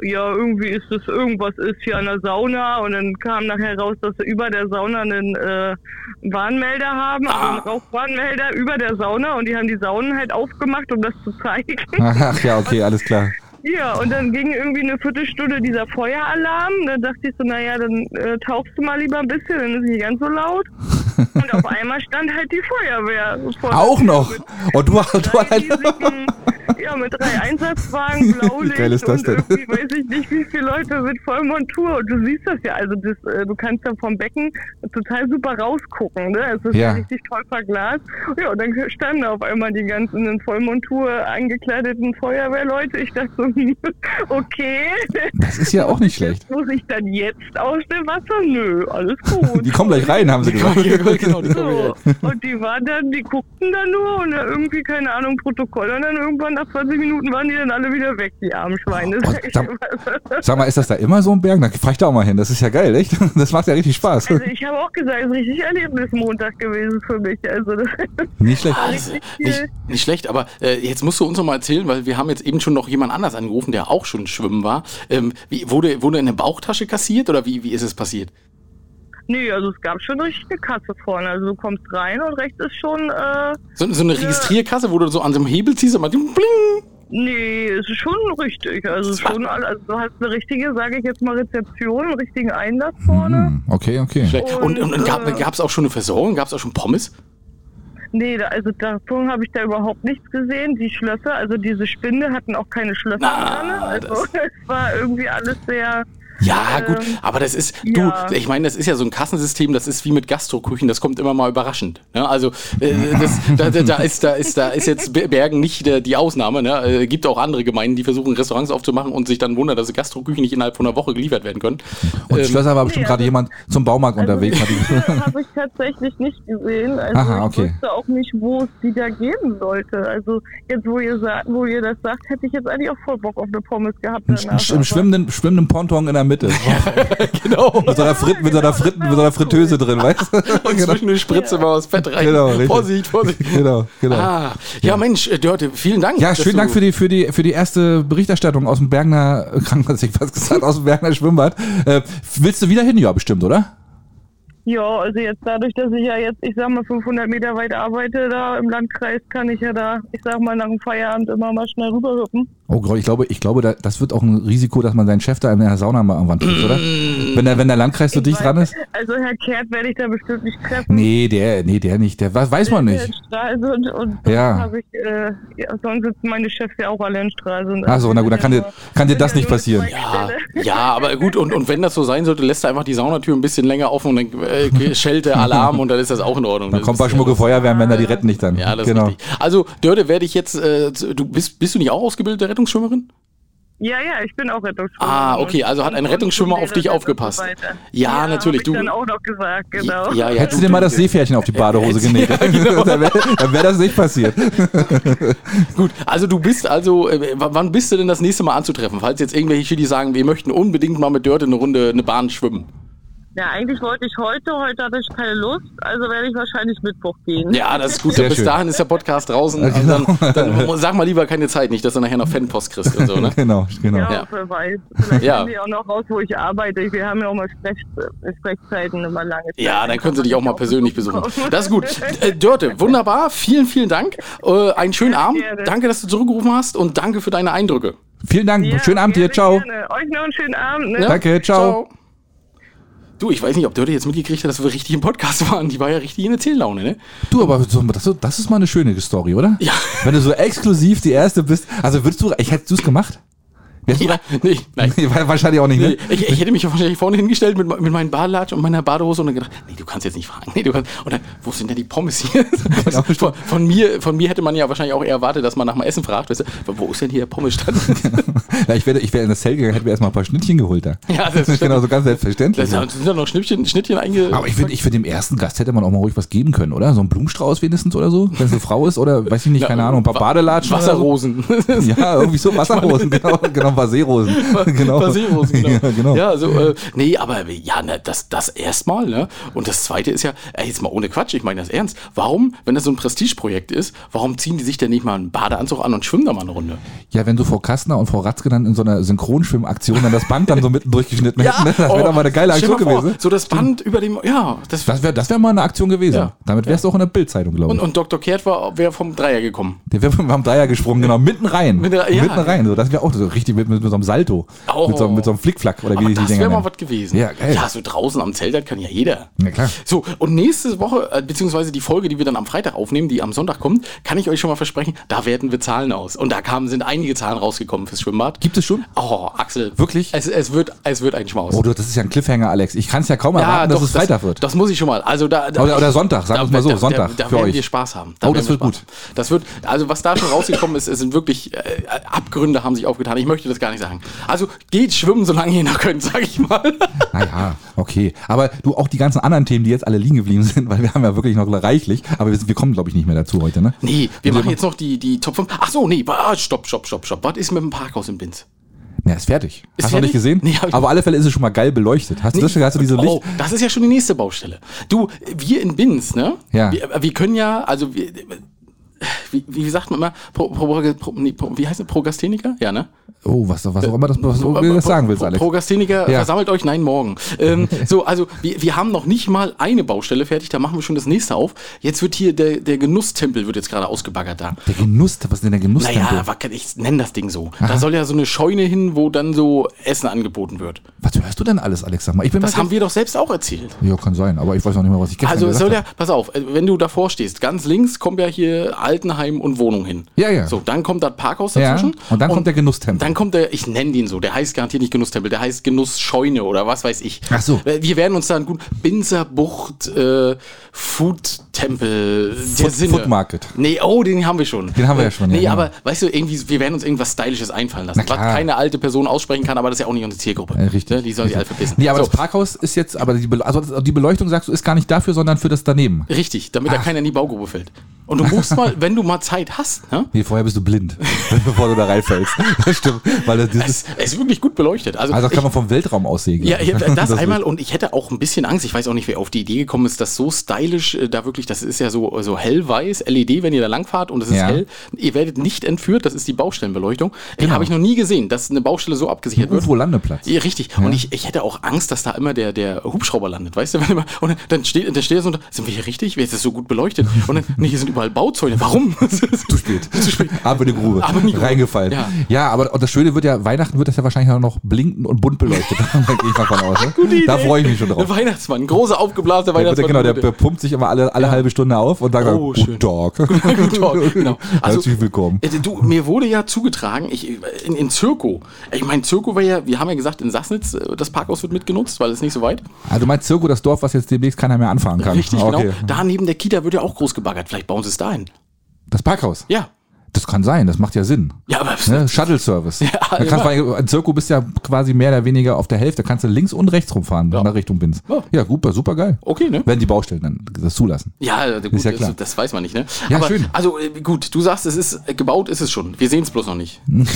äh, ja, irgendwie ist es, irgendwas ist hier an der Sauna und dann kam nachher raus, dass sie über der Sauna einen äh, Warnmelder haben, also einen Rauchwarnmelder über der Sauna und die haben die Saunen halt aufgemacht, um das zu zeigen.
[laughs]
Ach ja, okay, alles klar.
Ja, und dann ging irgendwie eine Viertelstunde dieser Feueralarm. Da dachte ich so, naja, dann äh, tauchst du mal lieber ein bisschen, dann ist nicht ganz so laut. Und auf einmal stand halt die Feuerwehr. vor der
Auch
Tür
noch.
[laughs]
mit
Und du,
drei
du alleine.
riesigen- Ja, mit drei Einsatzwagen,
[laughs]
Blaulicht
Wie geil ist das
und
denn?
irgendwie weiß ich nicht, wie viele Leute mit Vollmontur. Und du siehst das ja, also das, äh, du kannst da vom Becken total super rausgucken. Ne? Es ist
Ja.
ja. richtig toll verglast. Ja, und dann standen da auf einmal die ganzen in Vollmontur angekleideten Feuerwehrleute. Ich dachte so, [laughs] hm, okay, [laughs]
Das ist ja auch nicht schlecht.
muss ich dann jetzt aus dem Wasser? Nö, alles
[laughs]
gut.
Die kommen gleich rein,
[laughs]
haben sie gesagt.
genau, die kommen
So.
hier.
Und die waren dann, die guckten dann nur und dann irgendwie, keine Ahnung, Protokoll. Und dann irgendwann nach 20 Minuten waren die dann alle wieder weg, die armen Schweine.
Oh,
Sag [laughs] ich
da-
immer.
Sag mal, ist das da immer so ein Berg? Da fahr ich da auch mal hin. Das ist ja geil, echt? [laughs] Das macht ja richtig Spaß.
also ich habe auch gesagt, es ist richtig Erlebnismontag gewesen für mich. Also das [laughs]
Nicht schlecht.
Also, nicht, nicht schlecht, aber äh, jetzt musst du uns noch mal erzählen, weil wir haben jetzt eben schon noch jemand anders angerufen, der auch schon schwimmen war. Ähm, wie, wurde, wurde eine Bauchtasche kassiert oder wie, wie ist es passiert?
Nee, also es gab schon richtig eine Kasse vorne. Also du kommst rein und rechts ist schon, äh,
So, so eine Registrierkasse, wo du so an so einem Hebel ziehst und mal bling.
nee, es ist schon richtig. Also es ist schon, all- also du hast eine richtige, sage ich jetzt mal, Rezeption, einen richtigen Einlass vorne.
Hm, Okay, okay.
Schlecht. Und, und, und
äh,
gab es auch schon eine Versorgung? Gab es auch schon Pommes?
Nee, da, also davon habe ich da überhaupt nichts gesehen. Die Schlösser, also diese Spinde hatten auch keine Schlösser
Na,
dran. Also [laughs] es war irgendwie alles sehr.
Ja, gut,
Ähm,
aber das ist, du,
ja.
ich meine, das ist ja so ein Kassensystem, das ist wie mit Gastroküchen, das kommt immer mal überraschend. Ne? Also, äh, das, da, da, da, ist, da, ist, da ist jetzt Be- Bergen nicht der, die Ausnahme. Ne? Äh, gibt auch andere Gemeinden, die versuchen, Restaurants aufzumachen und sich dann wundern, dass Gastroküchen nicht innerhalb von einer Woche geliefert werden können.
Und
Ähm,
Schlösser war bestimmt
nee,
gerade
also-
jemand zum Baumarkt unterwegs.
[laughs]
hat die-
Also, habe ich tatsächlich nicht gesehen. Also
Aha, okay.
ich wusste auch nicht, wo es die da geben sollte. Also jetzt, wo ihr sagt, wo ihr das sagt, hätte ich jetzt eigentlich auch voll Bock auf eine Pommes gehabt
Im,
danach.
Im
aber-
schwimmenden, schwimmenden Ponton in der Mitte.
[laughs] Genau.
[laughs] Mit so einer, Frit mit so einer,
genau,
Frit
das war
mit so einer
auch cool.
Fritteuse drin, weißt du?
[laughs] Und zwischen eine Spritze mal was Fett rein.
Genau, richtig.
Vorsicht, Vorsicht.
Genau, genau.
Ah, ja, Mensch, äh, Dörte, vielen Dank.
Ja,
dass
schönen
du-
Dank für die, für, die, für die erste Berichterstattung aus dem Bergner [laughs] äh, Krankenhaus, ich fast gesagt, aus dem Bergner Schwimmbad. Äh, willst du wieder hin? Ja, bestimmt, oder?
Ja, also jetzt dadurch, dass ich ja jetzt, ich sag mal, 500 Meter weit arbeite da im Landkreis, kann ich ja da, ich sag mal, nach dem Feierabend immer mal schnell rüberhüppen.
Oh Gott, ich glaube, ich glaube, da, das wird auch ein Risiko, dass man seinen Chef da in der Sauna mal irgendwann trifft, oder? Wenn der, wenn der Landkreis so dicht dran ist?
Also Herr Kehrt werde ich da bestimmt nicht treffen.
Nee, der, nee, der nicht. Der weiß- weiß man
Der
nicht.
Straße Äh, und, und
Ja.
hab ich, äh, ja, sonst sitzen meine Chefs ja auch alle in Straße.
Ach so, na gut, dann kann dir, kann dir das nicht passieren.
Ja, ja, aber gut, und, und wenn das so sein sollte, lässt er einfach die Saunatür ein bisschen länger offen und dann äh, schellt der Alarm und dann ist das auch in Ordnung.
Dann
Das
kommt ein
ist
paar
ja-
schmucke Feuerwehrmänner, die retten dich dann. Genau.
Ja, das ist richtig. Also, Dörte, werde ich jetzt, äh, zu- du bist, bist du nicht auch ausgebildete Rettungsschwimmerin?
Ja, ja, ich bin auch Rettungsschwimmer.
Ah, okay, also hat ein
Und- und
Rettungsschwimmer auf dich
Lehrerin
aufgepasst.
und so weiter.
Ja, natürlich,
Hab
du-
ich dann auch noch gesagt, genau.
Ja, ja,
Hättest du dir mal das Seepferdchen auf die Badehose genäht, [laughs] dann wäre dann wär das nicht
[laughs]
passiert.
Gut, also du bist also, äh, w- wann bist du denn das nächste Mal anzutreffen? Falls jetzt irgendwelche Chili sagen, wir möchten unbedingt mal mit Dörte eine Runde, eine Bahn schwimmen.
Ja, eigentlich wollte ich heute, heute hatte ich keine Lust, also werde ich wahrscheinlich Mittwoch gehen.
Ja, das ist gut.
Sehr
Bis
schön. genau.
dahin ist der Podcast draußen. Und dann, dann sag mal lieber keine Zeit, nicht, dass du nachher noch Fanpost kriegst und so, ne?
Genau, genau.
Ja,
Ja.
wer weiß. Vielleicht
Ja.
finden die auch noch raus, wo ich arbeite. Wir haben ja auch mal Sprech äh, Sprechzeiten immer lange.
Ja, dann können sie dich auch mal persönlich besuchen.
Kommen.
Das ist gut. Äh, Dörte, wunderbar. Vielen, vielen Dank. Äh, einen schönen Abend.
gerne.
Danke, dass du zurückgerufen hast und danke für deine Eindrücke.
Vielen Dank,
Ja,
schönen Abend dir,
gerne,
ciao.
gerne. Euch noch einen schönen Abend. Ne?
Danke, ciao.
Du, ich weiß nicht, ob Dörte jetzt mitgekriegt hat, dass wir richtig im Podcast waren. Die war ja richtig in der Zähllaune, ne?
Du, aber so- das, das ist mal eine schöne Story, oder?
Ja.
Wenn du so exklusiv die Erste bist, also würdest du, ich hättest du es gemacht? Wärst du-
Ja, nee, nein.
Nee, wa- [laughs] Wahrscheinlich auch nicht, ne?
Nee, ich, ich hätte mich ja wahrscheinlich vorne hingestellt mit, mit meinem Badelatsch und meiner Badehose und dann gedacht, nee, du kannst jetzt nicht fragen. Nee, du kannst, und dann, wo sind denn die
[laughs]
Pommes hier?
Genau.
[laughs] von, von, mir, von mir hätte man ja wahrscheinlich auch eher erwartet, dass man nach dem Essen fragt, weißt du, wo ist denn hier der Pommesstand?
[laughs] Ja, ich wäre ich wär in das Zelt gegangen, hätte mir erstmal ein paar Schnittchen geholt da.
[laughs] [laughs] Ja,
das ist genau so ganz selbstverständlich.
Das sind- sind ja noch Schnittchen, Schnittchen einge...
Aber ich finde, ich find, dem ersten Gast hätte man auch mal ruhig was geben können, oder? So einen Blumenstrauß wenigstens oder so, wenn es eine Frau ist oder, weiß ich nicht,
Ja,
keine Ahnung, ein paar
Wa-
Badelatschen. oder so. [laughs]
Wasserrosen.
Ja, irgendwie so
[laughs]
Wasserrosen, genau, genau, ein paar Seerosen. Genau.
Paar Seerosen,
[laughs]
genau.
Ja, genau.
Ja, also, äh, nee, aber ja, ne, das, das erstmal, ne? Und das zweite ist ja, ey, jetzt mal ohne Quatsch, ich meine das ernst. Warum, wenn das so ein Prestigeprojekt ist, warum ziehen die sich denn nicht mal einen Badeanzug an und schwimmen da mal eine Runde?
Ja, wenn du Frau Kastner und Frau Ratz Maske dann in so einer Synchronschwimmaktion dann das Band dann so mitten durchgeschnitten hätten. Ne? Das wäre
oh,
doch mal eine geile
stell
Aktion
mal vor,
gewesen.
So das Band über dem, ja, das,
Das wäre das wär mal eine Aktion gewesen.
Ja.
Damit wärst du auch in der Bildzeitung, glaube ich.
und, und Dr. Kehrt war, wäre vom Dreier gekommen.
Der wäre vom Dreier gesprungen, genau, mitten rein.
Mit der- ja.
mitten rein. So, das wäre auch so richtig mit, mit, mit so einem Salto.
Oh.
Mit, so, mit so einem Flickflack oder wie
Aber
die
das
Dinger
wäre mal
nennen.
was gewesen.
Ja, geil.
ja, so draußen am Zelt, das kann ja jeder.
Na klar.
So, und nächste Woche, äh, beziehungsweise die Folge, die wir dann am Freitag aufnehmen, die am Sonntag kommt, kann ich euch schon mal versprechen, da werten wir Zahlen aus. Und da kamen, sind einige Zahlen rausgekommen fürs Schwimmbad.
Gibt es schon?
Oh, Axel.
Wirklich?
Es, es, wird, es wird ein Schmaus.
Oh, du, das ist ja ein Cliffhanger, Alex. Ich kann es ja kaum
ja,
erwarten,
doch,
dass es
das,
Freitag wird.
Das muss ich schon mal. Also da, da,
Oder- oder Sonntag, sagen wir's mal so, Sonntag
Da, da
für
werden
euch.
wir Spaß haben.
Oh,
werden
das
wir
wird
Spaß haben. Das wird, also was da schon rausgekommen ist, es sind wirklich äh, Abgründe haben sich aufgetan. Ich möchte das gar nicht sagen. Also geht schwimmen, solange ihr noch könnt, sag ich mal.
naja, okay. Aber du, auch die ganzen anderen Themen, die jetzt alle liegen geblieben [laughs] sind, weil wir haben ja wirklich noch reichlich. Aber wir, sind- wir kommen, glaube ich, nicht mehr dazu heute, ne?
Nee, wir machen jetzt noch die, die Top 5. Ach so, nee, wa- ah, stopp, stopp, stopp, stopp. Was ist mit dem Parkhaus in Binz?
Ja, ist fertig.
Ist
hast du noch
fertig?
nicht gesehen?
Nee, hab ich-
Aber auf alle Fälle ist es schon mal geil beleuchtet. Hast du das schon, hast du diese Licht?
Oh, das ist ja schon die nächste Baustelle. Du, wir in Binz, ne?
Ja.
Wir, wir können ja, also wir, wie, wie sagt man immer, pro, pro, pro, nee, pro, wie heißt das, Progasteniker? Ja, ne?
Oh, was, was auch immer das, was, du das sagen willst,
Pro-
Alex.
Progasteniker,
Ja.
versammelt euch, nein, morgen.
[laughs]
Ähm, so, also wir, wir haben noch nicht mal eine Baustelle fertig, da machen wir schon das nächste auf. Jetzt wird hier der, der Genusstempel wird jetzt gerade ausgebaggert da.
Der Genuss, was ist denn der Genuss?
Naja, was kann ich nenne das Ding so. Da soll ja so eine Scheune hin, wo dann so Essen angeboten wird.
was hörst du denn alles, Alex? Sag mal, ich bin
Das
mal
haben wir doch selbst auch erzählt.
Ja, kann sein, aber ich weiß noch nicht mal, was ich gestern
Also es
gesagt
soll
habe.
ja, pass auf, äh, wenn du davor stehst, ganz links kommt ja hier Altenheim und Wohnung hin.
Ja, ja.
So, dann kommt das Parkhaus
Ja,
dazwischen.
und dann kommt der Genusstempel.
Dann kommt der, ich nenne den so, der heißt garantiert nicht Genusstempel, der heißt Genussscheune oder was weiß ich.
Ach so.
Äh, Wir werden uns dann gut Binzerbucht äh, Foodtempel der
Food-
Sinne.
Food Market.
Nee, oh, den haben wir schon.
Den haben wir ja
Äh,
schon, ja,
Nee,
genau.
aber weißt du, irgendwie, wir werden uns irgendwas Stylisches einfallen lassen,
Na
was
klar.
keine alte Person aussprechen kann, aber das ist ja auch nicht unsere Zielgruppe.
Ja, Äh, richtig.
Ne, Die sollen sich alle verbissen.
Nee, aber das Parkhaus ist jetzt, aber die, Be also das- die Beleuchtung, sagst du, ist gar nicht dafür, sondern für das daneben.
Richtig, damit da keiner in die Baugruppe fällt. Und du buchst mal, wenn du mal Zeit hast, ne?
Nee, vorher bist du blind, [laughs] bevor du da reinfällst. [laughs] Das stimmt, weil das, das
Es
ist,
ist wirklich gut beleuchtet. Also,
also das
ich,
kann man vom Weltraum aus sehen.
ja,
[laughs] glaub ich. ne?
ja, das,
ist-
einmal und ich hätte auch ein bisschen Angst. Ich weiß auch nicht, wer auf die Idee gekommen ist, das so stylisch äh, da wirklich, das ist ja so, so hellweiß, LED, wenn ihr da langfahrt und es ist
Ja.
hell. Ihr werdet nicht entführt, das ist die Baustellenbeleuchtung. Genau.
Genau.
Habe ich noch nie gesehen, dass eine Baustelle so abgesichert wird.
UFO-Landeplatz.
Ja, richtig. Und ich, ich hätte auch Angst, dass da immer der, der Hubschrauber landet, weißt du? Wenn immer, und dann steht, dann steht er so, und sind wir hier richtig? Wer ist das so gut beleuchtet? Und dann, nee, hier sind überall Bauzäune. Warum? [laughs] Zu spät. Zu spät.
Ab in Ah, die Grube.
Ab in die Grube.
Reingefallen.
Ja.
Ja, aber und das Schöne wird ja, Weihnachten wird das ja wahrscheinlich auch noch blinken und bunt beleuchtet. [laughs] da gehe ich mal von aus. Ne? Da freue ich mich schon drauf.
Der Weihnachtsmann, großer aufgeblasener
Der wird, ja-
Weihnachtsmann.
genau, der, der pumpt sich immer alle, alle halbe Stunde auf und sagt,
Oh,
guten
schön. [laughs]
Tag. [laughs]
Guten Tag, genau. Also,
Herzlich willkommen.
äh, Du, mir wurde ja zugetragen, ich, in, in Zirko. Ich meine, Zirko war ja, wir haben ja gesagt, in Sassnitz, äh, das Parkhaus wird mitgenutzt, weil es nicht so weit.
Also du meinst Zirko, das Dorf, was jetzt demnächst keiner mehr anfahren kann.
Richtig,
Ah,
genau. Da neben der Kita wird ja auch groß gebaggert. Vielleicht bauen sie es dahin.
Das Parkhaus.
Ja.
Das kann sein, das macht ja Sinn.
Ja, aber
Ne? Shuttle-Service. Ja, kannst
immer.
du- ein Zirko bist ja quasi mehr oder weniger auf der Hälfte. Kannst du links und rechts rumfahren, wenn du in der Richtung Binz.
Ja.
Ja, super, super geil.
okay, ne?
Wenn die Baustellen dann das zulassen. [laughs]
Ja, also gut,
ja
das-
klar.
das weiß man nicht, ne?
Ja,
Aber,
schön.
Also äh, gut, du sagst, es ist äh, gebaut, ist es schon. Wir sehen es bloß noch nicht.
genau,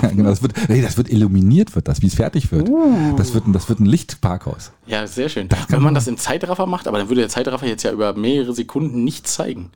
ja, genau. Das, wird, nee, das wird illuminiert, wird das, wie es fertig wird.
Uh.
Das, wird ein, das wird ein Lichtparkhaus.
Ja, sehr schön. Wenn man das im Zeitraffer macht, aber dann würde der Zeitraffer jetzt ja über mehrere Sekunden nichts zeigen.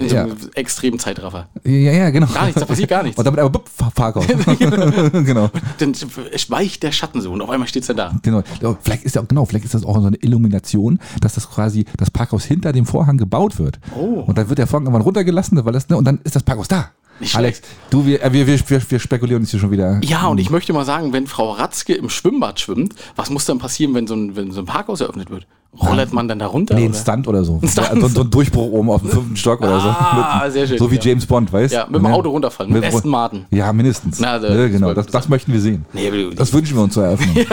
In so
Äh, ja.
einem extremen Zeitraffer.
Ja, ja, genau.
Gar nichts, da passiert gar nichts.
Und damit aber bupp, Fahr-
[laughs]
Parkhaus. genau.
Dann schweicht der Schatten so und auf einmal steht's dann da.
Genau. Ja, Vielleicht ist ja auch, genau, vielleicht ist das auch so eine Illumination, dass das quasi das Parkhaus hinter dem Vorhang gebaut wird. Oh. Und dann wird der Vorhang irgendwann runtergelassen, weil das, ne, und dann ist das Parkhaus da.
Nicht
Alex, du, wir, äh, wir, wir, wir, wir spekulieren uns hier schon wieder.
Ja, und ich möchte mal sagen, wenn Frau Ratzke im Schwimmbad schwimmt, was muss dann passieren, wenn so ein, wenn so ein Parkhaus eröffnet wird? Rollert man dann da runter?
Nee, ein
oder?
Stunt oder so.
Stunt.
Ja, So, so ein Durchbruch oben auf dem fünften Stock oder so.
Ah, sehr schön,
So wie
ja.
James Bond, weißt
Ja, mit dem Auto runterfallen, mit Aston Martin.
Ja, mindestens.
Na, also,
ja, genau,
das-
das, das möchten wir sehen.
Nee, aber du-
das wünschen wir uns zur
[laughs]
Eröffnung.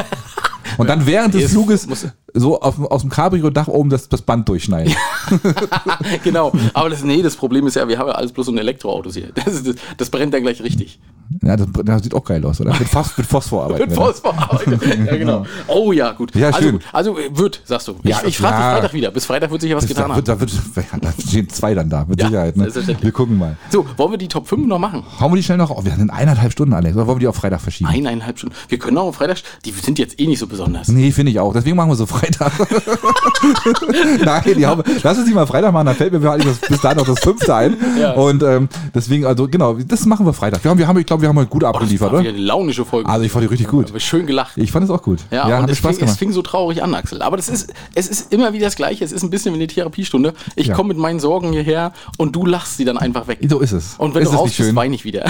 Und dann während des
Jetzt
Fluges
muss-
so auf, dem- aus dem Cabrio-Dach oben das, das Band durchschneiden.
[laughs] genau. Aber das, nee, das Problem ist ja, wir haben ja alles bloß so ein Elektroautos hier. Das, ist, das, das brennt dann gleich richtig.
Ja, das, das sieht auch geil aus, oder? Mit, Phos mit Phosphor arbeiten.
Mit
wir da.
Phosphor
[laughs]
arbeiten. Ja, genau. Oh ja, gut.
Ja,
also,
schön.
gut. also äh, wird, sagst du.
Ja,
ich ich frage dich
klar.
Freitag wieder. Bis Freitag wird sich ja was getan
da,
haben.
wird, da, wird, [laughs] ja, da stehen zwei dann da, mit
Ja,
Sicherheit. Ne?
selbstverständlich.
Wir gucken mal.
So, wollen wir die Top 5 noch machen?
Hauen wir die schnell noch auf? Wir sind in eineinhalb Stunden, Alex. Oder wollen wir die auf Freitag verschieben?
Eineinhalb Stunden. Wir können auch am Freitag. Die sind jetzt eh nicht so besonders.
Nee, finde ich auch. Deswegen machen wir so
[laughs]
Freitag. Nein, die haben, lass uns die mal Freitag machen, dann fällt mir vor allem das, bis dahin noch das fünfte ein. Und ähm, deswegen, also genau, das machen wir Freitag. Wir haben, wir haben glaube ich, glaube, wir haben heute gut abgeliefert,
Oh, war wieder
oder?
eine launische Folge.
Also ich fand die richtig gut.
Aber schön gelacht.
Ich fand es auch gut.
Ja, und
hat mir
es
Spaß
fing, es
gemacht.
fing so traurig an, Axel. Aber das ist, es ist immer wieder das Gleiche. Es ist ein bisschen wie eine Therapiestunde. Ich
Ja.
komme mit meinen Sorgen hierher und du lachst sie dann einfach weg.
So ist es.
Und wenn
Ist
du
es
raus
nicht
bist,
schön?
weine ich wieder.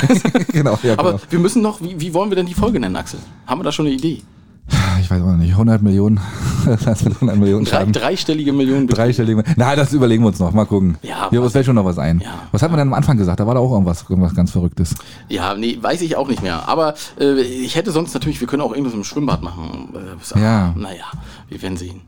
Genau, ja,
Aber
genau.
wir müssen noch, wie, wie wollen wir denn die Folge nennen, Axel? Haben wir da schon eine Idee?
[laughs] Ich weiß auch noch nicht. 100 Millionen. [laughs] Das mit 100 Millionen
Drei,
Schaden.
dreistellige Millionen.
Dreistellig. Na, das überlegen wir uns noch. Mal gucken.
Ja,
ja
was-
uns fällt schon noch was ein.
Ja.
Was hat man denn am Anfang gesagt? Da war da auch irgendwas, irgendwas ganz Verrücktes.
Ja, nee, weiß ich auch nicht mehr. Aber äh, ich hätte sonst natürlich, wir können auch irgendwas im Schwimmbad machen. Äh,
Ja.
Naja, wir werden sehen.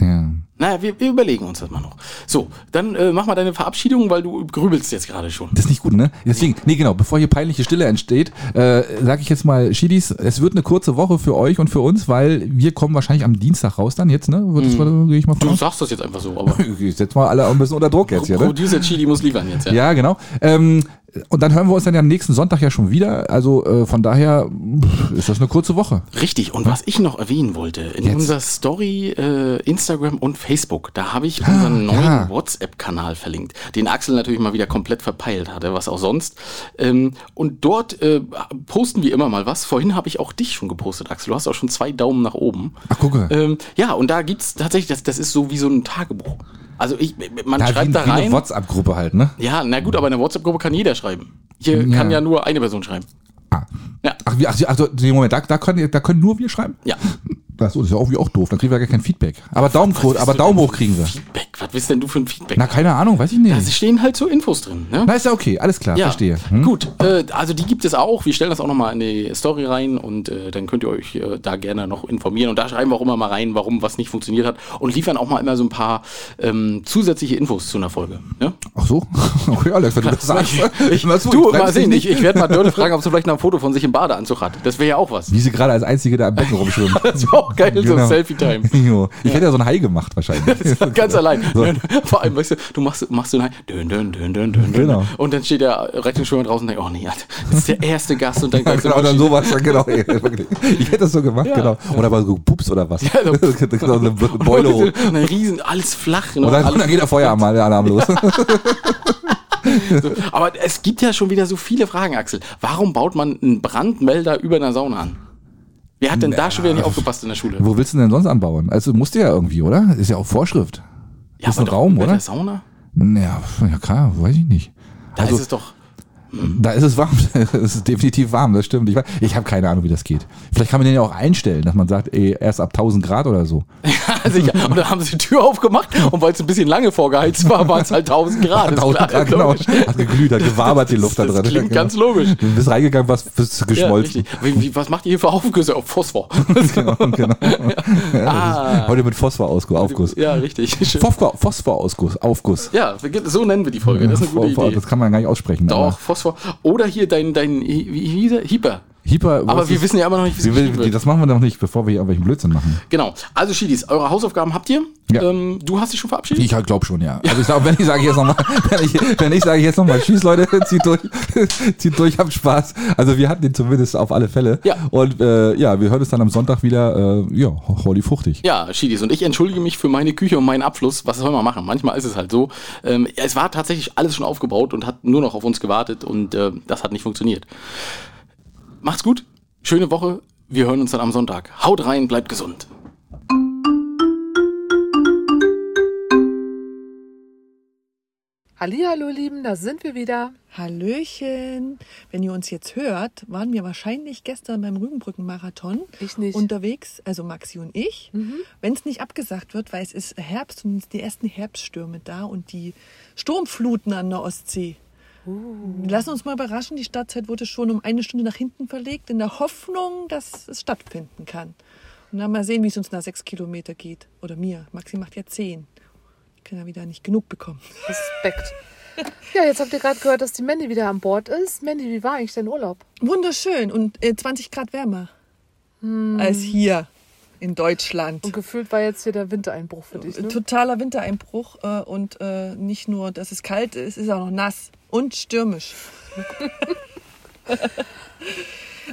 Ja.
Naja, wir, wir überlegen uns das mal noch. So, dann äh, mach mal deine Verabschiedung, weil du grübelst jetzt gerade schon.
Das ist nicht gut, ne? Deswegen, nee, genau, bevor hier peinliche Stille entsteht, äh, sage ich jetzt mal, Schiedis, es wird eine kurze Woche für euch und für uns, weil wir kommen wahrscheinlich am Dienstag raus dann jetzt, ne? Wird das,
Mhm.
Gehe ich mal von
Du
aus?
sagst das jetzt einfach so, aber
[laughs] Ich setz mal alle ein bisschen unter Druck jetzt hier, ne?
Producer Chili muss liefern jetzt, ja.
Ja, genau. Ähm, und dann hören wir uns dann ja am nächsten Sonntag ja schon wieder. Also äh, von daher pff, ist das eine kurze Woche.
Richtig, und was ich noch erwähnen wollte, in
Jetzt.
unserer Story, äh, Instagram und Facebook, da habe ich unseren neuen
Ah, ja.
WhatsApp-Kanal verlinkt, den Axel natürlich mal wieder komplett verpeilt hatte, was auch sonst. Ähm, und dort äh, posten wir immer mal was. Vorhin habe ich auch dich schon gepostet, Axel. Du hast auch schon zwei Daumen nach oben.
Ach, gucke.
Ähm, ja, und da gibt's tatsächlich, das, das ist so wie so ein Tagebuch. Also ich, man
Da
schreibt
wie,
da
wie eine
rein.
WhatsApp-Gruppe halt, ne?
Ja, na gut, aber in der WhatsApp-Gruppe kann jeder schreiben. Hier
Ja.
kann ja nur eine Person schreiben. Ja.
Ah. Ach, wie, ach, ach so, nee, Moment, da, da, können, da können nur wir schreiben?
Ja.
Das ist ja irgendwie auch doof, dann kriegen wir gar kein Feedback. Aber
[laughs]
Daumen,
Was
hoch-
bist
aber
du denn
Daumen
für
hoch
ein
kriegen wir.
Feedback. Was bist denn du für ein Feedback?
Na, keine Ahnung, weiß ich nicht.
Da stehen halt so Infos drin. Ne?
Na, ist ja okay, alles klar, verstehe. Hm?
Gut, äh, also die gibt es auch. Wir stellen das auch nochmal in die Story rein und äh, dann könnt ihr euch äh, da gerne noch informieren. Und da schreiben wir auch immer mal rein, warum was nicht funktioniert hat und liefern auch mal immer so ein paar ähm, zusätzliche Infos zu einer Folge. Ne?
Ach so? [laughs] Okay, Alex, wenn du das sagst.
[laughs] Ich,
Mal zu,
du,
bremse
mal
dich
sehen, ich, ich werde mal
[laughs]
Dörte fragen, ob sie vielleicht noch ein Foto von sich im Badeanzug hat. Das wäre ja auch was.
Wie sie gerade als Einzige da im Becken rumschwimmen.
[laughs] Das wäre auch geil, so
Genau.
ein Selfie-Time.
[laughs] Jo. ich hätte ja so einen Hai gemacht wahrscheinlich.
[laughs] Ganz
genau.
allein. Vor allem, weißt du, du machst, machst so ein dünn, dün, dün, dün, dün,
Genau.
Und dann steht der Rettungsschwimmer draußen und denkt, oh nee, [laughs] Alter, das ist der erste Gast und dann
[laughs] Ja,
gleich
genau,
so
dann sowas, ja,
[laughs]
genau. ey, wirklich. Ich hätte das so gemacht,
Ja,
genau. Oder mal so Pups oder was.
Ja,
[laughs]
so-
genau, eine Be- Beule hoch.
[laughs] Und Eine riesen, alles flach. ne?
Und dann,
alles,
und [laughs] dann geht der Feueralarm
[laughs]
los. [laughs]
so. Aber es gibt ja schon wieder so viele Fragen, Axel. Warum baut man einen Brandmelder über einer Sauna an? Wer hat denn da schon wieder nicht aufgepasst in der Schule?
Wo willst du denn sonst anbauen? Also musst du ja irgendwie, oder? Ist ja auch Vorschrift.
Ja,
ist
aber
ein
doch
Raum,
über
oder?
Der Sauna?
Ja, ja klar, weiß ich nicht.
Da
Also-
ist es doch. [laughs] Mhm.
Da ist es warm. [laughs] es ist definitiv warm, das stimmt. Ich, weiß- ich habe keine Ahnung, wie das geht. Vielleicht kann man den ja auch einstellen, dass man sagt, ey, erst ab 1000 Grad oder so.
Ja, sicher. Und dann haben sie die Tür aufgemacht und weil es ein bisschen lange vorgeheizt war, waren es halt 1000 Grad. ist
1000
klar,
Grad, genau.
logisch.
Hat geglüht, hat gewabert die Luft da
das
drin.
klingt
genau.
ganz logisch.
Du bist reingegangen, was bist [laughs]
Ja,
geschmolzen.
richtig. Wie, wie, was macht ihr hier für Aufgüsse?
[laughs]
Auf Phosphor.
genau, [laughs] genau. Ja, das ist
Ah.
heute mit Phosphor-Ausguss. Aufguss.
ja, richtig. Schön.
Phosphor- Phosphor-Ausguss. Aufguss.
Ja, wir- so nennen wir die Folge. Das ist eine gute
Phosphor-
Idee.
Das kann man gar nicht aussprechen.
Doch, Phosphor. Oder hier dein, dein, wie hieß er? Hyper.
Hyper,
Aber wir wissen ja immer noch nicht, wie es geschrieben wird.
Das machen wir noch nicht, bevor wir hier irgendwelchen Blödsinn machen.
Genau. Also, Schiedis, eure Hausaufgaben habt ihr.
Ja.
Ähm, du hast dich schon verabschiedet?
Ich glaube schon, ja. Also ich sag, wenn ich sage jetzt nochmal, [laughs] wenn ich, wenn ich sage jetzt nochmal, tschüss Leute, [laughs] zieht durch, zieht durch, habt Spaß. Also wir hatten den zumindest auf alle Fälle.
Ja.
Und äh, ja, wir hören uns dann am Sonntag wieder, äh, ja, holy fruchtig.
Ja, Schiedis, und ich entschuldige mich für meine Küche und meinen Abfluss. Was soll man machen? Manchmal ist es halt so. Ähm, es war tatsächlich alles schon aufgebaut und hat nur noch auf uns gewartet und äh, das hat nicht funktioniert. Macht's gut, schöne Woche. Wir hören uns dann am Sonntag. Haut rein, bleibt gesund.
Hallihallo, Lieben, da sind wir wieder.
Hallöchen! Wenn ihr uns jetzt hört, waren wir wahrscheinlich gestern beim Rügenbrücken-Marathon
Ich nicht.
unterwegs, also Maxi und ich. Wenn es nicht abgesagt wird, weil es ist Herbst und die ersten Herbststürme da und die Sturmfluten an der Ostsee. Lass uns mal überraschen, die Startzeit wurde schon um eine Stunde nach hinten verlegt, in der Hoffnung, dass es stattfinden kann. Und dann mal sehen, wie es uns nach sechs Kilometer geht. Oder mir. Maxi macht ja zehn. Kann ja wieder nicht genug bekommen.
Respekt. Ja, jetzt habt ihr gerade gehört, dass die Mandy wieder an Bord ist. Mandy, wie war eigentlich dein Urlaub?
Wunderschön und äh, 20 Grad wärmer
Hm.
als hier in Deutschland.
Und gefühlt war jetzt hier der Wintereinbruch für dich. Ne?
Totaler Wintereinbruch äh, und äh, nicht nur, dass es kalt ist, ist auch noch nass
[laughs]
und stürmisch.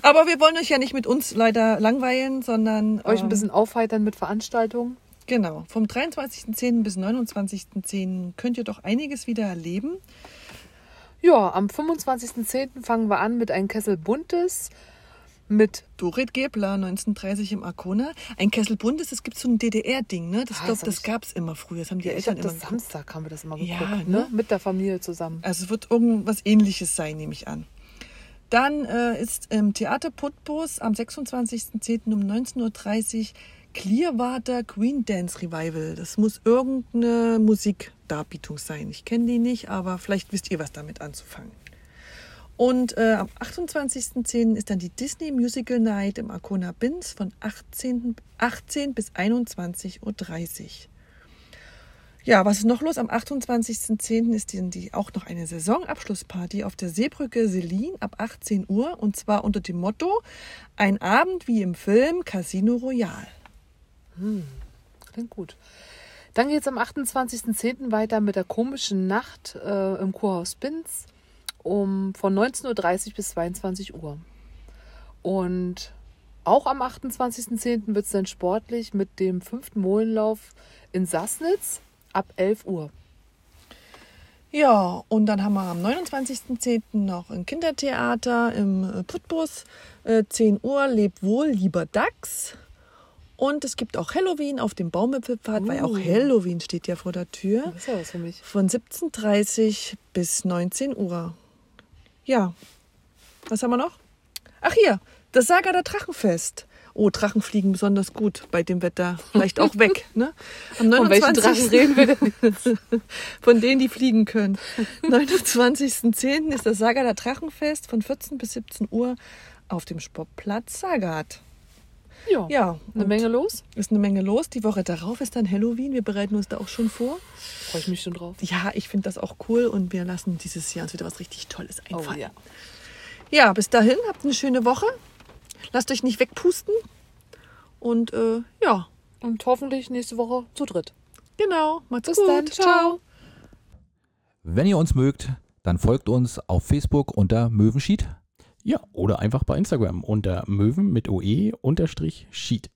Aber wir wollen euch ja nicht mit uns leider langweilen, sondern
Euch
ähm,
ein bisschen aufheitern mit Veranstaltungen.
Genau, vom 23.10. bis 29.10. könnt ihr doch einiges wieder erleben.
Ja, am 25.10. fangen wir an mit einem Kessel Buntes, mit
Dorit Gebler, 1930 im Arkona. Ein Kessel Buntes, das gibt so ein DDR-Ding, ne? Das,
Ah,
glaub,
das hab
das
ich-
gab's immer früher. Das haben die
Ja, ich
Eltern
glaube,
immer
das
geguckt.
Samstag haben wir das immer geguckt,
Ja,
ne?
ne?
Mit der Familie zusammen.
Also es wird irgendwas ähnliches sein, nehme ich an. Dann äh, ist im Theater Putbus am 26.10. um 19.30 Uhr Clearwater Queen Dance Revival. Das muss irgendeine Musikdarbietung sein. Ich kenne die nicht, aber vielleicht wisst ihr was damit anzufangen. Und äh, am 28.10. ist dann die Disney Musical Night im Arcona Binz von 18, 18 bis 21.30 Uhr. Ja, was ist noch los? Am 28.10. ist die, die auch noch eine Saisonabschlussparty auf der Seebrücke Selin ab 18 Uhr und zwar unter dem Motto Ein Abend wie im Film Casino Royal.
Klingt gut. Dann geht es am 28.10. weiter mit der komischen Nacht äh, im Kurhaus Binz um, von 19.30 Uhr bis 22 Uhr. Und auch am 28.10. wird es dann sportlich mit dem fünften Molenlauf in Sassnitz ab 11 Uhr.
Ja, und dann haben wir am 29.10. noch ein Kindertheater im äh, Putbus. Äh, 10 Uhr, lebt wohl, lieber Dachs. Und es gibt auch Halloween auf dem Baumwipfelpfad, weil auch Halloween steht ja vor der Tür.
Uh. Das ist ja was für mich.
Von 17.30 bis 19 Uhr. Ja. Was haben wir noch? Ach hier, das Saga der Drachenfest. Oh, Drachen fliegen besonders gut bei dem Wetter. Vielleicht
[laughs]
auch weg. Ne? Am
Von welchen
29.
Drachen reden wir denn?
[laughs] Von denen, die fliegen können.
[laughs]
29.10. ist das Saga der Drachenfest von 14 bis 17 Uhr auf dem Sportplatz Sagat.
Ja,
Ja,
eine
und
Menge los.
Ist eine Menge los. Die Woche darauf ist dann Halloween. Wir bereiten uns da auch schon vor.
Freue ich mich schon drauf.
Ja, ich finde das auch cool und wir lassen dieses Jahr uns wieder was richtig Tolles einfallen.
Oh, ja.
ja. bis dahin, habt eine schöne Woche. Lasst euch nicht wegpusten. Und äh, ja,
Und hoffentlich nächste Woche zu dritt.
genau. Macht's
Bis
gut.
dann. Ciao.
Wenn ihr uns mögt, dann folgt uns auf Facebook unter Möwenschied.
Ja, oder einfach bei Instagram unter Möwen mit OE E unterstrich Sheet.